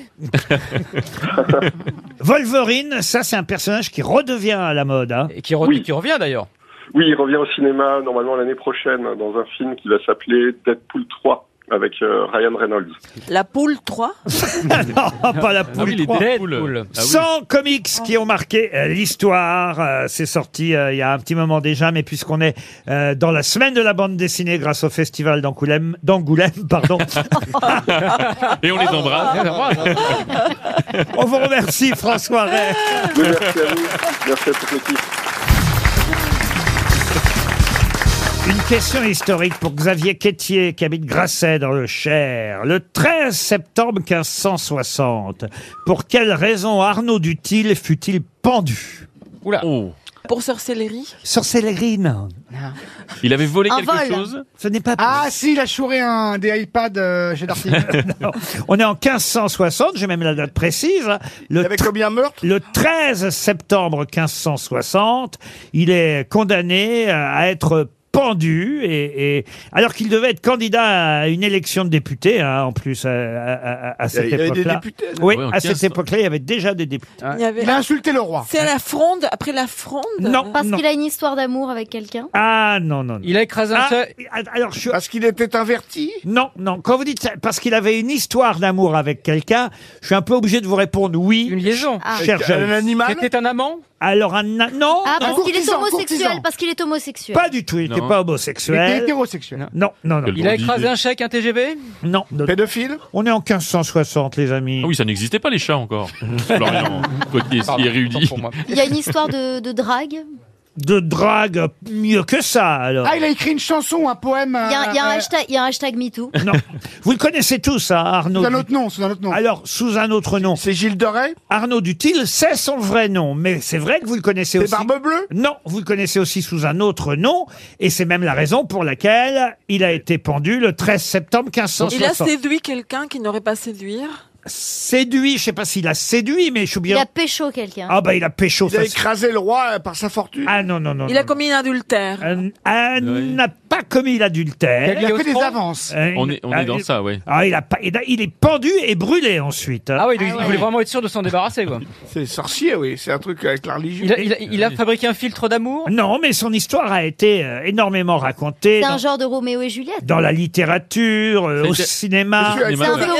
[SPEAKER 2] Wolverine, ça, c'est un personnage qui redevient à la mode. hein.
[SPEAKER 6] Et qui, revient d'ailleurs.
[SPEAKER 17] Oui, il revient au cinéma normalement l'année prochaine dans un film qui va s'appeler Deadpool 3 avec euh, Ryan Reynolds.
[SPEAKER 7] La poule 3
[SPEAKER 2] non, pas la poule.
[SPEAKER 5] Ah oui, les
[SPEAKER 2] trois.
[SPEAKER 5] Deadpool. Deadpool. Ah oui.
[SPEAKER 2] 100 comics qui ont marqué euh, l'histoire. Euh, c'est sorti euh, il y a un petit moment déjà, mais puisqu'on est euh, dans la semaine de la bande dessinée grâce au festival d'Angoulême, d'Angoulême, pardon.
[SPEAKER 5] Et on les
[SPEAKER 6] Ah,
[SPEAKER 5] embrasse.
[SPEAKER 2] On vous remercie, François Ray.
[SPEAKER 17] Oui, merci à vous, merci à toute l'équipe.
[SPEAKER 2] Une question historique pour Xavier Quétier, qui habite Grasset dans le Cher. Le 13 septembre 1560, pour quelle raison Arnaud Dutil fut-il pendu
[SPEAKER 6] Oula.
[SPEAKER 7] Pour sorcellerie
[SPEAKER 2] Sorcellerie, non.
[SPEAKER 5] Il avait volé
[SPEAKER 3] Un
[SPEAKER 5] quelque
[SPEAKER 3] vol.
[SPEAKER 5] chose
[SPEAKER 2] Ce n'est pas
[SPEAKER 3] Ah si, il a chouré un des iPads euh, chez Darty.
[SPEAKER 2] Non. On est en 1560, j'ai même la date précise. Le Avec combien meurtre Le 13 septembre 1560, il est condamné euh, à être pendu et, et- alors qu'il devait être candidat à une élection de député hein, en plus à, à- à- à cette
[SPEAKER 9] Il y avait
[SPEAKER 2] époque-là.
[SPEAKER 9] des députés, non
[SPEAKER 2] oui,
[SPEAKER 9] Ouais, en
[SPEAKER 2] à cette
[SPEAKER 9] 1500.
[SPEAKER 2] époque-là, il y avait déjà des députés.
[SPEAKER 7] Il, a insulté le roi. C'est à la fronde, après la fronde
[SPEAKER 2] Ah. Non,
[SPEAKER 16] Parce
[SPEAKER 2] non.
[SPEAKER 16] qu'il a une histoire d'amour avec quelqu'un.
[SPEAKER 2] Ah non non. Il a écrasé
[SPEAKER 16] un
[SPEAKER 2] seul. Alors je... Parce qu'il était inverti. Non non. Quand vous dites ça, parce qu'il avait une histoire d'amour avec quelqu'un, je suis un peu obligé de vous répondre oui. Une liaison. Cher
[SPEAKER 6] Avec un animal C'était
[SPEAKER 2] un amant. Alors Oh. un a- non.
[SPEAKER 16] Ah,
[SPEAKER 2] non.
[SPEAKER 16] parce qu'il est
[SPEAKER 3] courtisan,
[SPEAKER 16] homosexuel,
[SPEAKER 3] courtisan.
[SPEAKER 16] parce qu'il est homosexuel.
[SPEAKER 2] Pas du tout. Il n'était
[SPEAKER 6] Non.
[SPEAKER 2] pas
[SPEAKER 3] Il était
[SPEAKER 2] homosexuel.
[SPEAKER 3] hétérosexuel.
[SPEAKER 2] Non non non.
[SPEAKER 6] Il a écrasé un chèque, un TGV
[SPEAKER 2] Non. Pédophile. On est en 1560 les amis.
[SPEAKER 5] Ah oui, ça n'existait pas les chats encore. Florian, toi qui es si érudit.
[SPEAKER 16] Il y a une histoire de, de drague.
[SPEAKER 2] De drague mieux que ça alors.
[SPEAKER 3] Ah, il a écrit une chanson, un poème.
[SPEAKER 16] Il y a, il y a un,
[SPEAKER 3] euh,
[SPEAKER 16] hashtag, il y a un hashtag MeToo.
[SPEAKER 2] Non. Vous le connaissez tous, hein, Arnaud.
[SPEAKER 3] Sous un
[SPEAKER 2] autre nom, sous un autre nom. Alors, sous un autre nom. C'est Gilles Doré Arnaud Dutil, c'est son vrai nom. Mais c'est vrai que vous le connaissez aussi. C'est Barbe Bleue Non, vous le connaissez aussi sous un autre nom. Et c'est même la raison pour laquelle il a été pendu le 13 septembre
[SPEAKER 7] Il a
[SPEAKER 2] 1560.
[SPEAKER 7] séduit quelqu'un qui n'aurait pas séduire.
[SPEAKER 2] séduit, je sais pas s'il a séduit, mais je suis
[SPEAKER 16] Il
[SPEAKER 2] bien...
[SPEAKER 16] a pécho quelqu'un.
[SPEAKER 2] Ah bah il a pécho.
[SPEAKER 7] Il a
[SPEAKER 2] écrasé le roi par sa fortune. Ah non, non, non.
[SPEAKER 7] Il a commis un adultère.
[SPEAKER 2] Euh, euh, n'a pas commis l'adultère.
[SPEAKER 7] Il a fait des
[SPEAKER 2] avances.
[SPEAKER 5] On est- on est dans ça, ouais.
[SPEAKER 2] Ah, il, a pas, il, a- il est pendu et brûlé ensuite. Ah
[SPEAKER 6] oui, il- Ah il ouais. voulait vraiment être sûr de s'en débarrasser, quoi.
[SPEAKER 9] C'est sorcier, oui. C'est un truc avec la religion.
[SPEAKER 6] Il
[SPEAKER 9] Euh,
[SPEAKER 6] a, il a- il a fabriqué un filtre d'amour
[SPEAKER 2] Non, mais son histoire a été euh, énormément racontée
[SPEAKER 16] C'est
[SPEAKER 2] dans,
[SPEAKER 16] un genre de Roméo et Juliette.
[SPEAKER 2] dans la littérature, euh, au cinéma.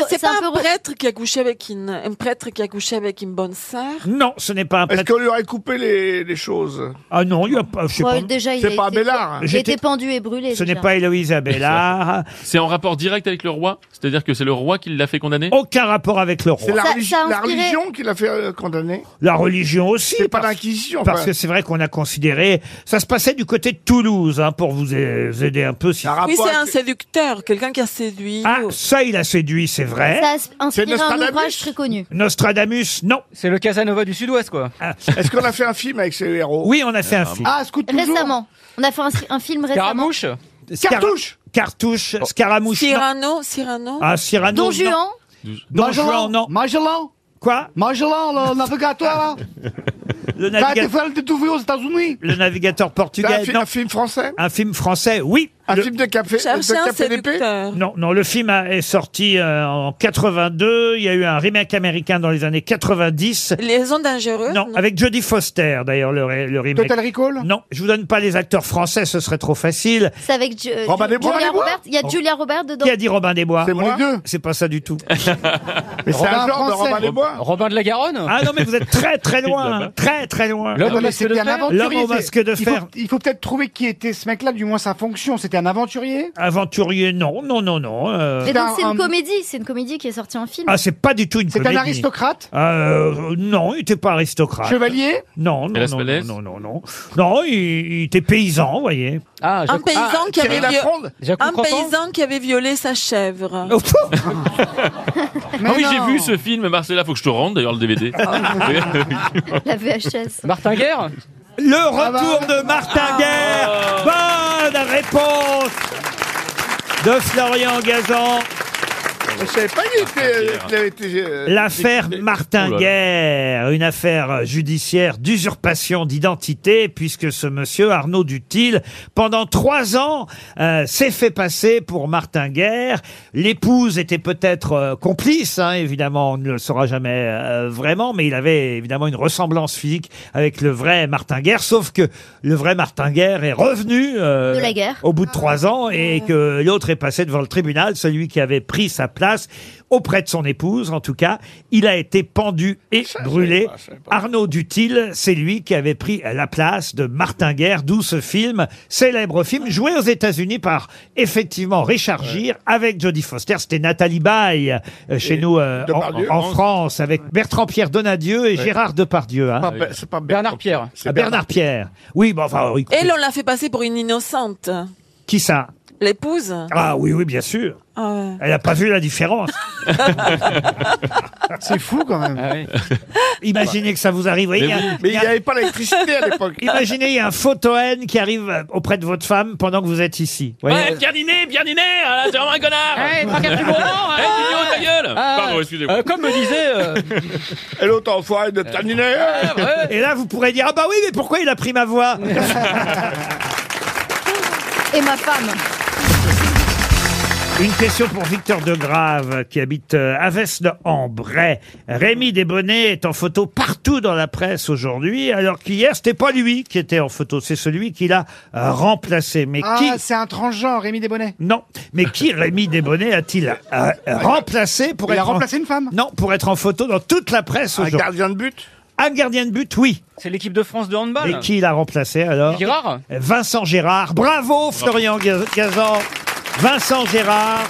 [SPEAKER 7] C'est pas un prêtre qui a couché avec une, un prêtre qui a couché avec une bonne sœur.
[SPEAKER 2] Non, ce n'est pas un
[SPEAKER 9] Est-ce qu'on lui aurait coupé les, les choses
[SPEAKER 2] Ah non, il y a pas. Je sais
[SPEAKER 16] Ouais,
[SPEAKER 2] pas.
[SPEAKER 16] déjà, il
[SPEAKER 9] C'est
[SPEAKER 16] a
[SPEAKER 9] pas
[SPEAKER 16] été-
[SPEAKER 9] Abélard.
[SPEAKER 16] Il a été
[SPEAKER 5] J'étais-
[SPEAKER 16] pendu et brûlé.
[SPEAKER 2] Ce n'est
[SPEAKER 16] déjà.
[SPEAKER 2] pas Héloïse Abélard.
[SPEAKER 5] C'est en rapport direct avec le roi C'est-à-dire que c'est le roi qui l'a fait condamner
[SPEAKER 2] Aucun rapport avec le roi.
[SPEAKER 9] C'est la,
[SPEAKER 16] Ça-
[SPEAKER 9] religi-
[SPEAKER 16] ça a
[SPEAKER 9] la
[SPEAKER 16] inspiré-
[SPEAKER 9] religion qui l'a fait euh, condamner
[SPEAKER 2] La religion aussi.
[SPEAKER 9] C'est pas
[SPEAKER 2] parce-
[SPEAKER 9] l'inquisition,
[SPEAKER 2] Parce
[SPEAKER 9] enfin.
[SPEAKER 2] que c'est vrai qu'on a considéré. Ça se passait du côté de Toulouse, hein, pour vous a- vous aider un peu. Si
[SPEAKER 7] Oui, c'est un séducteur, quelqu'un qui a séduit.
[SPEAKER 2] Ah, ça, il a séduit, c'est vrai.
[SPEAKER 16] Ça a s- inspiré un ouvrage très connu.
[SPEAKER 2] Nostradamus, non. Ah.
[SPEAKER 6] C'est le Casanova du Sud-Ouest, quoi.
[SPEAKER 9] Est-ce qu'on a fait un film avec ces héros
[SPEAKER 2] Oui, on a fait un film.
[SPEAKER 9] Ah, Scoot toujours
[SPEAKER 16] Récemment. On a fait un, un film récemment.
[SPEAKER 6] Caramouche
[SPEAKER 2] Scara-
[SPEAKER 9] Oh.
[SPEAKER 2] Cartouche, Scaramouche. non.
[SPEAKER 7] Cyrano, Cyrano.
[SPEAKER 2] Ah, Cyrano.
[SPEAKER 16] Don
[SPEAKER 2] non.
[SPEAKER 16] Juan
[SPEAKER 2] Don Juan, non.
[SPEAKER 3] Magellan
[SPEAKER 2] Quoi
[SPEAKER 3] Magellan, le navigateur, là
[SPEAKER 2] Le
[SPEAKER 3] Ça a été
[SPEAKER 2] navigateur.
[SPEAKER 3] fait le détourner aux États-Unis.
[SPEAKER 2] Le navigateur portugais.
[SPEAKER 9] Bah, C'est un fi-
[SPEAKER 2] non.
[SPEAKER 9] un film français
[SPEAKER 2] Un film français, oui.
[SPEAKER 9] Un
[SPEAKER 2] Le-
[SPEAKER 9] film de café,
[SPEAKER 7] Cherchez
[SPEAKER 9] de
[SPEAKER 7] un
[SPEAKER 9] café d'épée
[SPEAKER 7] séducteur.
[SPEAKER 2] Non, non, le film a- est sorti euh, en 82. Il y a eu un remake américain dans les années 90.
[SPEAKER 7] Liaison dangereuse.
[SPEAKER 2] Non, avec Jodie Foster, d'ailleurs, le, ré- le remake.
[SPEAKER 3] Total Recall
[SPEAKER 2] Non, je vous donne pas les acteurs français, ce serait trop facile.
[SPEAKER 16] C'est avec Ju- euh,
[SPEAKER 2] Robin des Bois,
[SPEAKER 16] Julia
[SPEAKER 2] Robin des Bois
[SPEAKER 16] Roberts. Il y a Julia Roberts dedans.
[SPEAKER 2] Qui a dit Robin des Bois
[SPEAKER 9] C'est moi. Les deux.
[SPEAKER 2] C'est pas ça du tout.
[SPEAKER 9] Mais c'est
[SPEAKER 2] Robin
[SPEAKER 9] un genre de
[SPEAKER 2] français.
[SPEAKER 9] Robin des Bois
[SPEAKER 6] Robin de la Garonne
[SPEAKER 2] Ah non, mais vous êtes très très loin. hein. Très très loin.
[SPEAKER 6] L'homme au masque de
[SPEAKER 3] C'était un
[SPEAKER 6] fer
[SPEAKER 3] aventurier.
[SPEAKER 2] L'homme au
[SPEAKER 3] c'est-
[SPEAKER 2] masque de
[SPEAKER 3] il faut-
[SPEAKER 2] fer.
[SPEAKER 3] Il faut peut-être trouver qui était ce mec-là, du moins sa fonction. C'était un aventurier
[SPEAKER 2] Aventurier, non, non, non, non. euh.
[SPEAKER 14] Eh
[SPEAKER 16] Et
[SPEAKER 14] ben,
[SPEAKER 16] donc c'est
[SPEAKER 3] un-
[SPEAKER 16] une comédie, c'est une comédie qui est sortie en film.
[SPEAKER 2] Ah, c'est pas du tout une
[SPEAKER 16] C'est un
[SPEAKER 2] comédie.
[SPEAKER 16] aristocrate
[SPEAKER 2] Euh, Non, il était pas aristocrate.
[SPEAKER 3] Chevalier
[SPEAKER 2] Non, non,
[SPEAKER 5] Hélas,
[SPEAKER 2] non, non,
[SPEAKER 5] Pallès
[SPEAKER 2] non, non, non. Non, il, il était paysan, vous voyez.
[SPEAKER 6] Ah,
[SPEAKER 7] Un paysan, qui avait
[SPEAKER 2] Thierry
[SPEAKER 7] viol-
[SPEAKER 2] Lafronde Jacques
[SPEAKER 7] un
[SPEAKER 2] Contretemps
[SPEAKER 7] paysan qui avait violé sa chèvre.
[SPEAKER 5] Ah oui, j'ai vu ce film, Marcella, faut que je te rende d'ailleurs le DVD.
[SPEAKER 2] Ah,
[SPEAKER 16] La VHS.
[SPEAKER 6] Martin Guerre
[SPEAKER 2] Le retour de Martin Guerre. Bonne réponse de Florian Gazan.
[SPEAKER 9] Je savais pas qu'il était- euh, qu'il avait été. euh, Oh
[SPEAKER 2] L'affaire Martin Guerre, une affaire judiciaire d'usurpation d'identité, puisque ce monsieur, Arnaud Dutil, pendant trois ans, euh, s'est fait passer pour Martin Guerre. L'épouse était peut-être euh, complice, hein, évidemment, on ne le saura jamais euh, vraiment, mais il avait évidemment une ressemblance physique avec le vrai Martin Guerre, sauf que le vrai Martin Guerre est revenu euh,
[SPEAKER 16] De la guerre.
[SPEAKER 2] au bout de trois ans et que l'autre est passé devant le tribunal, celui qui avait pris sa place auprès de son épouse, en tout cas, il a été pendu et brûlé. Arnaud Dutil, c'est lui qui avait pris la place de Martin Guerre, d'où ce film, célèbre film joué aux États-Unis par effectivement Richard Gere avec Jodie Foster. C'était Nathalie Baye euh, chez nous euh,
[SPEAKER 9] Depardieu.
[SPEAKER 2] en, en France avec Bertrand Pierre Donadieu et
[SPEAKER 9] Ouais.
[SPEAKER 2] Gérard Depardieu. hein.
[SPEAKER 9] Pas Be- C'est pas Bernard Pierre.
[SPEAKER 2] Ah, Bernard Pierre. Oui, bon, enfin, oui,
[SPEAKER 7] Elle, on l'a fait passer pour une innocente.
[SPEAKER 2] qui ça
[SPEAKER 7] L'épouse
[SPEAKER 2] Ah oui, oui, bien sûr.
[SPEAKER 7] Ah ouais.
[SPEAKER 2] Elle n'a pas vu la différence.
[SPEAKER 3] C'est fou quand même.
[SPEAKER 2] Imaginez que ça vous arrive. Vous voyez,
[SPEAKER 3] Ah Mais oui. Mais il y avait pas l'électricité à l'époque.
[SPEAKER 2] Imaginez, il y a un photohaine qui arrive auprès de votre femme pendant que vous êtes ici. Vous voyez
[SPEAKER 5] Ouais, Pierre Dinet, Pierre Dinet, ah, c'est vraiment un connard
[SPEAKER 18] Eh, trois quarts plus gourmand,
[SPEAKER 5] Eh,
[SPEAKER 18] hein.
[SPEAKER 5] idiot, ta gueule
[SPEAKER 18] Ah,
[SPEAKER 5] Pardon, excusez-moi.
[SPEAKER 18] euh, comme me disait. euh,
[SPEAKER 9] Et l'autre enfoiré de terminer.
[SPEAKER 2] Et là, vous pourrez dire Ah bah oui, mais pourquoi il a pris ma voix
[SPEAKER 16] Et ma femme.
[SPEAKER 2] Une question pour Victor Degrave qui habite euh, Avesnes en Bray. Rémi Desbonnets est en photo partout dans la presse aujourd'hui, alors qu'hier c'était pas lui qui était en photo, c'est celui qui l'a euh, remplacé. Mais
[SPEAKER 3] Ah,
[SPEAKER 2] qui
[SPEAKER 3] c'est un transgenre, Rémi Desbonnets.
[SPEAKER 2] Non, mais qui Rémi Desbonnets a-t-il euh, euh, remplacé pour
[SPEAKER 3] Il a
[SPEAKER 2] être en-
[SPEAKER 3] remplacé une femme Ah,
[SPEAKER 2] Non, pour être en photo dans toute la presse aujourd'hui.
[SPEAKER 9] de but
[SPEAKER 2] Un gardien de but, oui.
[SPEAKER 6] C'est l'équipe de France de handball.
[SPEAKER 2] Et qui l'a remplacé alors
[SPEAKER 6] Girard
[SPEAKER 2] Vincent Gérard. Bravo Florian Gaz- Gazan. Vincent Gérard.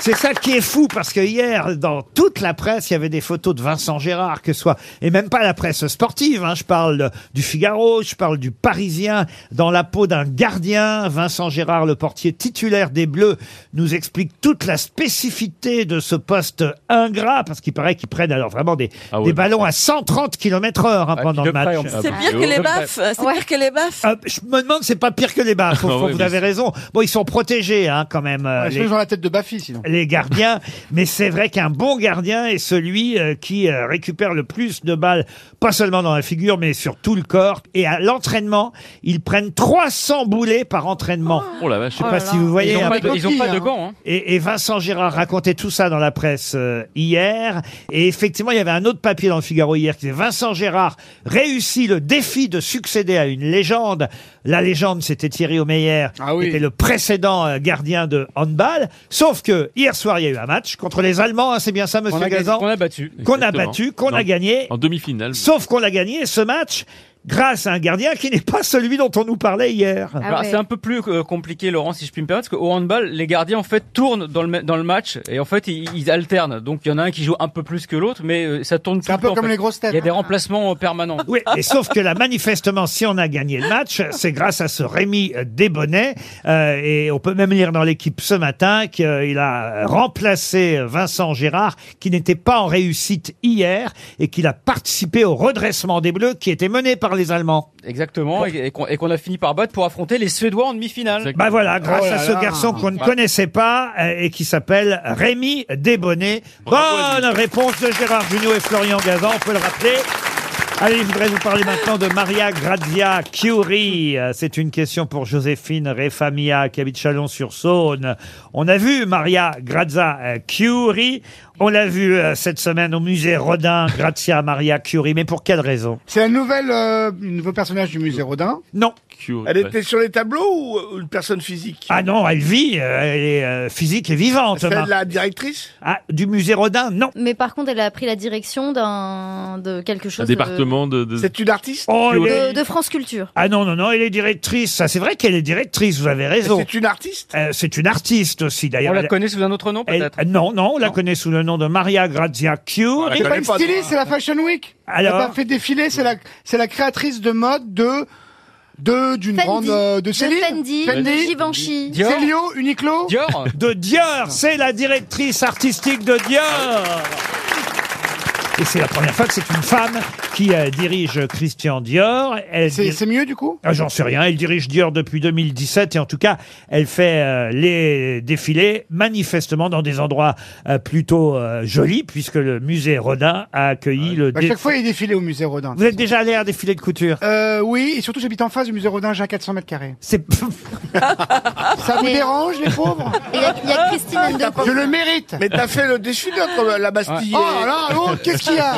[SPEAKER 2] C'est ça qui est fou parce que hier, dans toute la presse, il y avait des photos de Vincent Gérard, que ce soit et même pas la presse sportive. hein, je parle euh, du Figaro, je parle du Parisien, dans la peau d'un gardien. Vincent Gérard, le portier titulaire des Bleus, nous explique toute la spécificité de ce poste ingrat parce qu'il paraît qu'ils prennent alors vraiment des,
[SPEAKER 5] ouais.
[SPEAKER 2] des ballons à 130 km/h hein,
[SPEAKER 5] Ah,
[SPEAKER 2] pendant le match.
[SPEAKER 7] C'est pire que les baffes. C'est pire que les baffes.
[SPEAKER 2] Ah, je me demande, c'est pas pire que les baffes. au
[SPEAKER 5] Ah
[SPEAKER 2] fond,
[SPEAKER 5] ouais,
[SPEAKER 2] vous
[SPEAKER 5] mais
[SPEAKER 2] avez
[SPEAKER 5] c'est-
[SPEAKER 2] raison. Bon, ils sont protégés hein, quand même. euh,
[SPEAKER 3] Ouais,
[SPEAKER 2] les-
[SPEAKER 3] Je dans la tête de Baffy sinon.
[SPEAKER 2] les gardiens, mais c'est vrai qu'un bon gardien est celui euh, qui euh, récupère le plus de balles, pas seulement dans la figure, mais sur tout le corps. Et à l'entraînement, ils prennent 300 boulets par entraînement.
[SPEAKER 5] Oh la vache.
[SPEAKER 2] Je sais pas si vous voyez.
[SPEAKER 6] Ils ont
[SPEAKER 2] un
[SPEAKER 6] pas
[SPEAKER 2] peu-
[SPEAKER 6] de, ils ont pas de gants. hein.
[SPEAKER 2] et, et Vincent Gérard racontait tout ça dans la presse euh, hier. Et effectivement, il y avait un autre papier dans le Figaro hier qui disait Vincent Gérard réussit le défi de succéder à une légende. La légende, c'était Thierry Omeyer,
[SPEAKER 6] Ah
[SPEAKER 2] qui était le précédent euh, gardien de handball. Sauf que hier soir, il y a eu un match contre les Allemands. hein, c'est bien ça,
[SPEAKER 6] Qu'on
[SPEAKER 2] Monsieur
[SPEAKER 6] a, gagné-
[SPEAKER 2] Gazan
[SPEAKER 6] qu'on a battu.
[SPEAKER 2] Qu'on a
[SPEAKER 5] Exactement.
[SPEAKER 2] battu, qu'on a
[SPEAKER 5] Non.
[SPEAKER 2] gagné.
[SPEAKER 5] En demi-finale.
[SPEAKER 2] Sauf qu'on l'a gagné ce match grâce à un gardien qui n'est pas celui dont on nous parlait hier.
[SPEAKER 7] Ah
[SPEAKER 6] Alors, C'est un peu plus euh, compliqué, Laurent, si je puis me permettre, parce qu'au handball, les gardiens en fait tournent dans le, ma- dans le match et en fait ils, ils alternent. Donc il y en a un qui joue un peu plus que l'autre, mais euh, ça tourne. C'est
[SPEAKER 3] un peu comme les grosses têtes.
[SPEAKER 6] Il y a des remplacements euh, permanents.
[SPEAKER 2] Oui, et sauf que là, manifestement, si on a gagné le match, c'est grâce à ce Rémi Desbonnets. Euh, et on peut même lire dans l'équipe ce matin qu'il a remplacé Vincent Gérard, qui n'était pas en réussite hier, et qu'il a participé au redressement des Bleus qui était mené par les Allemands.
[SPEAKER 6] Exactement, Oh, et, et qu'on et qu'on a fini par battre pour affronter les Suédois en demi-finale.
[SPEAKER 2] Bah voilà, grâce
[SPEAKER 6] Oh là
[SPEAKER 2] à ce
[SPEAKER 6] là.
[SPEAKER 2] garçon qu'on ne
[SPEAKER 6] Bah.
[SPEAKER 2] connaissait pas euh, et qui s'appelle Rémi Desbonnets. Bonne réponse de Gérard Junior et Florian Gazan, on peut le rappeler. Allez, je voudrais vous parler maintenant de Maria Grazia Chiuri. Euh, C'est une question pour Joséphine Refamia qui habite Chalon-sur-Saône. On a vu Maria Grazia euh, Chiuri. On l'a vu euh, cette semaine au musée Rodin, Grazia Maria Chiuri. Mais pour quelle raison
[SPEAKER 3] C'est un nouvel, euh, nouveau personnage du musée Rodin.
[SPEAKER 2] Non.
[SPEAKER 9] Elle était sur les tableaux ou ou une personne physique
[SPEAKER 2] Ah non, elle vit, euh, elle est euh, physique et vivante.
[SPEAKER 9] C'est
[SPEAKER 2] Mar-
[SPEAKER 9] la directrice
[SPEAKER 2] Ah, du musée Rodin, non.
[SPEAKER 14] Mais par contre, elle a pris la direction d'un de quelque chose
[SPEAKER 5] Un département de. de-
[SPEAKER 9] C'est une artiste
[SPEAKER 2] Oh, elle
[SPEAKER 14] de,
[SPEAKER 2] est-
[SPEAKER 14] de France Culture.
[SPEAKER 2] Ah non, non, non, elle est directrice. Ça, c'est vrai qu'elle est directrice, vous avez raison.
[SPEAKER 9] C'est une artiste
[SPEAKER 2] Euh, C'est une artiste aussi, d'ailleurs.
[SPEAKER 6] On la
[SPEAKER 2] Elle-
[SPEAKER 6] connaît sous un autre nom
[SPEAKER 2] elle-
[SPEAKER 6] peut-être.
[SPEAKER 2] Non, non, on la connaît sous le nom de Maria Grazia Cure.
[SPEAKER 3] C'est pas une styliste, c'est la Fashion Week.
[SPEAKER 2] Alors
[SPEAKER 3] Elle a fait défiler, c'est la, c'est la créatrice de mode de, de, d'une
[SPEAKER 14] Fendi.
[SPEAKER 3] grande, euh, de
[SPEAKER 14] De
[SPEAKER 3] Céline.
[SPEAKER 14] Fendi, de Givenchy.
[SPEAKER 6] Dior.
[SPEAKER 3] Célio, Uniqlo.
[SPEAKER 6] Dior.
[SPEAKER 2] de Dior, c'est la directrice artistique de Dior. Et c'est la première fois que c'est une femme qui euh, dirige Christian Dior. Elle
[SPEAKER 3] C'est,
[SPEAKER 2] dir-
[SPEAKER 3] c'est mieux du coup?
[SPEAKER 2] Ah, J'en sais rien. Elle dirige Dior depuis 2017 et en tout cas, elle fait euh, les défilés manifestement dans des endroits euh, plutôt euh, jolis puisque le musée Rodin a accueilli le.
[SPEAKER 3] Ah À
[SPEAKER 2] dé-
[SPEAKER 3] chaque fois, il est défilé au musée Rodin.
[SPEAKER 2] Vous êtes déjà allé à un défilé de couture
[SPEAKER 3] Euh, oui, et surtout, j'habite en face du musée Rodin, j'ai un 400 mètres carrés.
[SPEAKER 2] C'est
[SPEAKER 3] Ça vous
[SPEAKER 14] Mais-
[SPEAKER 3] dérange, les pauvres? Ah,
[SPEAKER 14] Il y, a- il y a Christine Anne de
[SPEAKER 3] Je le mérite.
[SPEAKER 9] Mais t'as fait le défilé entre la Bastille
[SPEAKER 2] Ah.
[SPEAKER 3] Oh
[SPEAKER 9] et-
[SPEAKER 3] là, l'autre, qu'est-ce qu'il y a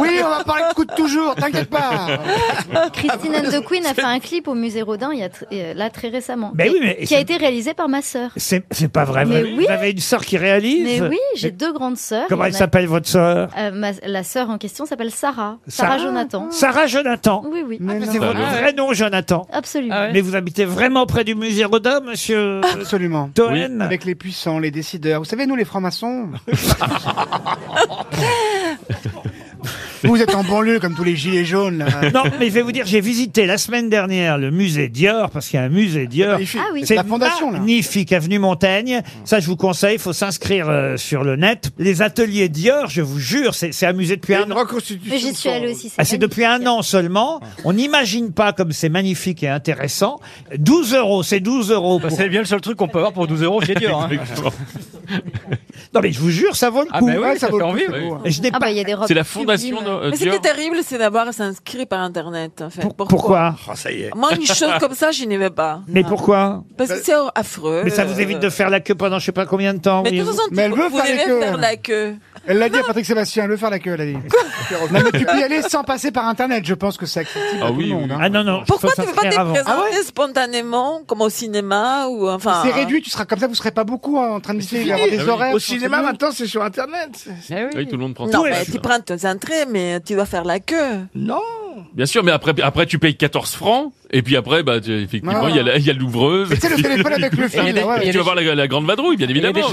[SPEAKER 3] Oui, on va parler de coups de toujours, t'inquiète pas.
[SPEAKER 14] Christine Anne de Queen a fait un clip au musée Rodin il y a tr- et, euh, là très récemment.
[SPEAKER 2] Mais
[SPEAKER 14] qui-
[SPEAKER 2] oui, mais-
[SPEAKER 14] qui a été réalisé par ma sœur.
[SPEAKER 2] c'est c'est pas vrai. Vous
[SPEAKER 14] Mais
[SPEAKER 2] avez-
[SPEAKER 14] oui.
[SPEAKER 2] vous avez une sœur qui réalise.
[SPEAKER 14] Mais oui, j'ai deux grandes sœurs.
[SPEAKER 2] Comment
[SPEAKER 14] Il y
[SPEAKER 2] elle
[SPEAKER 14] en a-
[SPEAKER 2] s'appelle votre sœur
[SPEAKER 14] Euh, ma- La sœur en question s'appelle Sarah.
[SPEAKER 2] Sarah.
[SPEAKER 14] Sarah Jonathan.
[SPEAKER 2] Sarah Jonathan.
[SPEAKER 14] Oui, oui.
[SPEAKER 2] C'est votre
[SPEAKER 5] Ah ouais.
[SPEAKER 2] vrai nom, Jonathan.
[SPEAKER 14] Absolument.
[SPEAKER 2] Mais vous habitez vraiment près du musée Rodin, monsieur euh,
[SPEAKER 3] Absolument.
[SPEAKER 2] Toen
[SPEAKER 3] Avec les puissants, les décideurs. Vous savez, nous, les francs-maçons. Vous êtes en banlieue comme tous les gilets jaunes. là.
[SPEAKER 2] Euh, Non, mais je vais vous dire, j'ai visité la semaine dernière le musée Dior, parce qu'il y a un musée Dior.
[SPEAKER 3] magnifique. Ah oui.
[SPEAKER 2] C'est
[SPEAKER 3] La fondation, là.
[SPEAKER 2] magnifique, avenue Montaigne. Ça, je vous conseille, il faut s'inscrire euh, sur le net. Les ateliers Dior, je vous jure, c'est c'est un musée depuis un an.
[SPEAKER 14] Mais j'y suis allée aussi.
[SPEAKER 2] Ah, c'est depuis un an seulement. On n'imagine pas comme c'est magnifique et intéressant. 12 euros, c'est 12 euros. pour-
[SPEAKER 6] C'est bien le seul truc qu'on peut avoir pour 12 euros chez Dior. hein.
[SPEAKER 2] Non, mais je vous jure, ça vaut le coup.
[SPEAKER 6] Ah bah oui, Ouais, ça ça vaut fait le coup, envie. ça vaut, hein.
[SPEAKER 2] Je n'ai
[SPEAKER 4] Ah
[SPEAKER 2] pas-
[SPEAKER 4] bah, il y a des robes
[SPEAKER 2] C'est la fondation
[SPEAKER 4] sublimes.
[SPEAKER 2] de- euh,
[SPEAKER 7] Mais ce qui est
[SPEAKER 2] Dior.
[SPEAKER 7] terrible, c'est d'avoir s'inscrit par Internet, en fait.
[SPEAKER 2] Pourquoi
[SPEAKER 6] Ah,
[SPEAKER 9] ça y est.
[SPEAKER 7] Moi, une chose comme ça, je n'y vais pas.
[SPEAKER 2] Mais
[SPEAKER 7] Non.
[SPEAKER 2] pourquoi
[SPEAKER 7] Parce que c'est affreux.
[SPEAKER 2] Mais ça vous évite de faire la queue pendant je sais pas combien de temps.
[SPEAKER 7] Mais de
[SPEAKER 2] oui.
[SPEAKER 7] toute façon,
[SPEAKER 3] Mais elle veut
[SPEAKER 7] vous
[SPEAKER 3] faire les
[SPEAKER 7] devez
[SPEAKER 3] queues.
[SPEAKER 7] faire la queue.
[SPEAKER 3] Elle l'a dit à Patrick Sébastien, elle veut faire la queue, elle a dit. non, mais tu peux y aller sans passer par Internet, je pense que c'est accessible à tout le monde. hein.
[SPEAKER 2] Ah non, non.
[SPEAKER 7] Pourquoi tu ne peux pas te présenter
[SPEAKER 3] Ah ouais
[SPEAKER 7] spontanément, comme au cinéma ou enfin
[SPEAKER 3] C'est réduit, tu seras comme ça, vous serez pas beaucoup hein, en train de
[SPEAKER 7] Ah. c'est
[SPEAKER 3] discuter, il va y
[SPEAKER 7] fini.
[SPEAKER 3] avoir des
[SPEAKER 7] Ah oui.
[SPEAKER 3] horaires.
[SPEAKER 7] Au
[SPEAKER 3] sur
[SPEAKER 7] cinéma,
[SPEAKER 3] tout le monde.
[SPEAKER 9] Maintenant, c'est sur Internet.
[SPEAKER 5] Oui, tout le monde prend
[SPEAKER 7] Ah Non,
[SPEAKER 5] ça.
[SPEAKER 7] mais tu prends tes entrées, mais tu dois faire la queue.
[SPEAKER 9] Non.
[SPEAKER 5] Bien sûr, mais après, après tu payes 14 francs, et puis après, bah, tu- effectivement,
[SPEAKER 7] Ah.
[SPEAKER 5] il y a la- il y a l'ouvreuse.
[SPEAKER 6] Mais tu sais, le téléphone avec le
[SPEAKER 5] Et
[SPEAKER 6] fil,
[SPEAKER 5] il y a des-
[SPEAKER 6] ouais,
[SPEAKER 5] et
[SPEAKER 6] ouais.
[SPEAKER 5] Tu vas voir la, la grande vadrouille, bien
[SPEAKER 6] Il y a des-
[SPEAKER 5] évidemment.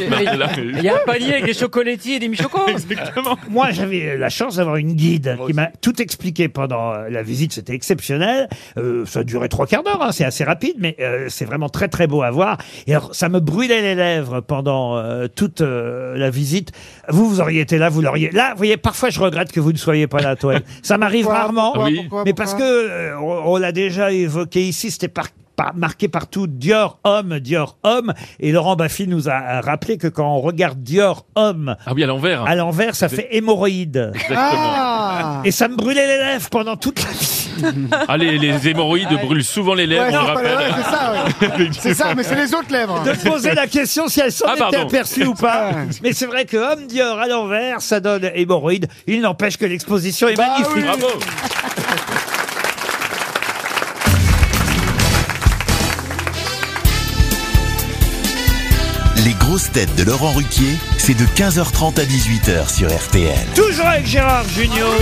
[SPEAKER 6] Il y a un panier avec des chocolatiers et des michocos. Exactement.
[SPEAKER 2] Moi, j'avais la chance d'avoir une guide qui m'a tout expliqué pendant euh, la visite. C'était exceptionnel. Euh, ça durait trois quarts d'heure. hein, C'est assez rapide, mais euh, c'est vraiment très très beau à voir. Et alors, ça me brûlait les lèvres pendant euh, toute euh, la visite. Vous, vous auriez été là, vous l'auriez. Là, vous voyez, parfois, je regrette que vous ne soyez pas là, toi. Ça m'arrive
[SPEAKER 6] Pourquoi,
[SPEAKER 2] rarement,
[SPEAKER 6] pourquoi, Oui. pourquoi,
[SPEAKER 2] mais parce que
[SPEAKER 6] pourquoi
[SPEAKER 2] euh, on, on l'a déjà évoqué ici. C'était par par- marqué partout Dior homme, Dior homme. Et Laurent Baffy nous a rappelé que quand on regarde Dior homme
[SPEAKER 5] Ah oui, à l'envers.
[SPEAKER 2] à l'envers, ça
[SPEAKER 5] Vous
[SPEAKER 2] fait hémorroïde.
[SPEAKER 5] Ah
[SPEAKER 2] Et ça me brûlait les lèvres pendant toute la vie.
[SPEAKER 5] Allez, Ah, les hémorroïdes brûlent souvent les lèvres,
[SPEAKER 2] Ouais,
[SPEAKER 5] on
[SPEAKER 2] non,
[SPEAKER 5] le rappelle.
[SPEAKER 2] ouais,
[SPEAKER 3] C'est ça, ouais. C'est ça, mais c'est les autres lèvres.
[SPEAKER 2] De poser la question si elles s'en
[SPEAKER 5] Ah,
[SPEAKER 2] étaient
[SPEAKER 5] pardon.
[SPEAKER 2] aperçues ou pas. Mais c'est vrai que homme Dior à l'envers, ça donne hémorroïde. Il n'empêche que l'exposition
[SPEAKER 3] Bah
[SPEAKER 2] est magnifique.
[SPEAKER 5] Bravo.
[SPEAKER 1] Les grosses têtes de Laurent Ruquier, c'est de 15h30 à 18h sur RTL.
[SPEAKER 2] Toujours avec Gérard Junior,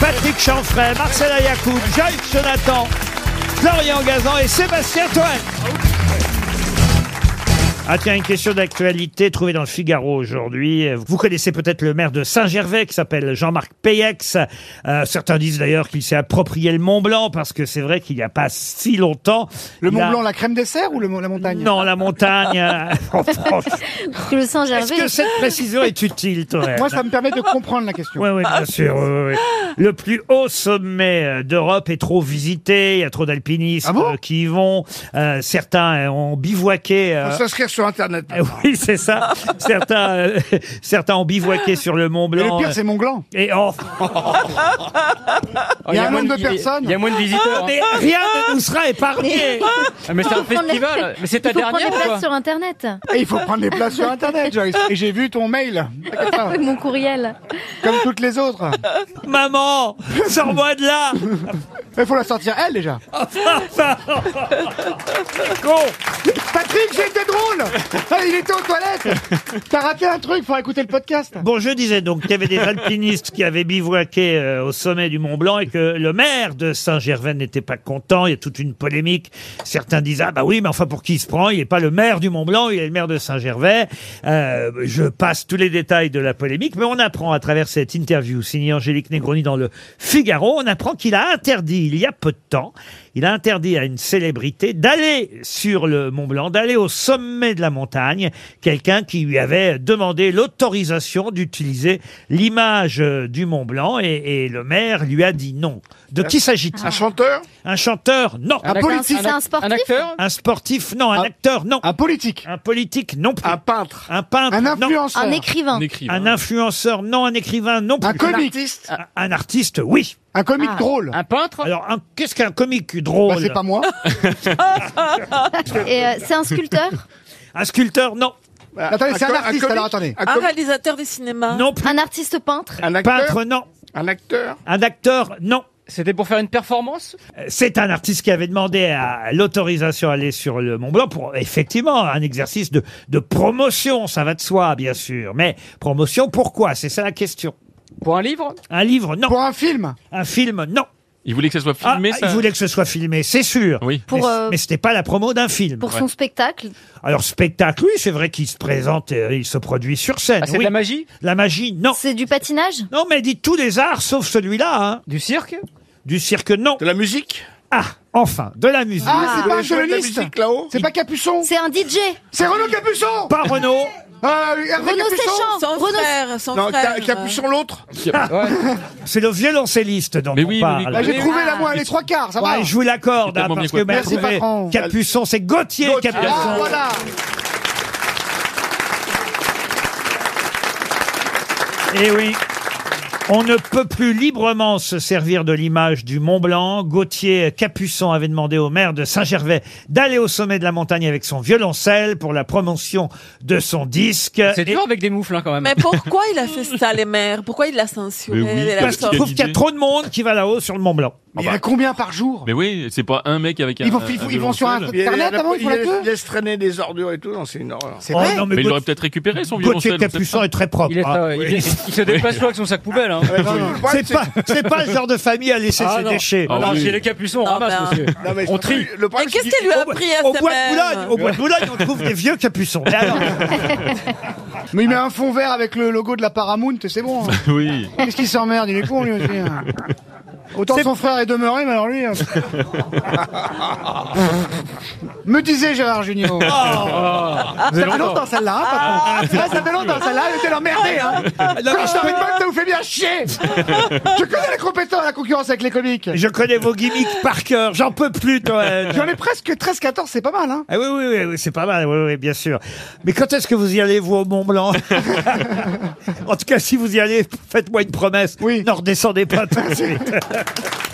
[SPEAKER 2] Patrick Chanfray, Marcela Yacoub, Jacques Jonathan, Florian Gazan et Sébastien Toine. Ah tiens, une question d'actualité trouvée dans le Figaro aujourd'hui. Vous connaissez peut-être le maire de Saint-Gervais qui s'appelle Jean-Marc Payex. Euh, certains disent d'ailleurs qu'il s'est approprié le Mont Blanc parce que c'est vrai qu'il n'y a pas si longtemps.
[SPEAKER 3] Le
[SPEAKER 2] il
[SPEAKER 3] Mont
[SPEAKER 2] a-
[SPEAKER 3] Blanc, la crème dessert ou le, mo- la montagne
[SPEAKER 2] Non, la montagne. euh, en France.
[SPEAKER 14] Le Saint-Gervais.
[SPEAKER 2] Est-ce que cette précision est utile, Toine
[SPEAKER 3] Moi, ça me permet de comprendre la question.
[SPEAKER 2] Oui, oui, Ah bien sûr. oui, oui, oui. Le plus haut sommet euh, d'Europe est trop visité. Il y a trop d'alpinistes
[SPEAKER 3] Ah
[SPEAKER 2] euh, qui y vont. Euh, certains euh, ont bivouaqué. euh,
[SPEAKER 3] Ah,
[SPEAKER 9] Faut s'inscrire sur Internet.
[SPEAKER 2] euh, oui, c'est ça. certains, euh, certains ont bivouaqué sur le Mont
[SPEAKER 3] Et
[SPEAKER 2] Blanc.
[SPEAKER 3] le pire, c'est Mont Blanc.
[SPEAKER 2] Et oh.
[SPEAKER 3] Il y a un nombre de personnes.
[SPEAKER 6] Il y a moins de visiteurs.
[SPEAKER 2] euh. Ah,
[SPEAKER 6] hein.
[SPEAKER 2] Mais rien ne nous sera épargné.
[SPEAKER 6] Ah, Mais c'est un
[SPEAKER 14] Faut prendre les-
[SPEAKER 6] festival. Mais c'est ta
[SPEAKER 14] Il faut
[SPEAKER 6] dernière
[SPEAKER 14] prendre les
[SPEAKER 6] quoi.
[SPEAKER 14] places sur Internet.
[SPEAKER 3] Et il faut prendre les places sur Internet, Joyce. Et j'ai vu ton mail,
[SPEAKER 14] Oui, Mon courriel.
[SPEAKER 3] comme toutes les autres.
[SPEAKER 2] Maman, sors-moi de là
[SPEAKER 3] Il faut la sortir, elle, déjà.
[SPEAKER 2] Con
[SPEAKER 3] Patrick, j'ai été drôle Ah, Il était aux toilettes T'as raté un truc, faut écouter le podcast.
[SPEAKER 2] Bon, je disais donc qu'il y avait des alpinistes qui avaient bivouaqué euh, au sommet du Mont Blanc et que le maire de Saint-Gervais n'était pas content. Il y a toute une polémique. Certains disent ah bah oui, mais enfin pour qui il se prend Il n'est pas le maire du Mont Blanc, il est le maire de Saint-Gervais. Euh, je passe tous les détails de la polémique, mais on apprend à travers cette interview signée Angélique Negroni dans le Figaro, on apprend qu'il a interdit il y a peu de temps, il a interdit à une célébrité d'aller sur le Mont Blanc, d'aller au sommet de la montagne, quelqu'un qui lui avait demandé l'autorisation d'utiliser l'image euh, du Mont Blanc et, et le maire lui a dit non. De qui s'agit-il Un
[SPEAKER 9] chanteur
[SPEAKER 2] Un chanteur Non.
[SPEAKER 14] Un Un politique acteur, un sportif Un acteur
[SPEAKER 2] Un sportif Non. Un, acteur Non.
[SPEAKER 3] Un politique
[SPEAKER 2] Un politique Non plus. Un
[SPEAKER 9] peintre
[SPEAKER 2] Un peintre Un
[SPEAKER 3] influenceur
[SPEAKER 14] Un écrivain. Un écrivain.
[SPEAKER 2] Un influenceur Non. Un écrivain Non plus.
[SPEAKER 3] Un comique Un
[SPEAKER 2] Un un artiste Oui.
[SPEAKER 3] Un comique Ah. drôle
[SPEAKER 2] Un peintre Alors, un- qu'est-ce qu'un comique drôle
[SPEAKER 3] Bah, c'est pas moi.
[SPEAKER 14] Et euh, c'est un sculpteur.
[SPEAKER 2] Un sculpteur, non.
[SPEAKER 3] Ah, Attendez, c'est un artiste, alors attendez.
[SPEAKER 7] Un réalisateur de cinéma.
[SPEAKER 2] Non plus.
[SPEAKER 14] Un artiste peintre.
[SPEAKER 2] Peintre, non.
[SPEAKER 9] Un acteur
[SPEAKER 2] Un acteur, non. Euh,
[SPEAKER 6] C'était pour faire une performance
[SPEAKER 2] C'est un artiste qui avait demandé à l'autorisation d'aller sur le Mont Blanc pour effectivement un exercice de, de promotion, ça va de soi bien sûr. Mais promotion pourquoi C'est ça la question.
[SPEAKER 6] Pour un livre
[SPEAKER 2] Un livre, non.
[SPEAKER 3] Pour un film
[SPEAKER 2] Un film, non.
[SPEAKER 5] Il voulait que ça soit filmé,
[SPEAKER 2] Ah,
[SPEAKER 5] ça
[SPEAKER 2] Il voulait que ce soit filmé, c'est sûr.
[SPEAKER 14] Pour,
[SPEAKER 2] mais,
[SPEAKER 14] euh,
[SPEAKER 2] mais c'était pas la promo d'un film.
[SPEAKER 14] Pour son spectacle,
[SPEAKER 2] Alors spectacle, oui, c'est vrai qu'il se présente, et euh, il se produit sur scène.
[SPEAKER 14] Ah, c'est de
[SPEAKER 2] oui.
[SPEAKER 14] la magie
[SPEAKER 2] La magie, non.
[SPEAKER 14] c'est du patinage
[SPEAKER 2] Non, mais dites tous les arts sauf celui-là. Du cirque Du cirque, non. De la musique Ah, enfin, de la musique.
[SPEAKER 3] Ah, c'est pas un violoniste C'est pas Capuçon
[SPEAKER 14] C'est un DJ
[SPEAKER 3] C'est Renaud Capuçon Ah,
[SPEAKER 2] Pas Renaud
[SPEAKER 3] Renaud Séchant
[SPEAKER 7] Son frère, son frère.
[SPEAKER 3] l'autre
[SPEAKER 2] C'est le violoncelliste dont
[SPEAKER 5] Mais
[SPEAKER 2] on
[SPEAKER 5] oui, oui,
[SPEAKER 2] parle.
[SPEAKER 5] oui.
[SPEAKER 3] Bah, J'ai trouvé la moelle, les trois quarts, ça va
[SPEAKER 2] Ouais, je vous l'accorde,
[SPEAKER 5] C'est
[SPEAKER 2] hein,
[SPEAKER 5] tellement
[SPEAKER 2] parce
[SPEAKER 5] bien
[SPEAKER 2] que m'a
[SPEAKER 5] coupé.
[SPEAKER 2] trouvé
[SPEAKER 5] Merci, patron.
[SPEAKER 2] Capuçon, c'est Gauthier, Capuçon.
[SPEAKER 3] Ah, voilà
[SPEAKER 2] Eh oui. On ne peut plus librement se servir de l'image du Mont Blanc. Gauthier Capuçon avait demandé au maire de Saint-Gervais d'aller au sommet de la montagne avec son violoncelle pour la promotion de son disque.
[SPEAKER 6] C'est toujours avec des moufles hein, quand même.
[SPEAKER 7] Mais pourquoi il a fait ça, les maires Pourquoi il l'a censuré de la
[SPEAKER 2] parce qu'il
[SPEAKER 7] sorte
[SPEAKER 2] trouve qu'il y a trop Ah bah. de monde qui va là-haut sur le Mont Blanc.
[SPEAKER 3] Il y en a combien par jour
[SPEAKER 5] Mais oui, c'est pas un mec avec un.
[SPEAKER 3] Ils vont-
[SPEAKER 5] un-
[SPEAKER 3] ils vont-
[SPEAKER 5] un
[SPEAKER 3] ils vont sur un
[SPEAKER 5] violoncelle.
[SPEAKER 3] truc. Internet, avant, ils font la
[SPEAKER 9] il
[SPEAKER 3] queue
[SPEAKER 9] laisse- laisse traîner des ordures et tout, non, c'est une horreur.
[SPEAKER 3] C'est
[SPEAKER 2] Oh, vrai non, mais
[SPEAKER 5] mais il
[SPEAKER 2] Gaut-
[SPEAKER 5] aurait peut-être récupéré son
[SPEAKER 2] Gauthier
[SPEAKER 5] violoncelle. on sait
[SPEAKER 2] Capuçon
[SPEAKER 5] pas.
[SPEAKER 2] est très propre.
[SPEAKER 6] Il, est,
[SPEAKER 2] hein.
[SPEAKER 6] euh, il- il se déplace pas avec son sac poubelle. Hein.
[SPEAKER 2] C'est pas, c'est pas le genre de famille à laisser
[SPEAKER 6] Ah,
[SPEAKER 2] ses
[SPEAKER 6] non.
[SPEAKER 2] déchets.
[SPEAKER 6] Ah, non, Chez les capuçons, on ramasse, monsieur.
[SPEAKER 9] Non, mais
[SPEAKER 6] On
[SPEAKER 9] surtout,
[SPEAKER 6] trie.
[SPEAKER 9] Le
[SPEAKER 7] ben.
[SPEAKER 9] problème,
[SPEAKER 7] Mais
[SPEAKER 9] c'est
[SPEAKER 7] qu'est-ce
[SPEAKER 9] qu'il-
[SPEAKER 7] qu'elle lui a appris à
[SPEAKER 2] Au
[SPEAKER 7] sa
[SPEAKER 2] bois
[SPEAKER 9] Euh.
[SPEAKER 2] de Boulogne,
[SPEAKER 7] mère
[SPEAKER 2] au bois de Boulogne, on trouve des vieux capuçons. Mais alors,
[SPEAKER 3] Mais il met un fond vert avec le logo de la Paramount, c'est bon. hein.
[SPEAKER 5] Oui.
[SPEAKER 3] Qu'est-ce qu'il s'emmerde Il est con, lui aussi. hein. Autant son frère est demeuré, mais alors lui. hein. Me disait Gérard Junior. Ça fait longtemps celle-là, hein, patron. Ouais, ça fait longtemps celle-là, elle était l'emmerdée. Hein. Quand je t'arrive pas, ça vous fait bien chier. Je connais les compétents à la concurrence avec les comiques.
[SPEAKER 2] je connais vos gimmicks par cœur, j'en peux plus, euh, Toen.
[SPEAKER 3] J'en ai presque 13-14, c'est pas mal. Hein.
[SPEAKER 2] Ah oui, oui, oui, oui, c'est pas mal, oui, oui, bien sûr. Mais quand est-ce que vous y allez, vous, au Mont Blanc En tout cas, si vous y allez, faites-moi une promesse. Oui. N'en redescendez pas tout de suite.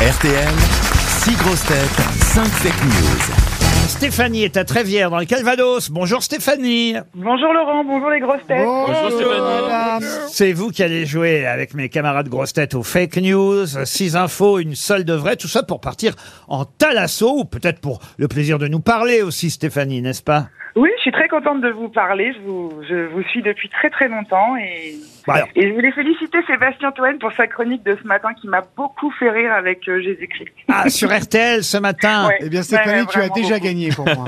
[SPEAKER 1] RTL, 6 grosses têtes, 5 fake news.
[SPEAKER 2] Stéphanie est à Trévière, dans le Calvados. Bonjour Stéphanie.
[SPEAKER 19] Bonjour Laurent, bonjour les grosses têtes.
[SPEAKER 5] Bonjour Stéphanie.
[SPEAKER 2] C'est vous qui allez jouer avec mes camarades grosses têtes aux fake news. Six infos, une seule de vraie. Tout ça pour partir en talasso, ou peut-être pour le plaisir de nous parler aussi, Stéphanie, n'est-ce pas
[SPEAKER 19] Oui, je suis très contente de vous parler. Je vous, je vous suis depuis très très longtemps et,
[SPEAKER 2] Bah alors.
[SPEAKER 19] et je voulais féliciter Sébastien Toen pour sa chronique de ce matin qui m'a beaucoup fait rire avec euh, Jésus-Christ.
[SPEAKER 2] Ah, sur RTL ce matin.
[SPEAKER 19] Ouais.
[SPEAKER 3] Eh bien, Stéphanie,
[SPEAKER 19] Ouais,
[SPEAKER 3] tu as
[SPEAKER 19] vraiment
[SPEAKER 3] déjà
[SPEAKER 19] beaucoup.
[SPEAKER 3] gagné pour moi.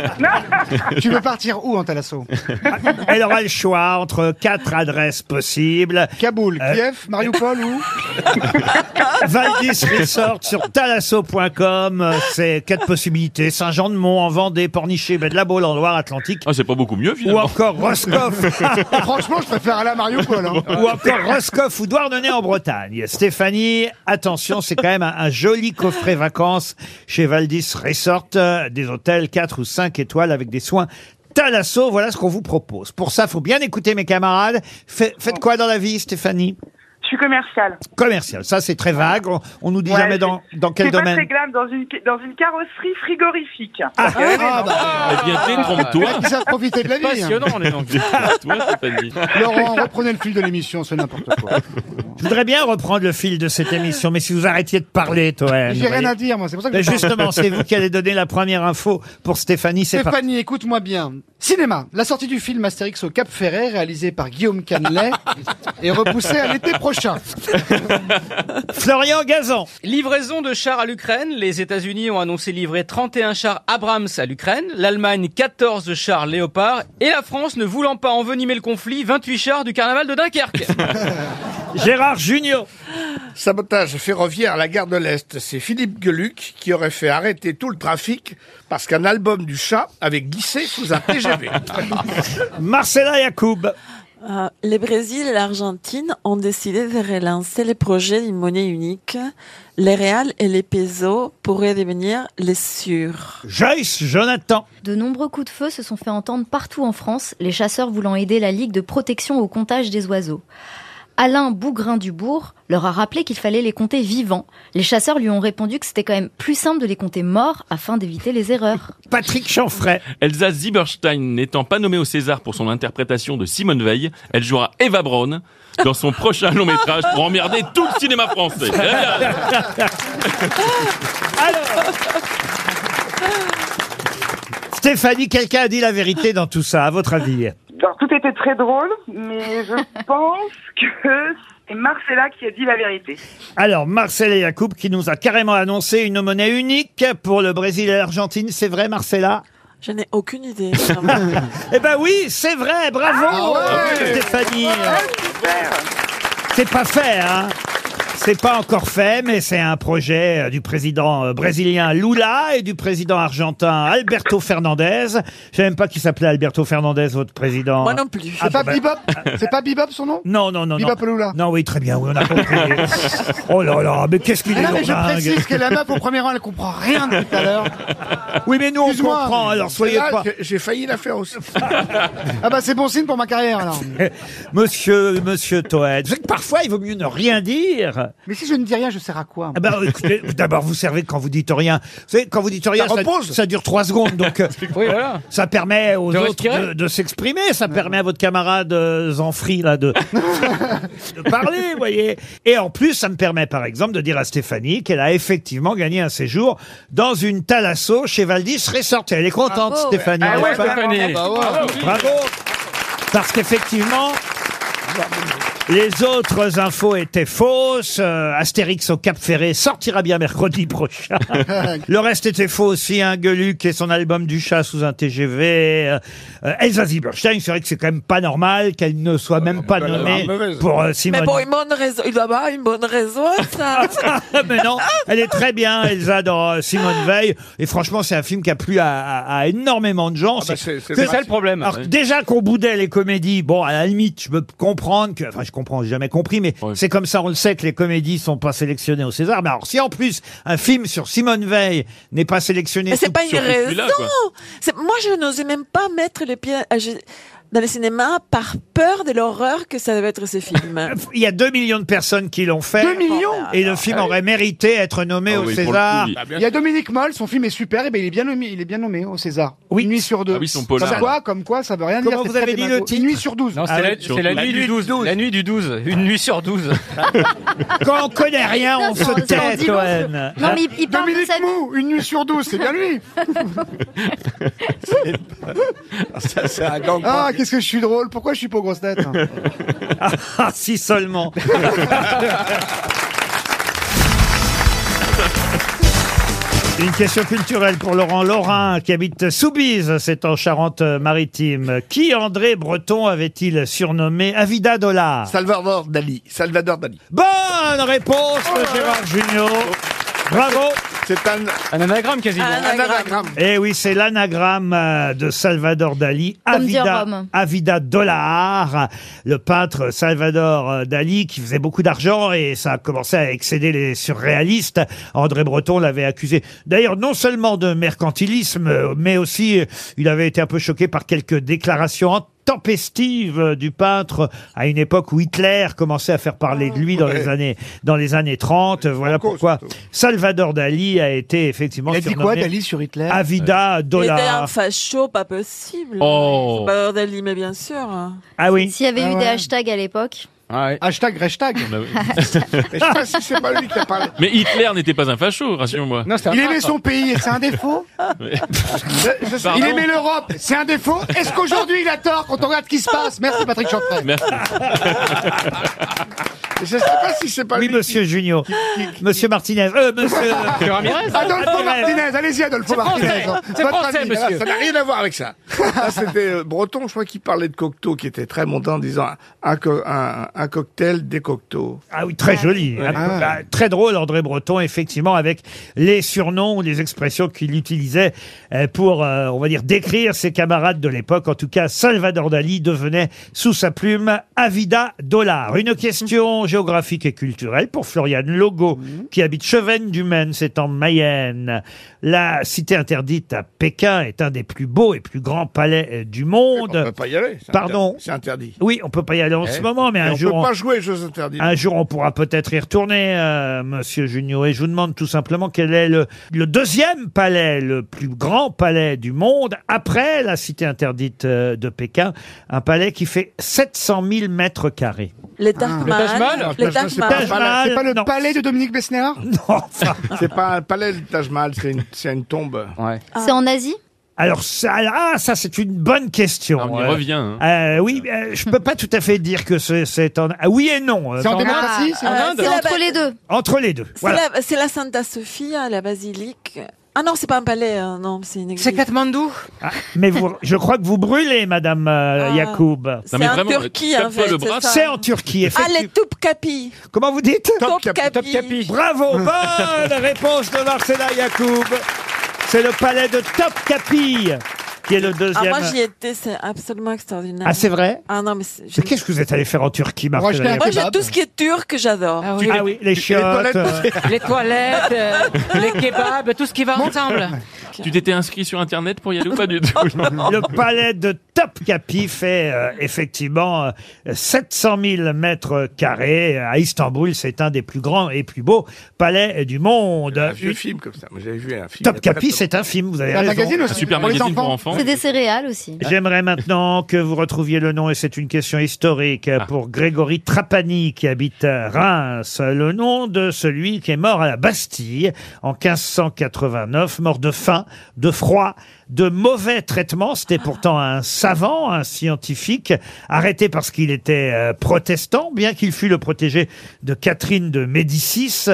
[SPEAKER 3] tu veux partir où hein, en Talasso
[SPEAKER 2] Elle aura le choix entre quatre adresses possibles.
[SPEAKER 3] Kaboul,
[SPEAKER 2] Euh,
[SPEAKER 3] Kiev, Mariupol ou
[SPEAKER 2] Valdis Resort sur talasso.com. Euh, C'est quatre possibilités. Saint-Jean-de-Mont en Vendée, Pornichet, Bedlabo, en Loire-Atlantique.
[SPEAKER 5] Ah, c'est pas beaucoup mieux
[SPEAKER 2] Ou
[SPEAKER 5] finalement.
[SPEAKER 2] encore Roscoff.
[SPEAKER 3] Franchement, je préfère aller à Mariupol. Hein.
[SPEAKER 2] ou encore Roscoff ou Douarnenez en Bretagne. Stéphanie, attention, c'est quand même un, un joli coffret vacances chez Valdis Resort, euh, des hôtels 4 ou 5 étoiles avec des soins Talasso, voilà ce qu'on vous propose. Pour ça, faut bien écouter mes camarades. Fait- faites quoi dans la vie, Stéphanie
[SPEAKER 19] Je suis commerciale.
[SPEAKER 2] Commercial, ça c'est très vague, on, on nous dit
[SPEAKER 19] Ouais,
[SPEAKER 2] jamais
[SPEAKER 19] je-
[SPEAKER 2] dans, dans quel
[SPEAKER 19] C'est pas très
[SPEAKER 2] domaine.
[SPEAKER 19] glam, dans une, dans une carrosserie frigorifique.
[SPEAKER 3] Ah, bah,
[SPEAKER 5] Eh bien,
[SPEAKER 3] là,
[SPEAKER 5] détrompe-toi.
[SPEAKER 3] ils savent profiter de la vie. hein.
[SPEAKER 6] Passionnant, les gens.
[SPEAKER 5] Détrompe-toi, Stéphanie.
[SPEAKER 3] Laurent, reprenez le fil de l'émission, c'est n'importe quoi.
[SPEAKER 2] Je voudrais bien reprendre le fil de cette émission, mais si vous arrêtiez de parler, Toen.
[SPEAKER 3] J'ai rien
[SPEAKER 2] voyez.
[SPEAKER 3] à dire, moi, c'est pour ça que
[SPEAKER 2] Euh, Mais
[SPEAKER 3] je parle.
[SPEAKER 2] justement, c'est vous qui allez donner la première info pour Stéphanie, c'est parti.
[SPEAKER 3] Stéphanie, écoute-moi bien. Cinéma. La sortie du film Astérix au Cap Ferret, réalisé par Guillaume Canelet, est repoussée à l'été prochain.
[SPEAKER 2] Florian Gazan.
[SPEAKER 6] Livraison de chars à l'Ukraine. Les États-Unis ont annoncé livrer 31 chars Abrams à l'Ukraine, l'Allemagne 14 chars Léopard et la France ne voulant pas envenimer le conflit, 28 chars du carnaval de Dunkerque.
[SPEAKER 2] Gérard Junior.
[SPEAKER 9] Sabotage ferroviaire à la gare de l'Est. C'est Philippe Gueluc qui aurait fait arrêter tout le trafic parce qu'un album du chat avait glissé sous un TGV.
[SPEAKER 2] Marcella Yacoub.
[SPEAKER 7] Euh, le Brésil et l'Argentine ont décidé de relancer le projet d'une monnaie unique. Les réals et les pesos pourraient devenir les sûrs.
[SPEAKER 2] Joyce Jonathan.
[SPEAKER 14] De nombreux coups de feu se sont fait entendre partout en France, les chasseurs voulant aider la Ligue de protection au comptage des oiseaux. Alain Bougrain Dubourg leur a rappelé qu'il fallait les compter vivants. Les chasseurs lui ont répondu que c'était quand même plus simple de les compter morts afin d'éviter les erreurs.
[SPEAKER 2] Patrick Chanfray.
[SPEAKER 5] Elsa Zieberstein n'étant pas nommée au César pour son interprétation de Simone Veil, elle jouera Eva Braun dans son prochain long métrage pour emmerder tout le cinéma français. Eh bien,
[SPEAKER 2] Stéphanie, quelqu'un a dit la vérité dans tout ça, à votre avis
[SPEAKER 19] Alors, tout était très drôle, mais je pense que et Marcella qui a dit la vérité.
[SPEAKER 2] Alors, Marcela Yacoub qui nous a carrément annoncé une monnaie unique pour le Brésil et l'Argentine. C'est vrai, Marcella
[SPEAKER 7] Je n'ai aucune idée.
[SPEAKER 2] eh ben oui, c'est vrai, bravo
[SPEAKER 7] Ah ouais
[SPEAKER 2] Stéphanie C'est pas fait, hein c'est pas encore fait, mais c'est un projet euh, du président euh, brésilien Lula et du président argentin Alberto Fernandez. Je sais même pas qui s'appelait Alberto Fernandez, votre président.
[SPEAKER 7] Moi non plus.
[SPEAKER 2] Ah,
[SPEAKER 3] C'est pas
[SPEAKER 2] bah,
[SPEAKER 3] Bibop C'est pas Bibop son nom
[SPEAKER 2] Non, non, non.
[SPEAKER 3] Bibop
[SPEAKER 2] non.
[SPEAKER 3] Lula.
[SPEAKER 2] Non, oui, très bien, oui, on a compris. oh là là, mais qu'est-ce qu'il est
[SPEAKER 3] Mais non, mais je
[SPEAKER 2] lourdingue.
[SPEAKER 3] précise que la meuf au premier rang, elle comprend rien de tout à l'heure.
[SPEAKER 2] Oui, mais nous, on comprend, alors soyez
[SPEAKER 3] Là,
[SPEAKER 2] pas-
[SPEAKER 3] j'ai- J'ai failli la faire aussi. ah bah c'est bon signe pour ma carrière alors.
[SPEAKER 2] Monsieur, monsieur Toed, vous savez que parfois, il vaut mieux ne rien dire.
[SPEAKER 3] Mais si je ne dis rien, je sers à quoi moi
[SPEAKER 2] Ah ben, écoutez, d'abord, vous servez quand vous dites rien. Vous savez, quand vous dites rien, ça,
[SPEAKER 3] repose.
[SPEAKER 2] ça dure trois secondes, donc euh,
[SPEAKER 6] voilà.
[SPEAKER 2] ça permet aux
[SPEAKER 6] De
[SPEAKER 2] autres
[SPEAKER 6] respirer.
[SPEAKER 2] de, de s'exprimer, ça permet à votre camarade euh, Zanfri, là, de, de parler, vous voyez. Et en plus, ça me permet, par exemple, de dire à Stéphanie qu'elle a effectivement gagné un séjour dans une thalasso chez Valdis Resort. Et Elle est contente,
[SPEAKER 6] Bravo.
[SPEAKER 2] Stéphanie.
[SPEAKER 6] Ah
[SPEAKER 2] n'est-ce
[SPEAKER 6] ouais,
[SPEAKER 2] pas
[SPEAKER 6] Stéphanie. Ah bah ouais.
[SPEAKER 2] Bravo. Parce qu'effectivement... Les autres infos étaient fausses. Euh, Astérix au Cap Ferré sortira bien mercredi prochain. Le reste était faux aussi. Hein, Gueuluc et son album du chat sous un TGV. Euh, euh, Elsa Zieberstein, c'est vrai que c'est quand même pas normal qu'elle ne soit même pas
[SPEAKER 7] elle a
[SPEAKER 2] nommée
[SPEAKER 7] une
[SPEAKER 3] mauvaise.
[SPEAKER 2] pour euh, Simone.
[SPEAKER 7] Mais pour une bonne raison, il doit avoir une bonne raison, ça.
[SPEAKER 2] Mais non, elle est très bien, Elsa, dans euh, Simone Veil. Et franchement, c'est un film qui a plu à, à- à énormément de gens.
[SPEAKER 5] Ah
[SPEAKER 6] bah, c'est- c'est ça le problème.
[SPEAKER 2] Alors,
[SPEAKER 6] Ouais.
[SPEAKER 2] Déjà qu'on boudait les comédies, bon, à la limite, je peux comprendre que... Enfin, je comprends, j'ai jamais compris, mais c'est comme ça, on le sait, que les comédies sont pas sélectionnées au César. Mais alors, si en plus, un film sur Simone Veil n'est pas sélectionné...
[SPEAKER 7] Mais c'est
[SPEAKER 2] sous-
[SPEAKER 7] pas une
[SPEAKER 2] sur-
[SPEAKER 7] raison. C'est- Moi, je n'osais même pas mettre les pieds à- je- dans le cinéma par peur de l'horreur que ça devait être ce film.
[SPEAKER 2] Il y a 2 millions de personnes qui l'ont fait.
[SPEAKER 3] 2 millions
[SPEAKER 2] Et le film aurait mérité d'être nommé
[SPEAKER 5] Ah
[SPEAKER 2] au
[SPEAKER 5] oui, pour le
[SPEAKER 2] César.
[SPEAKER 5] coup, oui.
[SPEAKER 3] Bah, Il y a Dominique Moll, son film est super, et ben il est bien nommé, il est bien nommé au César.
[SPEAKER 2] Oui.
[SPEAKER 3] Une nuit sur deux.
[SPEAKER 5] Ah oui, son
[SPEAKER 3] comme
[SPEAKER 5] polar.
[SPEAKER 3] quoi, comme quoi, ça veut rien
[SPEAKER 2] Comment
[SPEAKER 3] dire. c'est
[SPEAKER 2] vous
[SPEAKER 3] très
[SPEAKER 2] avez dit
[SPEAKER 3] démago.
[SPEAKER 2] le titre
[SPEAKER 3] Une nuit sur douze.
[SPEAKER 6] Non, c'est
[SPEAKER 2] Ah
[SPEAKER 6] la,
[SPEAKER 2] oui,
[SPEAKER 6] c'est la nuit du 12. La nuit du 12. Une nuit sur 12.
[SPEAKER 2] Quand on connaît rien, on
[SPEAKER 16] Non, ça-
[SPEAKER 2] se
[SPEAKER 16] ça en dit
[SPEAKER 2] tait,
[SPEAKER 16] long,
[SPEAKER 2] Toen.
[SPEAKER 16] Non, mais il, il parle de
[SPEAKER 3] Dominique
[SPEAKER 16] sa vie.
[SPEAKER 3] Mou, une nuit sur douze, c'est bien lui.
[SPEAKER 9] Ça, c'est un gang.
[SPEAKER 3] Ah, qu'est-ce que je suis drôle. Pourquoi je suis pas aux grosses têtes
[SPEAKER 2] Ah, si seulement. Une question culturelle pour Laurent Laurin, qui habite Soubise, c'est en Charente-Maritime. Qui André Breton avait-il surnommé Avida Dollar
[SPEAKER 9] Salvador Dali. Salvador Dali.
[SPEAKER 2] Bonne réponse de Oh, Gérard Junior. Bravo
[SPEAKER 9] C'est un
[SPEAKER 6] Un anagramme quasiment.
[SPEAKER 9] anagramme.
[SPEAKER 2] Eh oui, c'est l'anagramme euh, de Salvador Dali,
[SPEAKER 14] Comme dit
[SPEAKER 2] Avida,
[SPEAKER 14] Rome.
[SPEAKER 2] Avida Dollar, le peintre Salvador euh, Dali qui faisait beaucoup d'argent et ça a commencé à excéder les surréalistes. André Breton l'avait accusé d'ailleurs non seulement de mercantilisme, euh, mais aussi euh, il avait été un peu choqué par quelques déclarations tempestives euh, du peintre à une époque où Hitler commençait à faire parler de lui dans les années dans les années 30 voilà pourquoi Salvador Dali a été effectivement
[SPEAKER 3] Il a dit quoi,
[SPEAKER 2] surnommé-
[SPEAKER 3] Dali, sur Hitler
[SPEAKER 2] Avida
[SPEAKER 7] Il était un
[SPEAKER 2] Dollar.
[SPEAKER 7] facho pas possible.
[SPEAKER 5] Oh.
[SPEAKER 7] Pas Dali, mais bien sûr. hein.
[SPEAKER 2] Ah oui.
[SPEAKER 14] S'il y avait
[SPEAKER 3] Ah
[SPEAKER 14] eu
[SPEAKER 3] ouais.
[SPEAKER 14] des hashtags à l'époque,
[SPEAKER 6] Ah
[SPEAKER 3] Hashtag, hashtag.
[SPEAKER 9] Mais je sais pas si c'est pas lui qui a parlé.
[SPEAKER 5] Ah bah Mais Hitler n'était pas un facho, rassure-moi.
[SPEAKER 6] Non, c'est un
[SPEAKER 3] Il aimait
[SPEAKER 6] peintre.
[SPEAKER 3] son pays, c'est un défaut. Je- je-
[SPEAKER 5] Pardon
[SPEAKER 3] il aimait l'Europe, c'est un défaut. Est-ce qu'aujourd'hui il a tort quand on regarde ce qui se passe Merci Patrick Chanfray.
[SPEAKER 5] Merci.
[SPEAKER 9] Je sais pas si c'est pas
[SPEAKER 2] Oui,
[SPEAKER 9] lui.
[SPEAKER 2] monsieur Junio. Monsieur Martinez. Euh, monsieur.
[SPEAKER 6] Monsieur Ramirez
[SPEAKER 3] Adolfo
[SPEAKER 2] Adolfo
[SPEAKER 3] Martinez, allez-y Adolfo Martinez.
[SPEAKER 6] C'est
[SPEAKER 3] Votre
[SPEAKER 6] français,
[SPEAKER 3] ami.
[SPEAKER 9] Ah,
[SPEAKER 6] monsieur.
[SPEAKER 9] Ça n'a rien à voir avec ça. Là, C'était euh, Breton, je crois, qui parlait de Cocteau, qui était très montant en disant un, co- un- un cocktail des Cocteau.
[SPEAKER 2] Ah oui, très joli. bah, Un-
[SPEAKER 9] Ah.
[SPEAKER 2] un- Très drôle, André Breton, effectivement, avec les surnoms ou les expressions qu'il utilisait euh, pour, euh, on va dire, décrire ses camarades de l'époque. En tout cas, Salvador Dali devenait, sous sa plume, Avida Dollar. Une question géographique et culturelle pour Floriane Logo, qui habite Chevennes du Maine, c'est en Mayenne. La cité interdite à Pékin est un des plus beaux et plus grands palais euh, du
[SPEAKER 9] Eh ben, On ne peut
[SPEAKER 2] monde.
[SPEAKER 9] pas y aller. c'est
[SPEAKER 2] Pardon
[SPEAKER 9] inter- C'est interdit.
[SPEAKER 2] Oui, on peut pas y aller en
[SPEAKER 6] Eh.
[SPEAKER 2] ce moment, mais
[SPEAKER 9] Et
[SPEAKER 2] un
[SPEAKER 9] on
[SPEAKER 2] jour...
[SPEAKER 9] peut
[SPEAKER 2] on-
[SPEAKER 9] pas jouer aux jeux interdits.
[SPEAKER 2] un jour, on pourra peut-être y retourner, euh, monsieur Junio. Et je vous demande tout simplement quel est le, le deuxième palais, le plus grand palais du monde, après la cité interdite euh, de Pékin. Un palais qui fait 700 000 mètres carrés.
[SPEAKER 7] Les Taj
[SPEAKER 6] Le Taj
[SPEAKER 7] Mahal.
[SPEAKER 6] Mahal
[SPEAKER 7] Les
[SPEAKER 9] Je
[SPEAKER 7] Taj
[SPEAKER 9] sais pas.
[SPEAKER 7] Mahal.
[SPEAKER 2] Taj Mahal,
[SPEAKER 3] C'est pas le
[SPEAKER 2] non.
[SPEAKER 3] palais de Dominique Besnéard
[SPEAKER 2] Non, enfin,
[SPEAKER 9] C'est pas un palais, le Taj Mahal, c'est une, c'est une tombe.
[SPEAKER 6] Ouais.
[SPEAKER 14] c'est en Asie
[SPEAKER 2] Alors ça, ah, ça c'est une bonne question.
[SPEAKER 5] on y
[SPEAKER 2] Euh,
[SPEAKER 5] revient, hein.
[SPEAKER 2] euh, oui, euh, je peux pas tout à fait dire que c'est- c'est en. Ah, oui et non. euh,
[SPEAKER 7] C'est en
[SPEAKER 2] quand même.
[SPEAKER 7] démocratie, c'est en Ah, Inde c'est
[SPEAKER 14] C'est entre
[SPEAKER 7] bah-
[SPEAKER 14] les deux.
[SPEAKER 2] Entre les deux.
[SPEAKER 7] C'est
[SPEAKER 2] Voilà.
[SPEAKER 7] la, c'est la Santa Sofia, la basilique. Ah non, c'est pas un palais, hein, non, c'est une église. C'est
[SPEAKER 6] Katmandou
[SPEAKER 2] Ah, mais vous, je crois que vous brûlez, Madame euh,
[SPEAKER 7] Ah.
[SPEAKER 2] Yacoub.
[SPEAKER 7] C'est en Turquie, en fait. ça.
[SPEAKER 2] C'est en Turquie,
[SPEAKER 7] Ah,
[SPEAKER 2] effectivement.
[SPEAKER 7] les Topkapi.
[SPEAKER 2] Comment vous dites
[SPEAKER 7] Topkapi.
[SPEAKER 2] Bravo, bonne réponse de Marcella Yacoub. C'est le palais de Topkapi qui est le
[SPEAKER 7] Ah,
[SPEAKER 2] deuxième.
[SPEAKER 7] moi, j'y étais, c'est absolument extraordinaire.
[SPEAKER 2] Ah, c'est vrai
[SPEAKER 7] Ah non, mais c'est- je-
[SPEAKER 2] Mais Qu'est-ce que vous êtes allé faire en Turquie, Marcella
[SPEAKER 7] Moi,
[SPEAKER 2] Yacoub
[SPEAKER 7] j'ai tout ce qui est turc, j'adore.
[SPEAKER 2] oui. Ah oui, les chiottes, euh,
[SPEAKER 18] Les toilettes, euh, les kebabs, tout ce qui va ensemble.
[SPEAKER 5] Tu t'étais inscrit sur Internet pour y aller ou pas du tout
[SPEAKER 2] Le palais de Topkapi fait euh, effectivement euh, 700 000 mètres carrés à Istanbul. C'est un des plus grands et plus beaux palais du monde.
[SPEAKER 9] Un vieux film comme ça. Moi, J'avais vu un film.
[SPEAKER 2] Topkapi, c'est un film, vous avez raison.
[SPEAKER 14] C'est des céréales aussi.
[SPEAKER 2] J'aimerais maintenant que vous retrouviez le nom, et c'est une question historique pour Grégory Trapani qui habite à Reims, le nom de celui qui est mort à la Bastille en 1589, mort de faim, de froid, de mauvais traitements. C'était pourtant un savant, un scientifique, arrêté parce qu'il était euh, protestant, bien qu'il fût le protégé de Catherine de Médicis.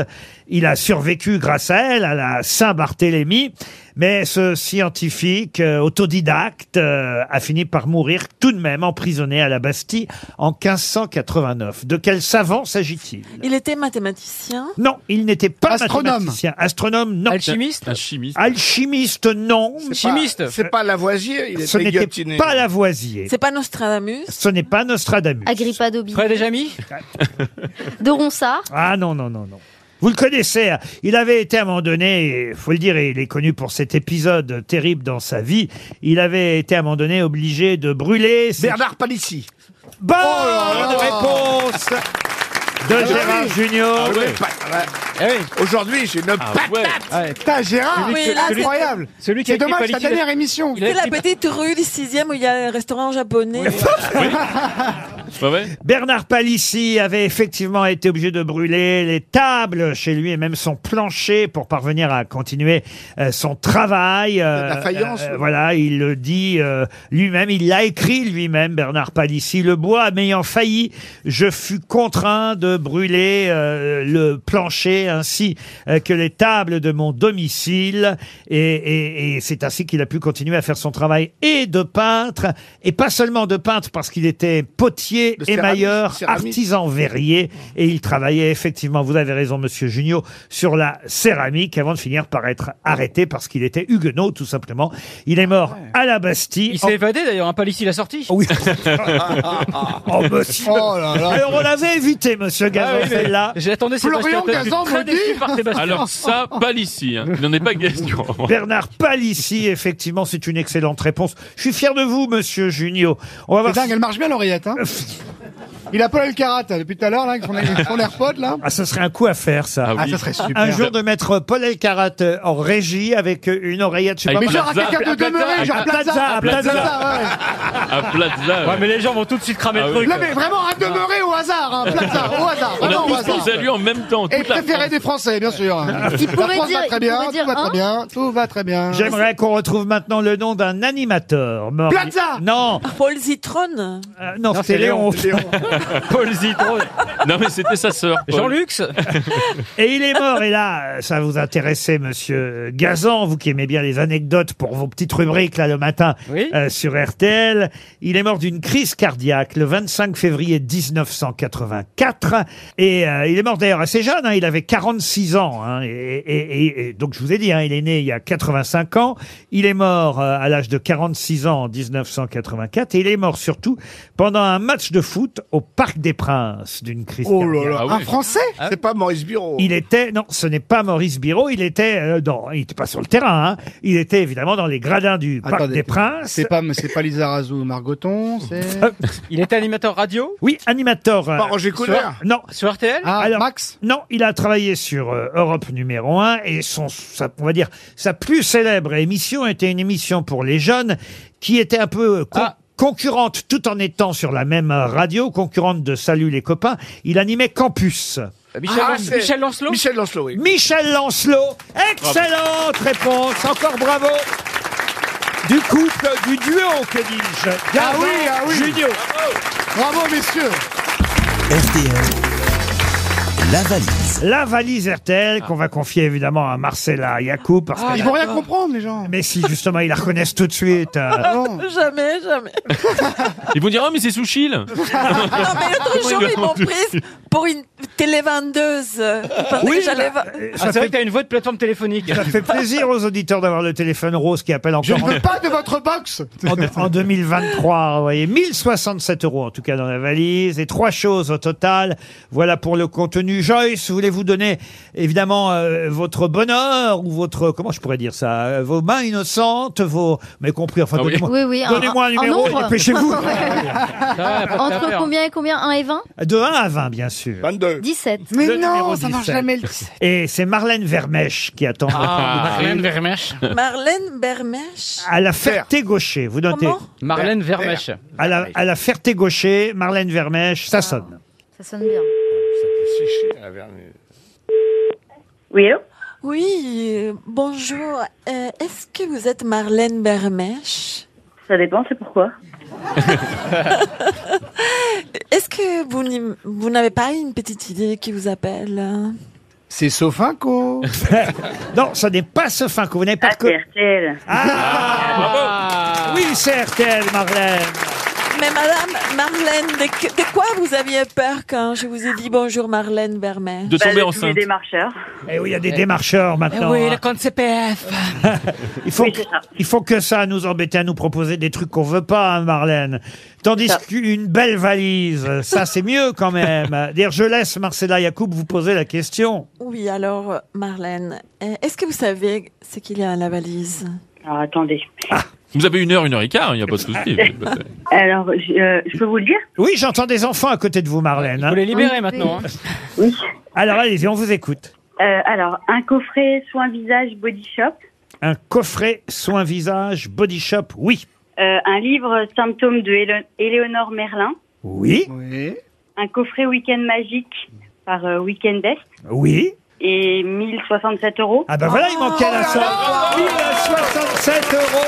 [SPEAKER 2] Il a survécu grâce à elle, à la Saint-Barthélemy. Mais ce scientifique euh, autodidacte euh, a fini par mourir tout de même emprisonné à la Bastille en 1589. De quel savant s'agit-il
[SPEAKER 7] Il était mathématicien.
[SPEAKER 2] Non, il n'était pas
[SPEAKER 7] Astronome.
[SPEAKER 2] mathématicien. Astronome, non.
[SPEAKER 6] Alchimiste
[SPEAKER 5] Alchimiste.
[SPEAKER 2] Alchimiste, non.
[SPEAKER 9] Chimiste. C'est pas Lavoisier. Il
[SPEAKER 2] Ce
[SPEAKER 9] était
[SPEAKER 2] n'était
[SPEAKER 9] guillotiné.
[SPEAKER 2] pas Lavoisier.
[SPEAKER 7] C'est pas Nostradamus.
[SPEAKER 2] Ce n'est pas Nostradamus.
[SPEAKER 14] Agrippa Dobie.
[SPEAKER 6] Frère des Jamis
[SPEAKER 14] De Ronsard.
[SPEAKER 2] Ah non, non, non, non. Vous le connaissez. hein. Il avait été à un moment donné, il faut le dire, et il est connu pour cet épisode terrible dans sa vie. Il avait été à un moment donné obligé de brûler. ses-
[SPEAKER 9] Bernard Palissy.
[SPEAKER 2] Bonne
[SPEAKER 3] Oh
[SPEAKER 9] là là.
[SPEAKER 2] réponse
[SPEAKER 3] Ah
[SPEAKER 2] de Gérard Junior.
[SPEAKER 9] Ah ouais. Aujourd'hui, j'ai une patate.
[SPEAKER 3] Putain, Gérard,
[SPEAKER 9] Ah Celui que-
[SPEAKER 3] c'est
[SPEAKER 9] celui-
[SPEAKER 3] incroyable.
[SPEAKER 9] celui qui a
[SPEAKER 3] C'est
[SPEAKER 9] écrit
[SPEAKER 3] dommage, ta
[SPEAKER 9] Politique-
[SPEAKER 3] dernière émission.
[SPEAKER 7] C'est la petite rue du 6e où il y a un restaurant japonais.
[SPEAKER 5] Ouais, ouais.
[SPEAKER 2] Bernard Palissy avait effectivement été obligé de brûler les tables chez lui et même son plancher pour parvenir à continuer euh, son travail. euh,
[SPEAKER 9] La faïence, oui.
[SPEAKER 2] voilà, il le dit euh, lui-même, il l'a écrit lui-même, Bernard Palissy. Le bois m'ayant failli, je fus contraint de brûler euh, le plancher ainsi euh, que les tables de mon domicile. Et, et- et c'est ainsi qu'il a pu continuer à faire son travail et de peintre, et pas seulement de peintre parce qu'il était potier,
[SPEAKER 9] De céramiste,
[SPEAKER 2] émailleur,
[SPEAKER 9] céramiste.
[SPEAKER 2] artisan verrier, et il travaillait effectivement, vous avez raison monsieur Junio, sur la céramique avant de finir par être arrêté parce qu'il était huguenot tout simplement. Il est
[SPEAKER 3] Ah
[SPEAKER 2] mort à la Bastille.
[SPEAKER 6] Il s'est évadé d'ailleurs, un pas l'ici la sortie.
[SPEAKER 2] oh. Oui. Oh, monsieur.
[SPEAKER 6] Oh là là.
[SPEAKER 2] Alors on l'avait évité, monsieur Gazan,
[SPEAKER 6] Ah oui, mais
[SPEAKER 2] celle-là.
[SPEAKER 6] J'attendais Sébastien Toen, je suis très déçu par Sébastien.
[SPEAKER 5] Alors ça, pas ici. Hein. Il n'en est pas question.
[SPEAKER 2] Bernard Palissy, effectivement, c'est une excellente réponse. Je suis fier de vous, monsieur Junio. On va
[SPEAKER 3] C'est
[SPEAKER 2] voir.
[SPEAKER 3] dingue,
[SPEAKER 2] si-
[SPEAKER 3] elle marche bien l'oreillette. Hein. Il a pas le karat là, depuis tout à l'heure là, avec son, avec son AirPod là.
[SPEAKER 2] Ah, ce serait un coup à faire, ça.
[SPEAKER 3] Ah, ça serait super.
[SPEAKER 2] Un jour de mettre Paul Elkarat euh, en régie avec euh, une oreillette, je sais
[SPEAKER 5] Avec Mais
[SPEAKER 2] pas.
[SPEAKER 5] genre à Plaza. quelqu'un de
[SPEAKER 3] demeurer, genre à Plaza.
[SPEAKER 2] à Plaza.
[SPEAKER 5] À Plaza.
[SPEAKER 6] Ouais, mais les gens vont tout de suite cramer
[SPEAKER 5] Ah
[SPEAKER 6] le
[SPEAKER 5] oui.
[SPEAKER 6] truc.
[SPEAKER 3] Là mais vraiment à demeurer au hasard, hein, Plaza, au hasard,
[SPEAKER 5] On
[SPEAKER 3] vraiment au
[SPEAKER 5] a tous
[SPEAKER 3] hasard.
[SPEAKER 5] pensé à lui en même temps.
[SPEAKER 3] Et
[SPEAKER 5] toute la
[SPEAKER 3] préféré
[SPEAKER 5] France.
[SPEAKER 3] des Français, bien sûr.
[SPEAKER 9] Ah.
[SPEAKER 5] Il
[SPEAKER 3] La
[SPEAKER 5] pourrait
[SPEAKER 3] France
[SPEAKER 5] dire-
[SPEAKER 3] va
[SPEAKER 5] il
[SPEAKER 3] très bien,
[SPEAKER 5] pourrait
[SPEAKER 3] tout va très bien, tout va très bien.
[SPEAKER 2] J'aimerais qu'on retrouve maintenant le nom d'un animateur mort.
[SPEAKER 3] Plaza
[SPEAKER 2] Non,
[SPEAKER 7] Paul Zitron.
[SPEAKER 2] Euh, non, c'est Léon.
[SPEAKER 5] Paul Zitron. Non, mais c'était sa sœur. Paul.
[SPEAKER 6] Jean-Lux
[SPEAKER 2] Et il est mort, et là, euh, ça vous intéressait, monsieur Gazan, vous qui aimez bien les anecdotes pour vos petites rubriques, là, le matin, euh, sur RTL. Il est mort d'une crise cardiaque le 25 février 1984. Et euh, il est mort d'ailleurs assez jeune, hein, il avait 46 ans. hein, et, et- et- et donc, je vous ai dit, hein, il est né il y a 85 ans. Il est mort euh, à l'âge de 46 ans en 1984. Et il est mort surtout pendant un match de foot au Parc des Princes d'une crise
[SPEAKER 9] Oh
[SPEAKER 2] cardiaque.
[SPEAKER 9] là là. Un Français C'est pas Maurice Bureau.
[SPEAKER 2] Ah Il était, non, ce n'est pas Maurice Biro, il était euh, dans, il était pas sur le terrain, hein. il était évidemment dans les gradins du Parc
[SPEAKER 3] Attendez.
[SPEAKER 2] des Princes.
[SPEAKER 3] C'est pas, c'est pas Lisa Razou, Margoton, c'est.
[SPEAKER 6] Il était animateur radio
[SPEAKER 2] Oui, animateur. euh,
[SPEAKER 6] Pas Roger Couleur
[SPEAKER 2] sur- Non.
[SPEAKER 6] Sur RTL
[SPEAKER 3] Ah,
[SPEAKER 2] Alors, Max Non, il a travaillé sur euh, Europe numéro 1 et son, sa- on va dire, sa plus célèbre émission était une émission pour les jeunes qui était un peu euh, con-
[SPEAKER 6] Ah.
[SPEAKER 2] concurrente tout en étant sur la même euh, radio, concurrente de Salut les copains. Il animait Campus.
[SPEAKER 6] Michel,
[SPEAKER 9] Ah,
[SPEAKER 6] Lan-
[SPEAKER 9] c'est-
[SPEAKER 6] Michel Lancelot
[SPEAKER 9] Michel Lancelot, oui.
[SPEAKER 2] Michel Lancelot. Excellente réponse. Encore bravo. du couple, du duo, que dis-je
[SPEAKER 3] Ah oui, ah oui.
[SPEAKER 2] Junio.
[SPEAKER 3] Bravo, messieurs.
[SPEAKER 2] La valise. La valise RTL qu'on va confier évidemment à Marcella Yacoub. Parce
[SPEAKER 3] Ah,
[SPEAKER 2] que-
[SPEAKER 3] ils vont rien comprendre, les gens.
[SPEAKER 2] Mais si justement ils la reconnaissent tout de suite. euh.
[SPEAKER 3] Ah,
[SPEAKER 7] jamais, jamais.
[SPEAKER 5] Ils vont dire oh mais c'est Souchil.
[SPEAKER 3] Ah.
[SPEAKER 7] Non, mais l'autre jour, ils m'ont prise pour une télévendeuse. Ils pensaient
[SPEAKER 2] Oui,
[SPEAKER 7] que j'allais-
[SPEAKER 6] Ah, c'est vrai que t'as une voix de plateforme téléphonique.
[SPEAKER 2] Ça fait plaisir aux auditeurs d'avoir le téléphone rose qui appelle encore en-
[SPEAKER 3] Pas de votre box.
[SPEAKER 2] en, en 2023. Vous voyez, 1067 euros en tout cas dans la valise et trois choses au total. Voilà pour le contenu. Joyce, voulez-vous donner évidemment euh, votre bonheur ou votre comment je pourrais dire ça, euh, vos mains innocentes, vos mais compris. Enfin,
[SPEAKER 14] Ah oui.
[SPEAKER 2] donnez-moi
[SPEAKER 14] Oui, oui, un-
[SPEAKER 2] donnez-moi un
[SPEAKER 14] un
[SPEAKER 2] numéro.
[SPEAKER 14] nombre.
[SPEAKER 2] Dépêchez-vous.
[SPEAKER 7] hein.
[SPEAKER 14] Entre combien et combien 1 et 20
[SPEAKER 2] De 1 à 20, bien sûr. 22.
[SPEAKER 14] 17.
[SPEAKER 2] Mais Le non, numéro ça marche 17. jamais,
[SPEAKER 14] le
[SPEAKER 2] Et c'est Marlène Vermèche qui attend.
[SPEAKER 6] Ah, Marlène
[SPEAKER 2] Vermèche.
[SPEAKER 7] Marlène Bermèche.
[SPEAKER 2] À la Ferté-Gaucher, vous notez.
[SPEAKER 7] Comment
[SPEAKER 6] Marlène Vermèche.
[SPEAKER 2] À la, à la Ferté-Gaucher, Marlène Vermèche, ça sonne.
[SPEAKER 14] Ça sonne bien.
[SPEAKER 7] Oui, Oui, euh, bonjour. Euh, Est-ce que vous êtes Marlène Bermèche
[SPEAKER 12] Ça dépend, c'est pourquoi.
[SPEAKER 7] Est-ce que vous n'y- vous n'avez pas une petite idée qui vous appelle hein
[SPEAKER 2] C'est Sofinco. non, ce n'est pas Sofinco. Vous n'avez pas reconnu.
[SPEAKER 12] RTL.
[SPEAKER 2] Oui, c'est RTL, Marlène.
[SPEAKER 7] Mais madame Marlène, de, que- de quoi vous aviez peur quand je vous ai dit bonjour Marlène Bermèche
[SPEAKER 2] De Bah, tomber de tous les enceinte.
[SPEAKER 7] démarcheurs.
[SPEAKER 2] Eh oui, il y a des démarcheurs maintenant.
[SPEAKER 7] Oui,
[SPEAKER 2] hein.
[SPEAKER 7] le
[SPEAKER 6] compte CPF.
[SPEAKER 2] Il faut, que, il faut que ça nous embêter à nous proposer des trucs qu'on veut pas, hein, Marlène. Tandis qu'une belle valise, ça c'est mieux quand même. D'ailleurs, je laisse Marcella Yacoub vous poser la question.
[SPEAKER 7] Oui, alors euh, Marlène, euh, est-ce que vous savez ce qu'il y a à la valise
[SPEAKER 12] Alors attendez.
[SPEAKER 5] Vous avez une heure, une heure et quart, il n'y a pas de souci.
[SPEAKER 12] Alors, je, euh, je peux vous le dire
[SPEAKER 2] Oui, j'entends des enfants à côté de vous, Marlène. Vous
[SPEAKER 6] les libérez maintenant, hein.
[SPEAKER 2] Oui. Alors allez-y, on vous écoute.
[SPEAKER 12] Euh, Alors, un coffret soin visage body shop,
[SPEAKER 2] Un coffret soin visage body shop, oui.
[SPEAKER 12] euh, un livre symptômes de Éle- Éléonore Merlin,
[SPEAKER 2] Oui.
[SPEAKER 12] un coffret week-end magique par euh, Weekend Best
[SPEAKER 2] Oui.
[SPEAKER 12] et 1067 euros. Oh
[SPEAKER 2] Ah bah voilà, il manquait la somme. 1067 euros.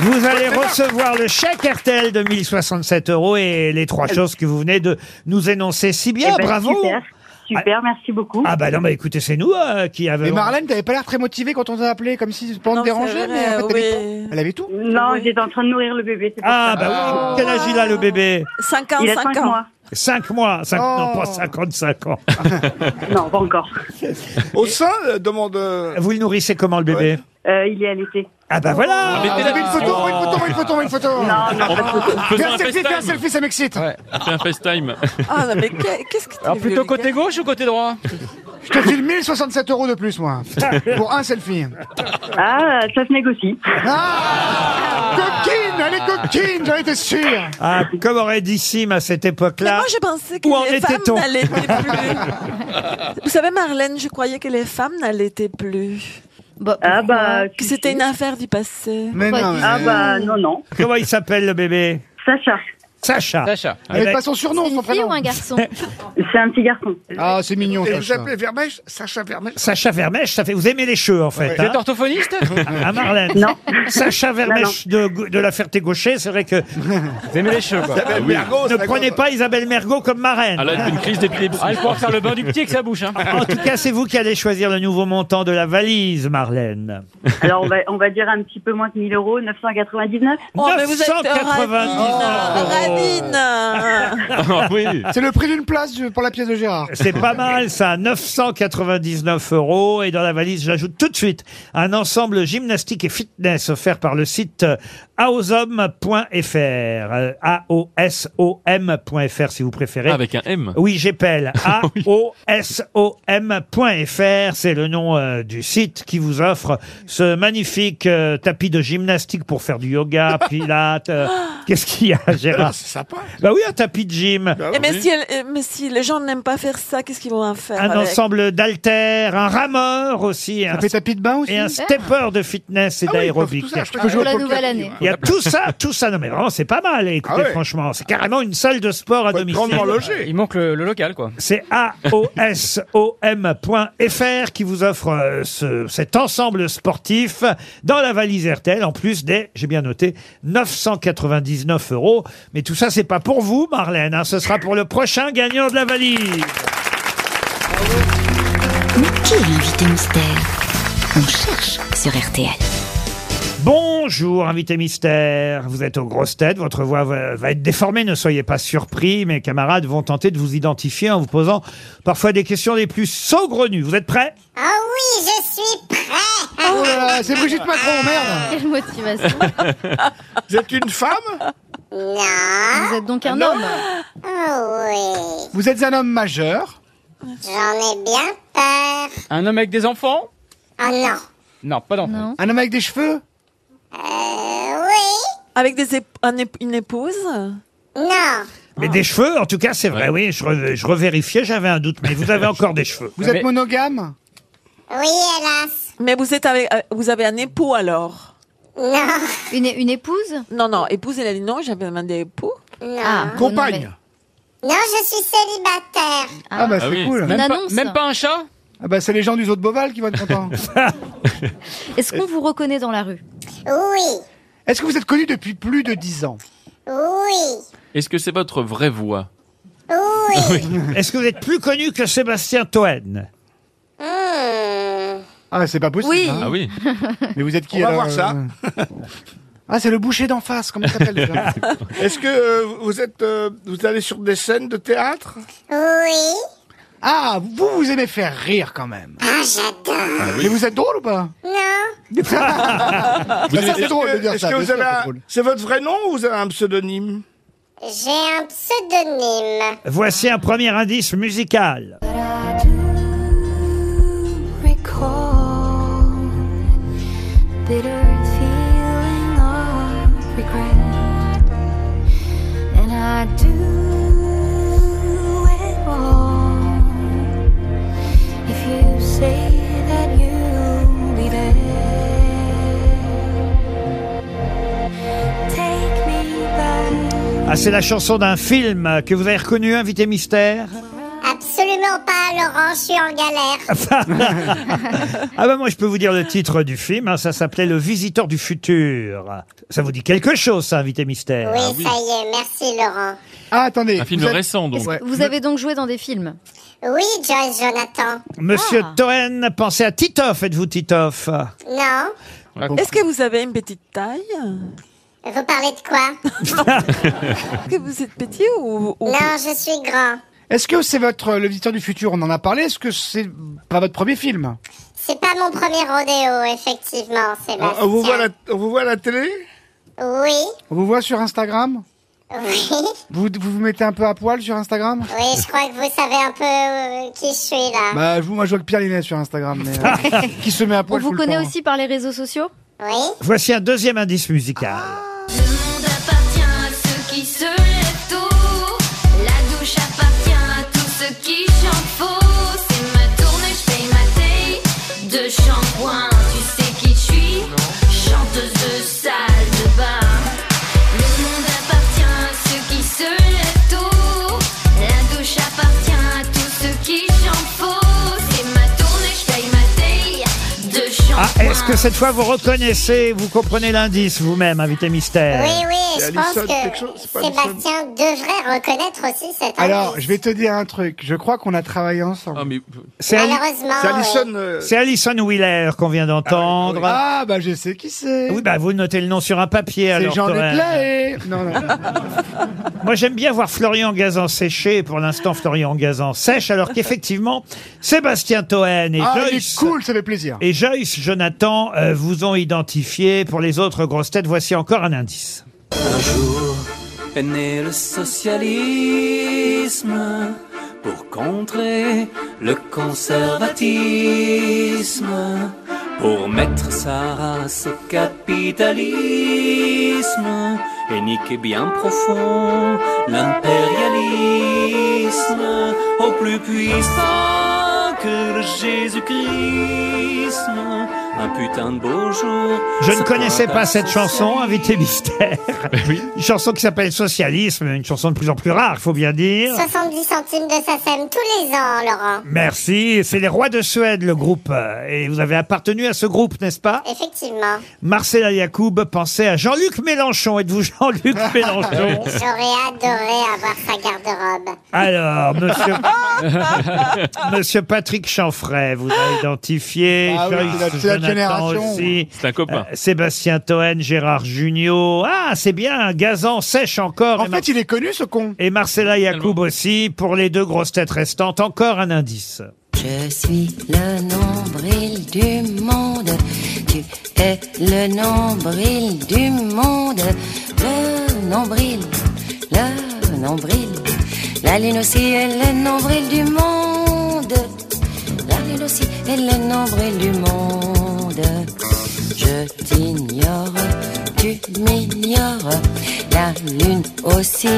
[SPEAKER 2] Vous allez recevoir le chèque RTL de 1067 euros et les trois choses que vous venez de nous énoncer si bien.
[SPEAKER 12] Euh. Eh ben,
[SPEAKER 2] bravo.
[SPEAKER 12] super, super, merci beaucoup.
[SPEAKER 2] Ah bah non, bah écoutez, c'est nous euh, qui avons.
[SPEAKER 3] Et Marlène, t'avais pas l'air très motivée quand on t'a appelé, comme si pour te déranger,
[SPEAKER 12] c'est
[SPEAKER 3] mais en fait, t'avais
[SPEAKER 12] vrai,
[SPEAKER 3] tout. Elle avait tout.
[SPEAKER 12] Non, j'étais en train de nourrir le bébé. c'est pour
[SPEAKER 2] Ah
[SPEAKER 12] ça.
[SPEAKER 2] bah oui, quel âge il a le bébé
[SPEAKER 7] Cinq
[SPEAKER 12] Il a cinq mois.
[SPEAKER 2] 5 mois, cinq- non
[SPEAKER 12] Oh.
[SPEAKER 2] pas 55 ans.
[SPEAKER 12] Non, pas encore.
[SPEAKER 2] Au sein,
[SPEAKER 3] euh,
[SPEAKER 2] demande. Vous le nourrissez comment le bébé
[SPEAKER 12] Euh, il est allaité.
[SPEAKER 2] Ah bah voilà
[SPEAKER 3] Ah, mais une photo, une photo, une photo, une photo.
[SPEAKER 12] Non, non, pas de photo.
[SPEAKER 3] Fais un
[SPEAKER 5] Faisons un FaceTime.
[SPEAKER 3] selfie, fais un selfie, ça m'excite.
[SPEAKER 5] On fait un FaceTime.
[SPEAKER 7] Ah non, mais que- qu'est-ce que hein.
[SPEAKER 6] Alors plutôt côté gauche ou côté droit
[SPEAKER 3] Je te file 1067 euros de plus, moi, pour un selfie.
[SPEAKER 12] Ah, ça se négocie.
[SPEAKER 3] Ah Coquine, elle est coquine, j'en étais sûr.
[SPEAKER 2] Ah, comme aurait dit Sim à cette époque-là.
[SPEAKER 7] Mais moi, je pensais que
[SPEAKER 2] Où en
[SPEAKER 7] les femmes
[SPEAKER 2] était-on
[SPEAKER 7] n'allaient Vous savez, Marlène, je croyais que les femmes n'allaitaient plus.
[SPEAKER 12] Ah bah,
[SPEAKER 7] que c'était une affaire du passé.
[SPEAKER 12] Ah
[SPEAKER 2] euh,
[SPEAKER 12] bah, non, non.
[SPEAKER 2] Comment il s'appelle le bébé
[SPEAKER 12] Sacha.
[SPEAKER 2] Sacha.
[SPEAKER 6] Sacha.
[SPEAKER 2] Eh ben,
[SPEAKER 3] son surnom, son
[SPEAKER 14] prénom. ou un garçon
[SPEAKER 12] C'est un petit garçon.
[SPEAKER 3] Ah, c'est mignon,
[SPEAKER 9] Et vous
[SPEAKER 3] Sacha.
[SPEAKER 9] appelez Vermèche Sacha Vermèche
[SPEAKER 2] Sacha Vermèche, ça fait vous aimez les cheveux en fait.
[SPEAKER 6] Vous
[SPEAKER 2] hein.
[SPEAKER 6] êtes orthophoniste
[SPEAKER 2] Ah Marlène.
[SPEAKER 6] Non.
[SPEAKER 2] Sacha Vermèche de, de la Ferté-Gaucher, c'est vrai que. Vous
[SPEAKER 6] aimez les cheveux, quoi. Ah Isabelle Mergo,
[SPEAKER 2] Ne
[SPEAKER 6] c'est
[SPEAKER 2] prenez pas Isabelle Mergot comme marraine.
[SPEAKER 5] Elle a une crise d'épilepsie.
[SPEAKER 6] Ah, elle pourra faire le bain du petit avec sa bouche. Hein.
[SPEAKER 2] En tout cas, c'est vous qui allez choisir le nouveau montant de la valise, Marlène.
[SPEAKER 12] Alors, on va, on va dire un petit peu moins que 1000 euros, 999.
[SPEAKER 2] Oh, mais vous êtes Oh. 999.
[SPEAKER 7] ravine.
[SPEAKER 6] Ah
[SPEAKER 3] C'est le prix d'une place pour la pièce de Gérard.
[SPEAKER 2] C'est pas mal ça, 999 euros. Et dans la valise, j'ajoute tout de suite un ensemble gymnastique et fitness offert par le site euh, aosom.fr. Euh, A-O-S-O-M.fr si vous préférez.
[SPEAKER 5] Ah, avec un M.
[SPEAKER 2] Oui, j'appelle A-O-S-O-M.fr. C'est le nom euh, du site qui vous offre ce magnifique euh, tapis de gymnastique pour faire du yoga, pilates. euh, Qu'est-ce qu'il y a, Gérard
[SPEAKER 9] c'est sympa.
[SPEAKER 2] Bah oui, un tapis de gym.
[SPEAKER 7] Eh, mais, si elle- eh, mais si les gens n'aiment pas faire ça, qu'est-ce qu'ils vont en faire
[SPEAKER 2] Un
[SPEAKER 7] avec
[SPEAKER 2] ensemble d'haltères, un rameur aussi. un tapis de bain aussi. Et un stepper de fitness et
[SPEAKER 7] oui,
[SPEAKER 2] d'aérobic.
[SPEAKER 7] ils peuvent tout ça, je crois
[SPEAKER 14] Ah. Pour qu'ils la jouent au nouvelle poker. année.
[SPEAKER 2] Il y a tout ça, tout ça. Non mais vraiment, c'est pas mal. Écoutez,
[SPEAKER 6] Ah ouais.
[SPEAKER 2] franchement, c'est carrément une salle de sport à domicile.
[SPEAKER 6] Il manque le, le local, quoi.
[SPEAKER 2] C'est aosom.fr qui vous offre euh, ce- cet ensemble sportif dans la valise RTL, en plus des, j'ai bien noté, 999 euros. Mais tout ça, c'est pas pour vous, Marlène. hein. ce sera pour le prochain gagnant de la valise.
[SPEAKER 15] Qui est l'invité mystère On cherche sur RTL.
[SPEAKER 2] Bonjour, invité mystère. Vous êtes aux grosses têtes, votre voix va va être déformée, ne soyez pas surpris. Mes camarades vont tenter de vous identifier en vous posant parfois des questions les plus saugrenues. Vous êtes prêts
[SPEAKER 20] Ah oui, je suis prêt
[SPEAKER 3] Oh là là, c'est Brigitte Macron, merde
[SPEAKER 14] Quelle motivation
[SPEAKER 9] Vous êtes une femme
[SPEAKER 20] Non
[SPEAKER 14] Vous êtes donc un
[SPEAKER 3] Non.
[SPEAKER 14] homme
[SPEAKER 20] Oh
[SPEAKER 3] Vous êtes un homme majeur
[SPEAKER 20] oui J'en ai bien peur
[SPEAKER 6] Un homme avec des enfants
[SPEAKER 20] Oh non
[SPEAKER 6] Non, pas d'enfants.
[SPEAKER 3] Un homme avec des cheveux
[SPEAKER 7] Avec des ép- un ép- une épouse
[SPEAKER 20] Non
[SPEAKER 2] Mais des cheveux, en tout cas, c'est vrai. Oui, je, re- je revérifiais, j'avais un doute, mais vous avez encore des cheveux.
[SPEAKER 7] Vous êtes
[SPEAKER 2] Mais-
[SPEAKER 7] monogame
[SPEAKER 20] Oui, hélas
[SPEAKER 7] Mais vous, êtes avec, euh, vous avez un époux alors
[SPEAKER 20] Non
[SPEAKER 14] Une, une épouse
[SPEAKER 7] Non, non, épouse, elle a dit non, j'avais demandé époux.
[SPEAKER 18] Ah,
[SPEAKER 20] Non
[SPEAKER 3] Compagne
[SPEAKER 20] Non, je suis célibataire
[SPEAKER 3] Ah, bah c'est cool
[SPEAKER 6] Même pas, même pas un chat
[SPEAKER 3] Ah bah c'est les gens du zoo de Beauval qui vont être contents
[SPEAKER 14] Est-ce qu'on vous reconnaît dans la rue
[SPEAKER 20] Oui
[SPEAKER 3] Est-ce que vous êtes connu depuis plus de 10 ans
[SPEAKER 20] Oui
[SPEAKER 5] Est-ce que c'est votre vraie voix
[SPEAKER 20] Oui
[SPEAKER 2] Est-ce que vous êtes plus connu que Sébastien Toen
[SPEAKER 20] Hmm.
[SPEAKER 3] Ah c'est pas possible
[SPEAKER 20] Oui.
[SPEAKER 3] hein.
[SPEAKER 5] Ah oui.
[SPEAKER 3] Mais vous êtes qui
[SPEAKER 9] On va
[SPEAKER 3] alors,
[SPEAKER 9] voir ça.
[SPEAKER 3] euh Ah c'est le boucher d'en face, comment ça s'appelle déjà
[SPEAKER 9] Est-ce que euh, vous êtes, euh, vous allez sur des scènes de théâtre
[SPEAKER 20] Oui
[SPEAKER 3] Ah, vous, vous aimez faire rire quand même
[SPEAKER 20] Ah, j'adore
[SPEAKER 3] Mais vous êtes drôle ou pas
[SPEAKER 20] Non
[SPEAKER 3] Ça,
[SPEAKER 9] Vous êtes-
[SPEAKER 3] c'est drôle
[SPEAKER 9] est-ce
[SPEAKER 3] de dire
[SPEAKER 9] que-
[SPEAKER 3] ça,
[SPEAKER 9] est-ce que
[SPEAKER 3] bien
[SPEAKER 9] vous
[SPEAKER 3] sûr,
[SPEAKER 9] avez
[SPEAKER 3] c'est
[SPEAKER 9] un-
[SPEAKER 3] drôle.
[SPEAKER 9] C'est votre vrai nom ou vous avez un pseudonyme
[SPEAKER 20] J'ai un pseudonyme
[SPEAKER 2] Voici un premier indice musical.
[SPEAKER 21] recall bitter feeling of regret, and I do it all if you say that you'll be there. Take me back.
[SPEAKER 2] Ah, c'est la chanson d'un film que vous avez reconnu, Invité Mystère
[SPEAKER 20] Absolument pas, Laurent, je suis en galère
[SPEAKER 2] Ah bah Ah, moi je peux vous dire le titre du film, hein, ça s'appelait Le Visiteur du Futur. Ça vous dit quelque chose, ça, Invité Mystère
[SPEAKER 9] ah
[SPEAKER 20] Oui, ça y est, merci Laurent.
[SPEAKER 3] Ah, attendez.
[SPEAKER 2] Un film vous êtes- récent, donc.
[SPEAKER 14] Est-ce
[SPEAKER 2] Ouais.
[SPEAKER 14] que Vous avez donc joué dans des films
[SPEAKER 20] Oui, Joyce Jonathan.
[SPEAKER 2] Monsieur Toen, pensez à Titoff, êtes-vous Titoff
[SPEAKER 20] Non.
[SPEAKER 3] Ah,
[SPEAKER 7] Est-ce que vous avez une petite taille
[SPEAKER 20] Vous parlez de quoi
[SPEAKER 7] Est-ce que vous êtes petit ou... ou-
[SPEAKER 20] Non, je suis grand.
[SPEAKER 3] Est-ce que c'est votre Le Visiteur du Futur On en a parlé. Est-ce que c'est pas votre premier film
[SPEAKER 20] C'est pas mon premier rodéo, effectivement, Sébastien.
[SPEAKER 9] Ah, on, on vous voit à la, on vous voit à la télé
[SPEAKER 20] Oui,
[SPEAKER 3] On vous voit sur Instagram
[SPEAKER 20] oui.
[SPEAKER 3] vous, vous vous mettez un peu à poil sur Instagram
[SPEAKER 20] Oui, je crois que vous savez un peu euh, qui je suis là.
[SPEAKER 3] Bah, je vous, moi, je vois que Pierre Linet sur Instagram. Mais, euh, qui se met à
[SPEAKER 14] On
[SPEAKER 3] poil
[SPEAKER 14] vous
[SPEAKER 3] tout le
[SPEAKER 14] connaît
[SPEAKER 3] temps.
[SPEAKER 14] aussi par les réseaux sociaux
[SPEAKER 20] Oui.
[SPEAKER 2] Voici un deuxième indice musical.
[SPEAKER 21] appartient à ceux qui se lèvent tôt. La douche appartient à tous ceux qui chantent faux. C'est ma tournée, je paye ma taille de shampoing. Tu sais qui je suis Chanteuse de salle de bain. Le monde appartient à ceux qui se lèvent tôt. La douche appartient à tous ceux qui chantent faux. C'est ma tournée, je paye ma taille de
[SPEAKER 2] Ah,
[SPEAKER 21] shampoing.
[SPEAKER 2] est-ce que cette fois vous reconnaissez, vous comprenez l'indice vous-même, Invité Mystère
[SPEAKER 20] Oui, oui, je
[SPEAKER 9] Euh, C'est
[SPEAKER 20] pense
[SPEAKER 9] Alison,
[SPEAKER 20] que
[SPEAKER 9] quelque chose, c'est pas
[SPEAKER 20] Sébastien devrait reconnaître aussi cette
[SPEAKER 3] Alors, je vais te dire un truc. Je crois qu'on a travaillé ensemble.
[SPEAKER 2] C'est Ali-
[SPEAKER 20] Malheureusement, C'est Alison, oui. euh,
[SPEAKER 2] C'est Alison Wheeler qu'on vient d'entendre.
[SPEAKER 3] Ah, bah, je sais qui c'est.
[SPEAKER 2] Oui, bah vous notez le nom sur un papier.
[SPEAKER 3] c'est
[SPEAKER 2] alors,
[SPEAKER 3] Jean
[SPEAKER 2] Toen.
[SPEAKER 3] Leclerc. Non, non.
[SPEAKER 2] Moi, j'aime bien voir Florian Gazan séché. Pour l'instant, Florian Gazan sèche, alors qu'effectivement, Sébastien Toen et
[SPEAKER 3] Ah, il
[SPEAKER 2] Joyce.
[SPEAKER 3] est cool, ça fait plaisir.
[SPEAKER 2] Et Joyce, Jonathan, euh, vous ont identifié. Pour les autres grosses têtes, voici encore un indice.
[SPEAKER 8] Un jour est né le socialisme pour contrer le conservatisme, pour mettre sa race au capitalisme. l'héroïsme et niquer bien profond l'impérialisme au plus puissant que le Jésus-Christ. Un putain de beau jour.
[SPEAKER 2] Je ne connaissais pas cette chanson, Invité Mystère. Une chanson qui s'appelle Socialisme, une chanson de plus en plus rare, faut bien dire.
[SPEAKER 20] 70 centimes de SACEM tous les ans, Laurent.
[SPEAKER 2] Merci, c'est les Rois de Suède, le groupe. euh, Et vous avez appartenu à ce groupe, n'est-ce pas
[SPEAKER 20] Effectivement.
[SPEAKER 2] Marcela Yacoub pensait à Jean-Luc Mélenchon. Êtes-vous Jean-Luc Mélenchon
[SPEAKER 20] J'aurais adoré avoir sa garde-robe.
[SPEAKER 2] Alors, monsieur, monsieur Patrick Chanfray, vous a identifié.
[SPEAKER 3] Ah oui,
[SPEAKER 2] Joyce
[SPEAKER 3] c'est la- c'est la
[SPEAKER 2] Jonathan
[SPEAKER 3] génération.
[SPEAKER 2] aussi.
[SPEAKER 5] C'est un copain.
[SPEAKER 2] Euh, Sébastien Toen, Gérard Junior. Ah, c'est bien, Gazan sèche encore. En fait,
[SPEAKER 3] il est connu, ce con.
[SPEAKER 2] Et Marcela Yacoub aussi, pour les deux grosses têtes restantes, encore un indice.
[SPEAKER 10] Je suis le nombril du monde. Tu es le nombril du monde. Le nombril, le nombril. La lune aussi est le nombril du monde. La lune aussi est le nombril du monde. Je t'ignore, tu m'ignores. La lune aussi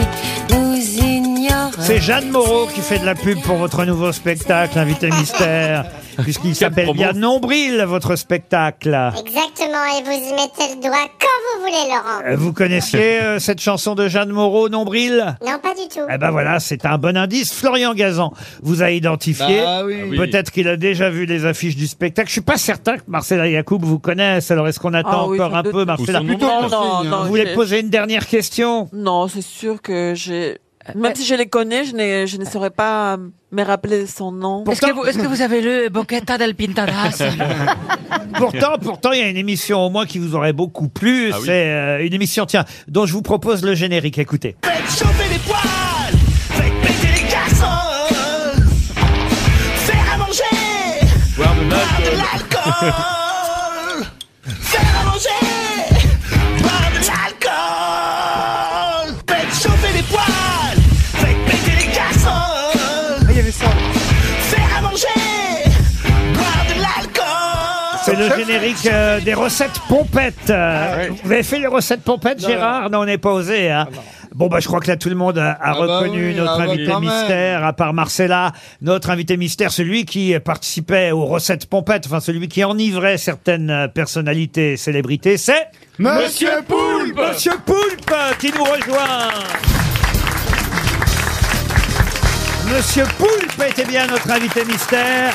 [SPEAKER 10] nous ignore.
[SPEAKER 2] C'est Jeanne Moreau qui fait de la pub pour votre nouveau spectacle, Invité Mystère, puisqu'il s'appelle
[SPEAKER 5] promo.
[SPEAKER 2] bien Nombril, votre spectacle.
[SPEAKER 20] Exactement, et vous y mettez le doigt quand vous voulez, Laurent.
[SPEAKER 2] Euh, Vous connaissiez euh, cette chanson de Jeanne Moreau, Nombril
[SPEAKER 20] Non, pas du tout.
[SPEAKER 2] Eh ben voilà, c'est un bon indice. Florian Gazan vous a identifié.
[SPEAKER 20] Bah oui. Ah oui.
[SPEAKER 2] Peut-être qu'il a déjà vu les affiches du spectacle. Je suis pas certain que Marcela Yacoub vous connaisse. Alors est-ce qu'on attend
[SPEAKER 7] Ah oui,
[SPEAKER 2] encore un
[SPEAKER 7] sans
[SPEAKER 2] peu
[SPEAKER 7] doute.
[SPEAKER 2] Marcela
[SPEAKER 7] Ou son nom, Non, non, non,
[SPEAKER 2] Vous voulez
[SPEAKER 7] j'ai-
[SPEAKER 2] poser une dernière question
[SPEAKER 7] Non, c'est sûr que j'ai.
[SPEAKER 18] Euh.
[SPEAKER 7] Même si je les connais, je, n'ai- je ne saurais pas me rappeler son nom.
[SPEAKER 18] Est-ce que, vous- est-ce que vous avez lu Boqueta del Pintadas
[SPEAKER 2] Pourtant, pourtant, il y a une émission au moins qui vous aurait beaucoup plu.
[SPEAKER 18] oui.
[SPEAKER 2] C'est euh, une émission, tiens, dont je vous propose le générique. Écoutez.
[SPEAKER 8] Faites chauffer les poils, faites péter les casseroles, faire à manger,
[SPEAKER 5] Boire de
[SPEAKER 8] boire Ah, de l'alcool, faire à manger, boire de l'alcool, faites chauffer les poils, faites péter les
[SPEAKER 2] Ah,
[SPEAKER 8] casseroles, faire à manger, boire de l'alcool.
[SPEAKER 2] C'est le générique euh, des recettes pompettes. Euh, Vous avez fait les recettes pompettes,
[SPEAKER 8] Ah Non,
[SPEAKER 2] Gérard Non, on n'est pas osé. hein. Bon, bah, je crois que là, tout le monde a, a reconnu
[SPEAKER 8] oui,
[SPEAKER 2] notre
[SPEAKER 8] ah bah,
[SPEAKER 2] invité
[SPEAKER 8] quand même.
[SPEAKER 2] mystère, à part Marcella, notre invité mystère, celui qui participait aux recettes pompettes, enfin celui qui enivrait certaines euh, personnalités et célébrités, c'est...
[SPEAKER 3] Monsieur Poulpe
[SPEAKER 2] Monsieur Poulpe qui nous rejoint Monsieur Poulpe était bien notre invité mystère.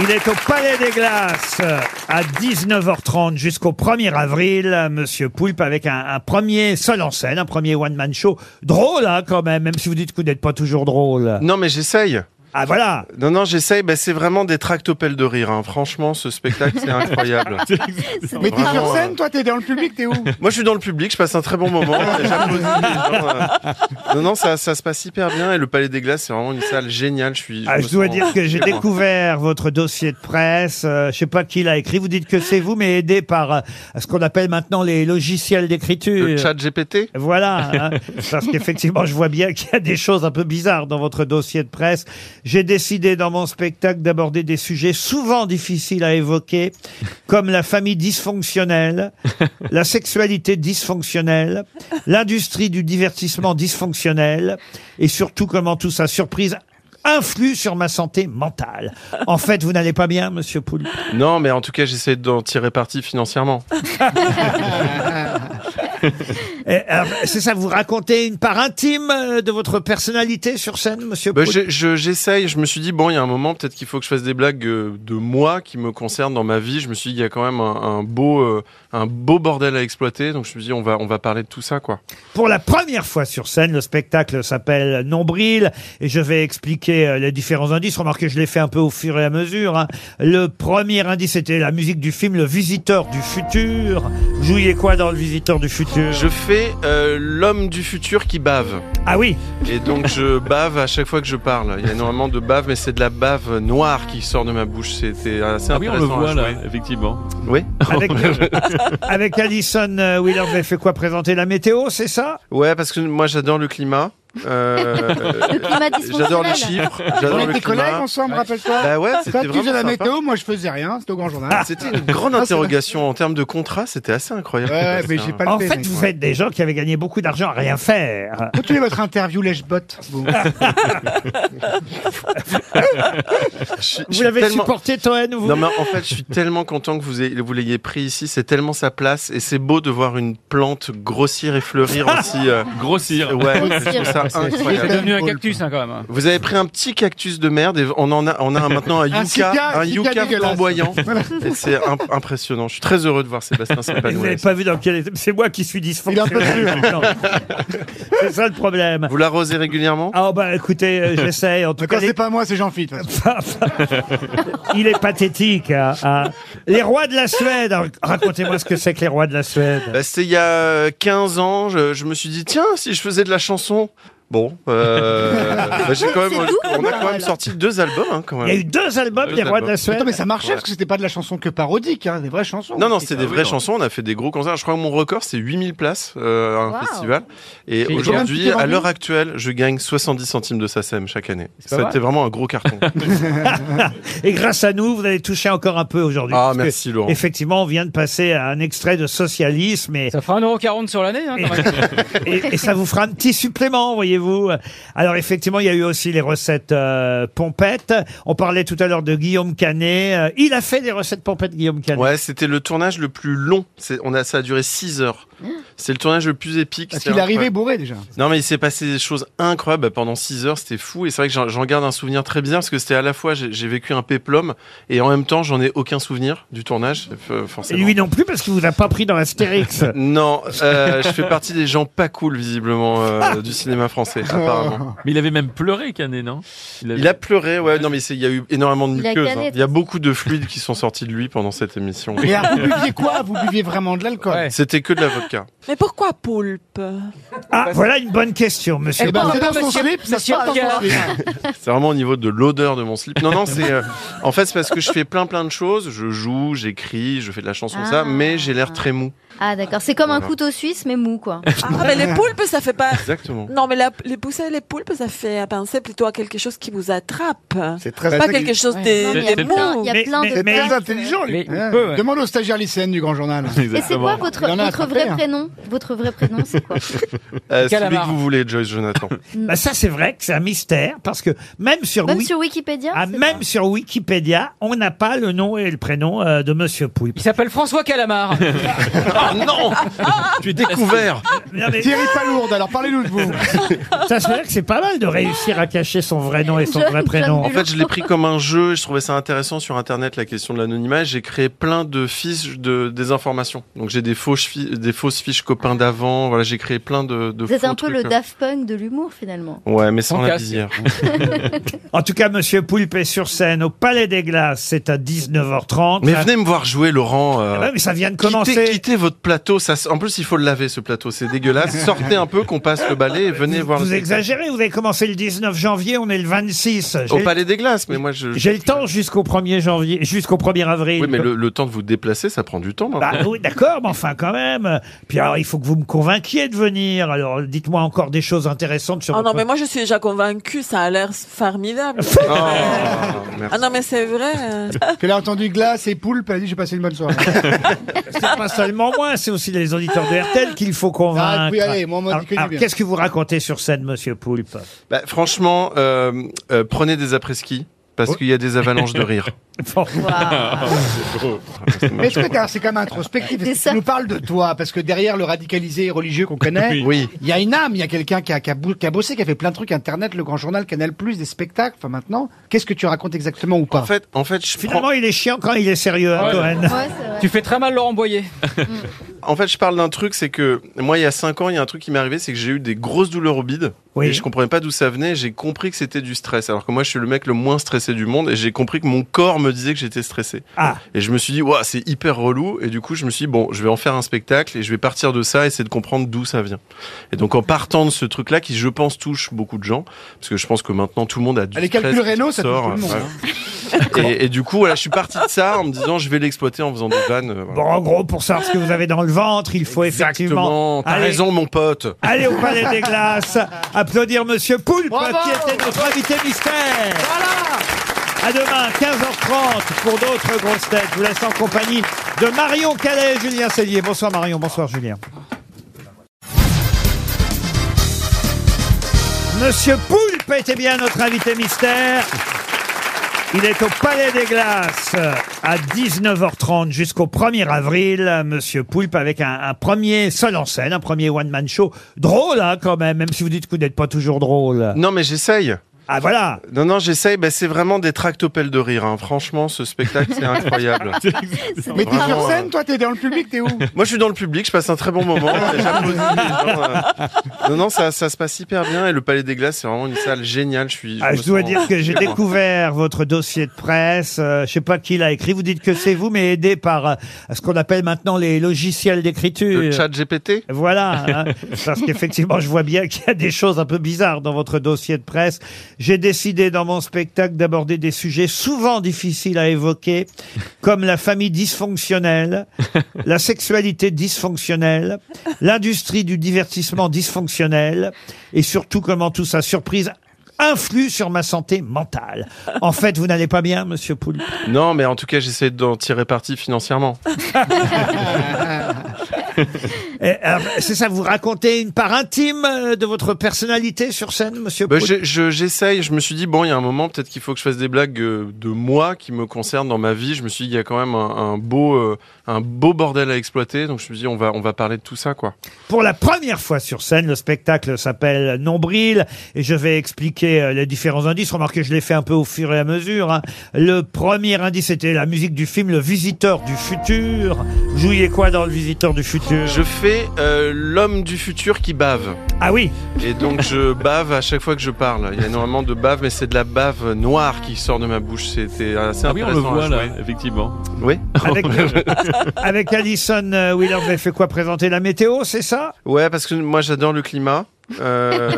[SPEAKER 2] Il est au Palais des Glaces euh, à 19h30 jusqu'au 1er avril. euh, Monsieur Poulpe avec un, un premier seul en scène, un premier one-man show. Drôle hein, quand même, même si vous dites que vous n'êtes pas toujours drôle.
[SPEAKER 22] Non, mais j'essaye.
[SPEAKER 2] Ah voilà
[SPEAKER 22] Non, non, j'essaye. Bah, c'est vraiment des tractopelles de rire. hein. Franchement, ce spectacle, c'est incroyable.
[SPEAKER 3] Mais t'es sur
[SPEAKER 22] Vraiment,
[SPEAKER 3] scène, toi, t'es dans le public, t'es où
[SPEAKER 22] euh, Moi, je suis dans le public, je passe un très bon moment. J'applaudis les gens, euh. Non, non, ça, ça se passe hyper bien. Et le Palais des Glaces, c'est vraiment une salle géniale. Je, suis,
[SPEAKER 2] Ah,
[SPEAKER 22] me
[SPEAKER 2] je dois
[SPEAKER 22] sens-
[SPEAKER 2] dire que j'ai découvert votre dossier de presse. euh, je sais pas qui l'a écrit. Vous dites que c'est vous, mais aidé par euh, ce qu'on appelle maintenant les logiciels d'écriture.
[SPEAKER 22] Le chat GPT
[SPEAKER 2] Voilà. hein. parce qu'effectivement, je vois bien qu'il y a des choses un peu bizarres dans votre dossier de presse. J'ai décidé dans mon spectacle d'aborder des sujets souvent difficiles à évoquer, comme la famille dysfonctionnelle, la sexualité dysfonctionnelle, l'industrie du divertissement dysfonctionnel, et surtout comment tout ça, surprise, influe sur ma santé mentale. En fait, vous n'allez pas bien, monsieur Poulpe
[SPEAKER 22] Non, mais en tout cas, j'essaie d'en tirer parti financièrement.
[SPEAKER 2] Eh, alors, C'est ça, vous racontez une part intime euh, de votre personnalité sur scène, monsieur
[SPEAKER 22] Bah,
[SPEAKER 2] Poulpe
[SPEAKER 22] j'ai- je- J'essaye, je me suis dit, bon, il y a un moment, peut-être qu'il faut que je fasse des blagues euh, de moi qui me concernent dans ma vie. Je me suis dit, il y a quand même un, un beau, euh, un beau bordel à exploiter. Donc je me suis dit, on va, on va parler de tout ça, quoi.
[SPEAKER 2] Pour la première fois sur scène, le spectacle s'appelle Nombril et je vais expliquer euh, les différents indices. Remarquez, je l'ai fait un peu au fur et à mesure. hein. Le premier indice était la musique du film Le Visiteur du Futur. Vous Jouiez quoi dans Le Visiteur du Futur
[SPEAKER 22] Je fais euh, l'homme du futur qui bave.
[SPEAKER 2] Ah oui
[SPEAKER 22] Et donc je bave à chaque fois que je parle. Il y a énormément de bave, mais c'est de la bave noire qui sort de ma bouche. C'était assez
[SPEAKER 5] Ah oui, on le
[SPEAKER 22] intéressant
[SPEAKER 5] voit
[SPEAKER 22] à
[SPEAKER 5] là,
[SPEAKER 22] jouer.
[SPEAKER 5] effectivement.
[SPEAKER 22] Oui.
[SPEAKER 2] Avec, euh, avec Alison euh, Wheeler, vous avez fait quoi Présenter la météo, c'est ça
[SPEAKER 22] Ouais, parce que moi j'adore le climat. Euh,
[SPEAKER 3] Le climat dysfonctionnel.
[SPEAKER 22] j'adore les chiffres.
[SPEAKER 3] On
[SPEAKER 22] J'adore
[SPEAKER 3] était
[SPEAKER 22] le
[SPEAKER 3] collègues
[SPEAKER 22] climat.
[SPEAKER 3] ensemble, rappelle-toi.
[SPEAKER 22] Bah ouais,
[SPEAKER 3] Toi,
[SPEAKER 22] c'était
[SPEAKER 3] tu
[SPEAKER 22] vraiment
[SPEAKER 3] faisais la
[SPEAKER 22] sympa.
[SPEAKER 3] météo, moi je faisais rien, c'était au grand journal.
[SPEAKER 22] C'était une grande
[SPEAKER 3] Ah, c'est vrai.
[SPEAKER 22] interrogation en termes de contrat, c'était assez incroyable.
[SPEAKER 3] Ouais, mais j'ai pas le
[SPEAKER 2] En
[SPEAKER 3] fait,
[SPEAKER 2] fait,
[SPEAKER 3] mec,
[SPEAKER 2] vous
[SPEAKER 3] ouais.
[SPEAKER 2] êtes des gens qui avaient gagné beaucoup d'argent à rien faire.
[SPEAKER 3] Continuez votre interview, lèche-bot. Bon.
[SPEAKER 2] Vous l'avez supporté, Toen vous
[SPEAKER 22] Non, mais en fait, je suis tellement content que vous ayez- vous l'ayez pris ici. C'est tellement sa place. Et c'est beau de voir une plante grossir et fleurir aussi. euh,
[SPEAKER 5] Grossir.
[SPEAKER 22] Ouais, je trouve ça
[SPEAKER 6] C'est
[SPEAKER 22] incroyable.
[SPEAKER 6] devenu un cactus, hein, quand même.
[SPEAKER 22] Vous avez pris un petit cactus de merde et on en a, on a maintenant un
[SPEAKER 6] cyca-
[SPEAKER 22] yucca,
[SPEAKER 6] cyca
[SPEAKER 22] un yucca
[SPEAKER 6] dégueulasse.
[SPEAKER 22] flamboyant.
[SPEAKER 6] Voilà.
[SPEAKER 22] Et c'est imp- impressionnant. Je suis très heureux de voir Sébastien
[SPEAKER 2] Et vous
[SPEAKER 22] s'épanouir.
[SPEAKER 2] n'avez pas vu dans quel état. C'est moi qui suis dysfonctionnel.
[SPEAKER 22] Il en peut plus.
[SPEAKER 2] Non. C'est ça le problème.
[SPEAKER 22] Vous l'arrosez régulièrement
[SPEAKER 2] Ah bah écoutez, euh, j'essaye. En tout
[SPEAKER 3] Mais quand
[SPEAKER 2] cas,
[SPEAKER 3] c'est pas moi, c'est Jean-Philippe.
[SPEAKER 2] il est pathétique. hein, hein. Les rois de la Suède. Alors, Racontez-moi ce que c'est que les rois de la Suède.
[SPEAKER 22] Bah, C'était il y a 15 ans, je, je me suis dit, tiens, si je faisais de la chanson. Bon, euh, bah, j'ai quand même,
[SPEAKER 3] C'est doux,
[SPEAKER 22] on a quand
[SPEAKER 3] voilà.
[SPEAKER 22] même sorti deux albums. hein, quand même.
[SPEAKER 3] Attends, mais ça marchait
[SPEAKER 22] Ouais.
[SPEAKER 3] parce que c'était pas de la chanson que parodique, hein, des vraies chansons.
[SPEAKER 22] Non, non, c'était des vraies chansons. On a fait des gros concerts. Je crois que mon record, c'est 8000 places euh, à un
[SPEAKER 3] Wow.
[SPEAKER 22] festival.
[SPEAKER 3] Et
[SPEAKER 22] Et
[SPEAKER 3] combien de
[SPEAKER 22] aujourd'hui,
[SPEAKER 3] tickets
[SPEAKER 22] à
[SPEAKER 3] vendus
[SPEAKER 22] l'heure actuelle, je gagne 70 centimes de SACEM E chaque année.
[SPEAKER 2] pas
[SPEAKER 22] C'était
[SPEAKER 2] mal.
[SPEAKER 22] vraiment un gros carton.
[SPEAKER 2] Et grâce à nous, vous allez toucher encore un peu aujourd'hui.
[SPEAKER 22] Ah,
[SPEAKER 2] parce que,
[SPEAKER 22] merci, Laurent.
[SPEAKER 2] Effectivement, on vient de passer à un extrait de socialisme et.
[SPEAKER 6] Ça fera 1,40€ sur l'année, hein, quand même.
[SPEAKER 2] et, et ça vous fera un petit supplément, voyez-vous. Alors effectivement, il y a eu aussi les recettes euh, pompettes. On parlait tout à l'heure de Guillaume Canet. Euh, il a fait des recettes pompettes, Guillaume Canet.
[SPEAKER 22] Ouais, c'était le tournage le plus long. C'est- On a, ça a duré 6 heures. C'est le tournage le plus épique.
[SPEAKER 3] Parce
[SPEAKER 22] c'est
[SPEAKER 3] qu'il arrivait
[SPEAKER 22] incroyable.
[SPEAKER 3] bourré déjà.
[SPEAKER 22] Non, mais il s'est passé des choses incroyables bah, pendant 6 heures, c'était fou. Et c'est vrai que j'en- j'en garde un souvenir très bien parce que c'était à la fois, j'ai j'ai vécu un péplum et en même temps, j'en ai aucun souvenir du tournage, f-
[SPEAKER 2] Et
[SPEAKER 22] forcément.
[SPEAKER 2] lui non plus parce qu'il vous a pas pris dans l'Astérix.
[SPEAKER 22] Non, euh, je fais partie des gens pas cool, visiblement, euh, du cinéma français,
[SPEAKER 2] Euh,
[SPEAKER 22] apparemment.
[SPEAKER 5] Mais il avait même pleuré, Canet, non il,
[SPEAKER 22] a pleuré, ouais, non, mais c'est- il y a eu énormément de
[SPEAKER 3] Il a
[SPEAKER 22] muqueuses. hein.
[SPEAKER 3] galéré.
[SPEAKER 22] Il y a beaucoup de fluides qui sont sortis de lui pendant cette émission.
[SPEAKER 3] Mais alors, vous buviez quoi Vous buviez vraiment de l'alcool
[SPEAKER 22] C'était que de la vodka.
[SPEAKER 7] Mais pourquoi poulpe
[SPEAKER 2] Ah, voilà une bonne question, monsieur.
[SPEAKER 7] Eh ben, c'est dans son slip, ça se passe dans son
[SPEAKER 22] C'est vraiment au niveau de l'odeur de mon slip. Non, non, c'est euh, en fait c'est parce que je fais plein plein de choses. Je joue, j'écris, je fais de la chanson, ça,
[SPEAKER 14] Ah.
[SPEAKER 22] mais j'ai l'air très mou.
[SPEAKER 14] Ah d'accord, c'est comme un
[SPEAKER 22] Voilà.
[SPEAKER 14] couteau suisse mais mou quoi.
[SPEAKER 7] Ah, mais les poulpes, ça fait pas.
[SPEAKER 22] Exactement.
[SPEAKER 7] Non, mais la- les poussées et les poulpes, ça fait penser plutôt à quelque chose qui vous attrape. C'est
[SPEAKER 3] très
[SPEAKER 7] Pas
[SPEAKER 3] intelligent.
[SPEAKER 7] quelque chose
[SPEAKER 3] Ouais.
[SPEAKER 7] des,
[SPEAKER 3] Non, mais il y a
[SPEAKER 7] des
[SPEAKER 3] plein-
[SPEAKER 7] mots.
[SPEAKER 3] il y a Mais- plein de mais- mais-
[SPEAKER 7] Très
[SPEAKER 3] très intelligent, lui. Ouais. Demande aux stagiaires lycéennes du grand journal.
[SPEAKER 14] Et c'est quoi votre,
[SPEAKER 3] Il en a
[SPEAKER 14] votre
[SPEAKER 3] attrapé,
[SPEAKER 14] vrai
[SPEAKER 3] hein.
[SPEAKER 14] prénom Votre vrai prénom c'est quoi
[SPEAKER 22] Euh, celui
[SPEAKER 2] Calamar.
[SPEAKER 22] que vous voulez, Joyce Jonathan.
[SPEAKER 2] Bah, ça c'est vrai que c'est un mystère parce que même sur
[SPEAKER 14] Même
[SPEAKER 2] Wik-
[SPEAKER 14] sur Wikipédia
[SPEAKER 2] ah, même sur Wikipédia, on n'a pas le nom et le prénom euh, de Monsieur Pouille.
[SPEAKER 6] Il s'appelle François Calamar.
[SPEAKER 22] oh non Tu es découvert
[SPEAKER 3] Thierry Palourde, alors parlez-nous de vous.
[SPEAKER 2] Ça c'est vrai que c'est pas mal de réussir à cacher son vrai nom et son vrai
[SPEAKER 14] Ah
[SPEAKER 2] prénom.
[SPEAKER 22] En fait, je l'ai pris comme un jeu. et Je trouvais ça intéressant sur Internet la question de l'anonymat. J'ai créé plein de fiches de désinformation. Donc j'ai des fausses fiches, des fausses fiches copains d'avant. Voilà, j'ai créé plein de. de
[SPEAKER 14] Vous êtes
[SPEAKER 22] faux
[SPEAKER 14] un peu le
[SPEAKER 3] hein.
[SPEAKER 22] trucs.
[SPEAKER 14] Daft Punk de l'humour finalement.
[SPEAKER 22] Ouais, mais sans
[SPEAKER 14] En
[SPEAKER 22] la
[SPEAKER 14] casse.
[SPEAKER 22] visière.
[SPEAKER 2] En tout cas, Monsieur Poulpe est sur scène au Palais des Glaces. C'est à 19h30.
[SPEAKER 22] Mais venez me voir jouer, Laurent. euh,
[SPEAKER 2] ouais, Eh ben, mais ça vient de
[SPEAKER 22] quittez-
[SPEAKER 2] commencer.
[SPEAKER 22] Quittez votre plateau. Ça, s- en plus, il faut le laver, ce plateau. C'est dégueulasse. Sortez un peu, qu'on passe le balai et venez voir. le
[SPEAKER 2] Vous
[SPEAKER 22] spectacle.
[SPEAKER 2] exagérez, vous avez commencé le 19 janvier, on est le 26.
[SPEAKER 22] Au
[SPEAKER 2] J'ai-
[SPEAKER 22] Palais des Glaces, mais moi, je.
[SPEAKER 2] J'ai le temps jusqu'au 1er janvier, jusqu'au 1er avril.
[SPEAKER 22] Oui, mais le, le temps de vous déplacer, ça prend du temps.
[SPEAKER 2] Bah
[SPEAKER 22] maintenant.
[SPEAKER 2] oui, d'accord, mais enfin quand même. Puis alors, il faut que vous me convainquiez de venir. Alors, dites-moi encore des choses intéressantes sur
[SPEAKER 7] Oh non,
[SPEAKER 2] votre-
[SPEAKER 7] mais moi je suis déjà convaincue, ça a l'air formidable.
[SPEAKER 2] Oh.
[SPEAKER 7] ah non, mais c'est vrai. euh.
[SPEAKER 3] Qu'elle a entendu glace et poulpe, elle a dit j'ai passé une bonne soirée.
[SPEAKER 2] C'est pas seulement moi, c'est aussi les auditeurs de RTL qu'il faut convaincre.
[SPEAKER 3] Ah, puis allez, moi, on m'a dit
[SPEAKER 2] Alors-
[SPEAKER 3] que du
[SPEAKER 2] alors,
[SPEAKER 3] bien.
[SPEAKER 2] qu'est-ce que vous racontez sur scène, monsieur Poulpe
[SPEAKER 22] Bah, franchement, euh, euh, prenez des après-ski parce qu'il y a des avalanches de rire.
[SPEAKER 3] Mais est-ce que t'as- c'est quand même introspectif est-ce que Tu nous parles de toi, parce que derrière le radicalisé religieux qu'on connaît,
[SPEAKER 22] Oui.
[SPEAKER 3] il y a une âme, il y a quelqu'un qui a, qui, a bou- qui a bossé, qui a fait plein de trucs, Internet, le Grand Journal, Canal+, des spectacles, enfin maintenant, qu'est-ce que tu racontes exactement ou pas
[SPEAKER 22] En fait, en fait, je
[SPEAKER 2] Finalement, il est chiant quand il est sérieux, hein,
[SPEAKER 22] Ouais.
[SPEAKER 2] Toen.
[SPEAKER 22] Ouais, c'est
[SPEAKER 6] Tu fais très mal Laurent Boyer.
[SPEAKER 22] En fait, je parle d'un truc, c'est que moi, il y a 5 ans, il y a un truc qui m'est arrivé, c'est que j'ai eu des grosses douleurs au bide.
[SPEAKER 2] Oui.
[SPEAKER 22] Et je comprenais pas d'où ça venait. J'ai compris que c'était du stress. Alors que moi, je suis le mec le moins stressé du monde. Et j'ai compris que mon corps me disait que j'étais stressé.
[SPEAKER 2] Ah.
[SPEAKER 22] Et je me suis dit, ouah, c'est hyper relou. Et du coup, je me suis dit, bon, je vais en faire un spectacle et je vais partir de ça, essayer de comprendre d'où ça vient. Et donc, en partant de ce truc-là, qui, je pense, touche beaucoup de gens, parce que je pense que maintenant, tout le monde a du
[SPEAKER 3] Les
[SPEAKER 22] stress
[SPEAKER 3] calculs
[SPEAKER 22] qui
[SPEAKER 3] rénaux, ça touche
[SPEAKER 22] sort,
[SPEAKER 3] tout le monde.
[SPEAKER 22] voilà.
[SPEAKER 3] hein.
[SPEAKER 22] Et, et du coup, voilà, je suis parti de ça en me disant, je vais l'exploiter en faisant des vannes. euh, voilà.
[SPEAKER 2] Bon, en gros, pour savoir ce que vous avez dans le ventre, il faut effectivement
[SPEAKER 22] Exactement, t'as
[SPEAKER 2] aller-
[SPEAKER 22] raison mon pote.
[SPEAKER 2] Allez au Palais des Glaces à applaudir Monsieur Poulpe,
[SPEAKER 8] Bravo
[SPEAKER 2] qui était notre invité mystère. À demain, 15h30, pour d'autres grosses têtes. Je vous laisse en compagnie de Marion Calais et Julien Cellier. Bonsoir Marion, bonsoir Julien. Monsieur Poulpe était bien notre invité mystère. Il est au Palais des Glaces euh, à 19h30 jusqu'au 1er avril, euh, Monsieur Poulpe, avec un, un premier seul en scène, un premier one-man show. Drôle, hein, quand même, même si vous dites que vous n'êtes pas toujours drôle.
[SPEAKER 22] Non, mais j'essaye.
[SPEAKER 2] Ah voilà
[SPEAKER 22] Non, non, j'essaye. Ben, c'est vraiment des tractopelles de rire. hein. Franchement, ce spectacle, c'est incroyable.
[SPEAKER 3] Mais t'es
[SPEAKER 22] Vraiment,
[SPEAKER 3] sur
[SPEAKER 22] euh,
[SPEAKER 3] scène, toi, t'es dans le public, t'es où
[SPEAKER 22] Moi, je suis dans le public, je passe un très bon moment. J'applaudis les gens, euh. Non, non, ça, ça se passe hyper bien. Et le Palais des Glaces, c'est vraiment une salle géniale. Je, suis,
[SPEAKER 2] Ah,
[SPEAKER 11] me
[SPEAKER 2] je dois
[SPEAKER 11] sens-
[SPEAKER 2] dire que j'ai découvert votre dossier de presse. euh, je sais pas qui l'a écrit. Vous dites que c'est vous, mais aidé par euh, ce qu'on appelle maintenant les logiciels d'écriture.
[SPEAKER 22] Le chat GPT
[SPEAKER 2] euh, Voilà. hein. parce qu'effectivement, je vois bien qu'il y a des choses un peu bizarres dans votre dossier de presse. J'ai décidé dans mon spectacle d'aborder des sujets souvent difficiles à évoquer, comme la famille dysfonctionnelle, la sexualité dysfonctionnelle, l'industrie du divertissement dysfonctionnel, et surtout comment tout ça, surprise, influe sur ma santé mentale. En fait, vous n'allez pas bien, monsieur Poulpe.
[SPEAKER 22] Non, mais en tout cas, j'essaie d'en tirer parti financièrement.
[SPEAKER 2] Eh, alors, C'est ça, vous racontez une part intime euh, de votre personnalité sur scène, monsieur
[SPEAKER 22] Bah,
[SPEAKER 2] Poulpe
[SPEAKER 22] j'ai- je- J'essaye, je me suis dit, bon, il y a un moment, peut-être qu'il faut que je fasse des blagues euh, de moi qui me concernent dans ma vie. Je me suis dit, il y a quand même un, un beau, euh, un beau bordel à exploiter. Donc, je me suis dit, on va, on va parler de tout ça, quoi.
[SPEAKER 2] Pour la première fois sur scène, le spectacle s'appelle Nombril et je vais expliquer euh, les différents indices. Remarquez, je l'ai fait un peu au fur et à mesure. hein. Le premier indice était la musique du film Le Visiteur du Futur. Vous Jouiez quoi dans Le Visiteur du Futur
[SPEAKER 22] Je fais euh, l'homme du futur qui bave.
[SPEAKER 2] Ah oui
[SPEAKER 22] Et donc, je bave à chaque fois que je parle. Il y a énormément de bave, mais c'est de la bave noire qui sort de ma bouche. C'était assez
[SPEAKER 5] Ah oui, on le
[SPEAKER 22] intéressant à
[SPEAKER 5] voit là,
[SPEAKER 22] jouer.
[SPEAKER 5] effectivement.
[SPEAKER 22] Oui.
[SPEAKER 2] Avec, avec Alison euh, Wheeler, vous avez fait quoi Présenter la météo, c'est ça
[SPEAKER 22] Ouais, parce que moi j'adore le climat. Euh,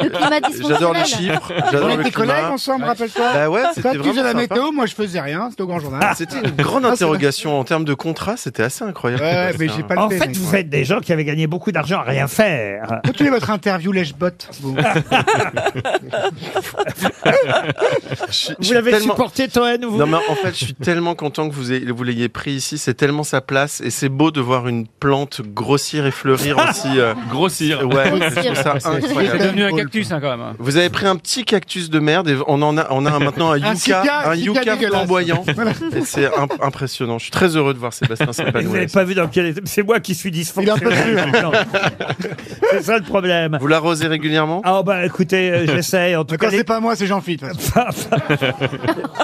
[SPEAKER 3] Le climat dysfonctionnel.
[SPEAKER 22] J'adore les chiffres.
[SPEAKER 3] On
[SPEAKER 22] J'adore le
[SPEAKER 3] était collègues
[SPEAKER 22] climat.
[SPEAKER 3] ensemble, rappelle-toi.
[SPEAKER 22] Bah ouais,
[SPEAKER 3] Toi,
[SPEAKER 22] c'était
[SPEAKER 3] tu
[SPEAKER 22] vraiment
[SPEAKER 3] faisais la
[SPEAKER 22] sympa.
[SPEAKER 3] météo, moi je faisais rien, c'était au grand journal.
[SPEAKER 22] Ah, C'était une grande
[SPEAKER 3] Ah, c'est
[SPEAKER 22] interrogation en termes de contrat, c'était assez incroyable. Ah.
[SPEAKER 3] Ouais, ouais, mais j'ai pas le
[SPEAKER 2] En
[SPEAKER 3] fait,
[SPEAKER 2] fait,
[SPEAKER 3] mec,
[SPEAKER 2] vous
[SPEAKER 3] ouais.
[SPEAKER 2] êtes des gens qui avaient gagné beaucoup d'argent à rien faire.
[SPEAKER 3] Où tu es votre interview, lèche botte
[SPEAKER 2] Vous l'avez supporté, Toen vous
[SPEAKER 22] Non, mais en fait, je suis tellement content que vous ayez- vous l'ayez pris ici. C'est tellement sa place et c'est beau de voir une plante grossir et fleurir aussi. euh.
[SPEAKER 5] Grossir.
[SPEAKER 22] Ouais, je trouve ça incroyable.
[SPEAKER 6] C'est devenu un cactus, hein, quand même.
[SPEAKER 22] Vous avez pris un petit cactus de merde et on en a, on a un- maintenant un
[SPEAKER 6] Un
[SPEAKER 22] yucca,
[SPEAKER 6] cica- cica
[SPEAKER 22] un yucca
[SPEAKER 6] dégueulasse.
[SPEAKER 22] flamboyant.
[SPEAKER 6] Voilà.
[SPEAKER 22] Et C'est imp- impressionnant. Je suis très heureux de voir Sébastien
[SPEAKER 2] Vous n'avez
[SPEAKER 22] s'épanouir.
[SPEAKER 2] pas vu dans quel état. C'est moi qui suis dysfonctionnel. Non. C'est ça le problème.
[SPEAKER 22] Vous l'arrosez régulièrement
[SPEAKER 2] Ah bah écoutez, euh, j'essaye en tout
[SPEAKER 3] Quand
[SPEAKER 2] cas.
[SPEAKER 3] c'est pas moi, c'est Jean-Philippe.
[SPEAKER 2] hein.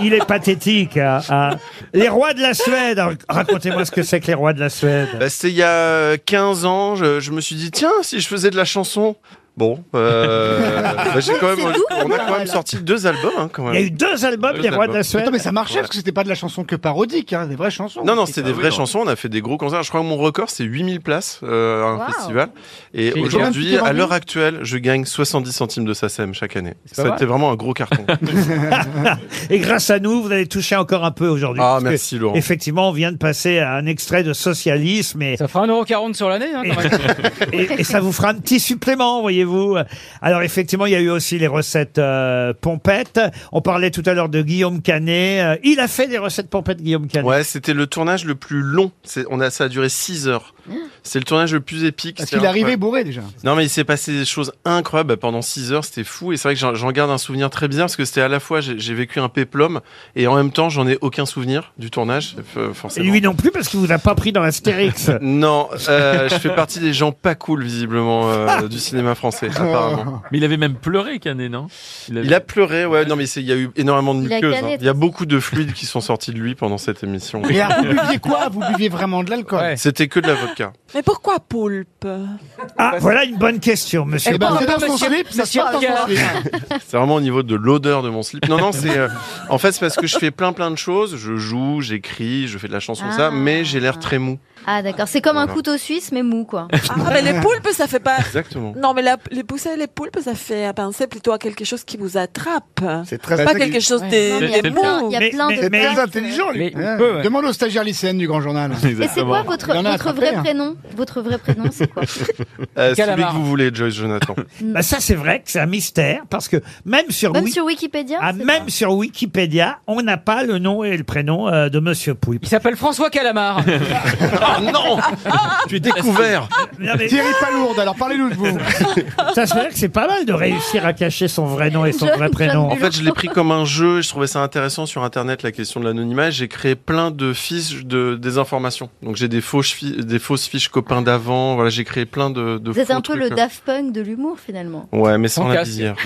[SPEAKER 2] Il est pathétique. hein, hein. Les rois de la Suède. Alors, Racontez-moi ce que c'est que les rois de la Suède.
[SPEAKER 22] Bah, C'était il y a 15 ans, je, je me suis dit, tiens, si je faisais de la chanson. Bon, euh, bah, j'ai quand même,
[SPEAKER 3] C'est doux,
[SPEAKER 22] on a
[SPEAKER 3] comme
[SPEAKER 22] quand même
[SPEAKER 3] parole.
[SPEAKER 22] sorti deux albums. hein, quand même.
[SPEAKER 3] Attends, mais ça marchait
[SPEAKER 22] Ouais.
[SPEAKER 3] parce que c'était pas de la chanson que parodique, hein, des vraies chansons.
[SPEAKER 22] Non, non,
[SPEAKER 2] Ah
[SPEAKER 22] c'était des vraies chansons. On a fait des gros concerts. Je crois que mon record, c'est 8000 places euh, à un
[SPEAKER 3] Wow.
[SPEAKER 22] festival. Et
[SPEAKER 3] C'est
[SPEAKER 22] aujourd'hui,
[SPEAKER 3] combien de tickets
[SPEAKER 22] à l'heure
[SPEAKER 3] vendus
[SPEAKER 22] actuelle, je gagne 70 centimes de SACEM chaque année.
[SPEAKER 2] pas
[SPEAKER 22] Ça a
[SPEAKER 2] mal.
[SPEAKER 22] été vraiment un gros carton.
[SPEAKER 2] Et grâce à nous, vous allez toucher encore un peu aujourd'hui.
[SPEAKER 22] Ah,
[SPEAKER 2] parce que,
[SPEAKER 22] merci, Laurent.
[SPEAKER 2] Effectivement, on vient de passer à un extrait de socialisme. Et... Ça fera 1,40€ sur l'année. hein, et, et ça vous fera un petit supplément, voyez-vous. Alors, effectivement, il y a eu aussi les recettes euh, pompettes. On parlait tout à l'heure de Guillaume Canet. Euh, Il a fait des recettes pompettes, Guillaume Canet.
[SPEAKER 22] Ouais, c'était le tournage le plus long. C'est- On a, ça a duré 6 heures. C'est le tournage le plus épique.
[SPEAKER 3] Parce
[SPEAKER 22] C'est
[SPEAKER 3] qu'il arrivait
[SPEAKER 22] incroyable.
[SPEAKER 3] bourré déjà.
[SPEAKER 22] Non, mais il s'est passé des choses incroyables Bah, pendant 6 heures, c'était fou. Et c'est vrai que j'en- j'en garde un souvenir très bizarre parce que c'était à la fois, j'ai j'ai vécu un péplum et en même temps, j'en ai aucun souvenir du tournage, f-
[SPEAKER 2] Et
[SPEAKER 22] forcément.
[SPEAKER 2] lui non plus, parce qu'il vous a pas pris dans l'Astérix.
[SPEAKER 22] Non, euh, je fais partie des gens pas cool, visiblement, euh, du cinéma français, apparemment.
[SPEAKER 5] Mais il avait même pleuré, Canet, non avait-
[SPEAKER 22] Il a pleuré, ouais. Non, mais c'est- il y a eu énormément de
[SPEAKER 5] Il a
[SPEAKER 22] muqueuses. hein.
[SPEAKER 5] galette.
[SPEAKER 22] Il y a beaucoup de fluides qui sont sortis de lui pendant cette émission.
[SPEAKER 3] Mais alors, vous buviez quoi Vous buviez vraiment de l'alcool
[SPEAKER 22] C'était que de la vodka.
[SPEAKER 7] Mais pourquoi poulpe
[SPEAKER 2] Ah, voilà une bonne question, monsieur.
[SPEAKER 3] Eh ben,
[SPEAKER 2] Bond.
[SPEAKER 3] c'est dans son
[SPEAKER 7] Monsieur-
[SPEAKER 3] slip, ça se
[SPEAKER 7] Monsieur
[SPEAKER 3] passe dans son slip.
[SPEAKER 22] C'est vraiment au niveau de l'odeur de mon slip. Non, non, c'est. euh, en fait, c'est parce que je fais plein, plein de choses. Je joue, j'écris, je fais de la chanson, ça, mais j'ai l'air très mou.
[SPEAKER 14] Ah d'accord, c'est comme un
[SPEAKER 22] Voilà.
[SPEAKER 14] couteau suisse mais mou quoi.
[SPEAKER 7] Ah, mais les poulpes, ça fait pas.
[SPEAKER 22] Exactement.
[SPEAKER 7] Non, mais la, les pousser et les poulpes, ça fait penser plutôt à quelque chose qui vous attrape.
[SPEAKER 9] C'est
[SPEAKER 7] très Pas quelque chose de-
[SPEAKER 14] Non, mais il y a plein- il y a plein de
[SPEAKER 9] mais-
[SPEAKER 14] blagues.
[SPEAKER 9] très intelligent, lui.
[SPEAKER 3] Ouais.
[SPEAKER 9] peut, ouais.
[SPEAKER 3] Demande aux stagiaires lycéennes du Grand Journal.
[SPEAKER 14] Et c'est quoi votre,
[SPEAKER 3] Il en a
[SPEAKER 14] votre
[SPEAKER 3] attrapé,
[SPEAKER 14] vrai
[SPEAKER 3] hein.
[SPEAKER 14] prénom Votre vrai prénom c'est quoi
[SPEAKER 22] Euh, celui
[SPEAKER 2] Calamar.
[SPEAKER 22] que vous voulez, Joyce Jonathan.
[SPEAKER 2] Bah ça, c'est vrai que c'est un mystère, parce que même sur,
[SPEAKER 14] Même
[SPEAKER 2] Wik-
[SPEAKER 14] sur Wikipédia
[SPEAKER 2] ah, même sur Wikipédia, on n'a pas le nom et le prénom euh, de Monsieur Pouille.
[SPEAKER 6] Il s'appelle François Calamar.
[SPEAKER 22] Ah non Tu es découvert
[SPEAKER 3] Thierry Palourde, alors parlez-nous de vous.
[SPEAKER 2] Ça, c'est vrai que c'est pas mal de réussir à cacher son vrai nom et son
[SPEAKER 14] Je-
[SPEAKER 2] vrai
[SPEAKER 14] je-
[SPEAKER 2] prénom.
[SPEAKER 22] En fait, je l'ai pris comme un jeu. et Je trouvais ça intéressant sur Internet, la question de l'anonymat. et J'ai créé plein de fiches de désinformation. Donc, j'ai des fausses, fi- des fausses fiches copains d'avant. Voilà, j'ai créé plein de. de
[SPEAKER 14] Vous êtes
[SPEAKER 22] faux
[SPEAKER 14] un peu
[SPEAKER 22] trucs,
[SPEAKER 14] le
[SPEAKER 3] hein.
[SPEAKER 22] euh.
[SPEAKER 14] Daft Punk de l'humour finalement.
[SPEAKER 22] Ouais, mais sans
[SPEAKER 2] Sans
[SPEAKER 22] la
[SPEAKER 2] casque.
[SPEAKER 22] visière.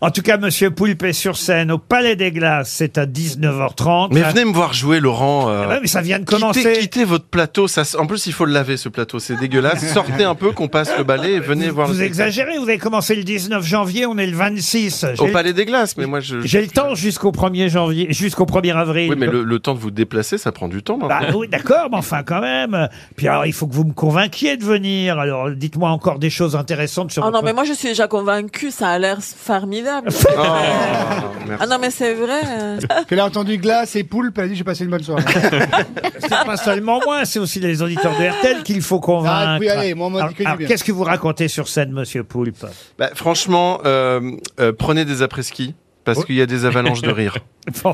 [SPEAKER 2] En tout cas, Monsieur Poulpe est sur scène au Palais des Glaces. C'est à 19h30.
[SPEAKER 22] Mais venez me voir jouer, Laurent. euh,
[SPEAKER 2] Ah ouais, mais ça vient de
[SPEAKER 22] quittez-
[SPEAKER 2] commencer.
[SPEAKER 22] Quittez, votre plateau. Ça, s- en plus, il faut le laver, ce plateau. C'est dégueulasse. Sortez un peu, qu'on passe le balai et venez voir. le
[SPEAKER 2] Vous
[SPEAKER 22] spectacle.
[SPEAKER 2] exagérez, vous avez commencé le 19 janvier, on est le 26. J'ai
[SPEAKER 22] Au
[SPEAKER 2] le-
[SPEAKER 22] Palais des Glaces, mais moi, je.
[SPEAKER 2] J'ai le temps jusqu'au 1er janvier, jusqu'au 1er avril.
[SPEAKER 22] Oui, mais le, le temps de vous déplacer, ça prend du temps.
[SPEAKER 2] Bah
[SPEAKER 22] maintenant.
[SPEAKER 2] oui, d'accord, mais enfin quand même. Puis alors, il faut que vous me convainquiez de venir. Alors, dites-moi encore des choses intéressantes sur
[SPEAKER 7] Ah non,
[SPEAKER 2] votre-
[SPEAKER 7] mais moi je suis déjà convaincue, ça a l'air formidable.
[SPEAKER 3] Oh,
[SPEAKER 2] Oh.
[SPEAKER 7] ah non, mais c'est vrai. euh.
[SPEAKER 3] Elle a entendu glace et poulpe, elle a dit j'ai passé une bonne soirée.
[SPEAKER 2] C'est pas seulement moi, c'est aussi les auditeurs de RTL qu'il faut convaincre.
[SPEAKER 3] Ah, puis allez, moi, on m'a dit
[SPEAKER 2] Alors-
[SPEAKER 3] que du
[SPEAKER 2] alors,
[SPEAKER 3] bien.
[SPEAKER 2] qu'est-ce que vous racontez sur scène, Monsieur Poulpe
[SPEAKER 22] Bah, franchement, euh, euh, prenez des après-ski
[SPEAKER 2] Oh.
[SPEAKER 22] parce qu'il y a des avalanches de rire.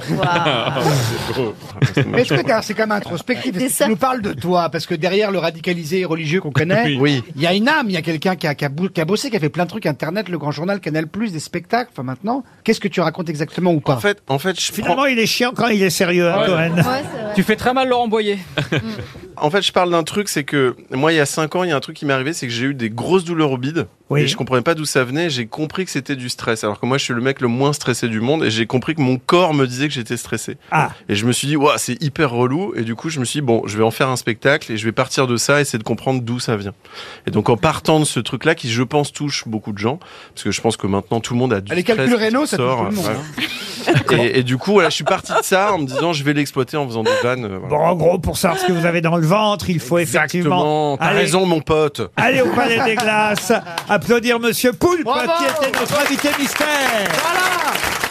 [SPEAKER 3] Mais est-ce que t'as- c'est quand même introspectif Est-ce que Tu nous parles de toi, parce que derrière le radicalisé religieux qu'on connaît,
[SPEAKER 22] Oui.
[SPEAKER 3] il y a une âme, il y a quelqu'un qui a, qui, a bou- qui a bossé, qui a fait plein de trucs, Internet, le Grand Journal, Canal+, des spectacles, enfin maintenant, qu'est-ce que tu racontes exactement ou pas
[SPEAKER 22] En fait, en fait, je
[SPEAKER 2] Finalement, il est chiant quand il est sérieux, hein,
[SPEAKER 22] Ouais.
[SPEAKER 2] Cohen.
[SPEAKER 6] Tu fais très mal Laurent Boyer.
[SPEAKER 22] En fait, je parle d'un truc, c'est que moi, il y a 5 ans, il y a un truc qui m'est arrivé, c'est que j'ai eu des grosses douleurs au bide.
[SPEAKER 2] Oui.
[SPEAKER 22] Et je comprenais pas d'où ça venait. J'ai compris que c'était du stress. Alors que moi, je suis le mec le moins stressé du monde. Et j'ai compris que mon corps me disait que j'étais stressé.
[SPEAKER 2] Ah.
[SPEAKER 22] Et je me suis dit, Ouah, c'est hyper relou. Et du coup, je me suis dit, bon, je vais en faire un spectacle et je vais partir de ça et essayer de comprendre d'où ça vient. Et donc, en partant de ce truc-là, qui, je pense, touche beaucoup de gens, parce que je pense que maintenant, tout le monde a du
[SPEAKER 3] Ah, Les
[SPEAKER 22] stress
[SPEAKER 3] calculs
[SPEAKER 22] qui
[SPEAKER 3] rénaux, ça touche
[SPEAKER 22] sort.
[SPEAKER 3] tout le monde.
[SPEAKER 22] Ouais.
[SPEAKER 3] hein.
[SPEAKER 22] Et, et du coup, voilà, je suis parti de ça en me disant, je vais l'exploiter en faisant des vannes. euh, voilà.
[SPEAKER 2] Bon, en gros, pour savoir ce que vous avez dans le ventre, il faut effectivement.
[SPEAKER 22] Exactement. T'as
[SPEAKER 2] aller-
[SPEAKER 22] raison, mon pote.
[SPEAKER 2] Allez au Palais des Glaces, applaudir Monsieur Poulpe,
[SPEAKER 3] Bravo
[SPEAKER 2] qui était notre invité mystère.
[SPEAKER 3] Voilà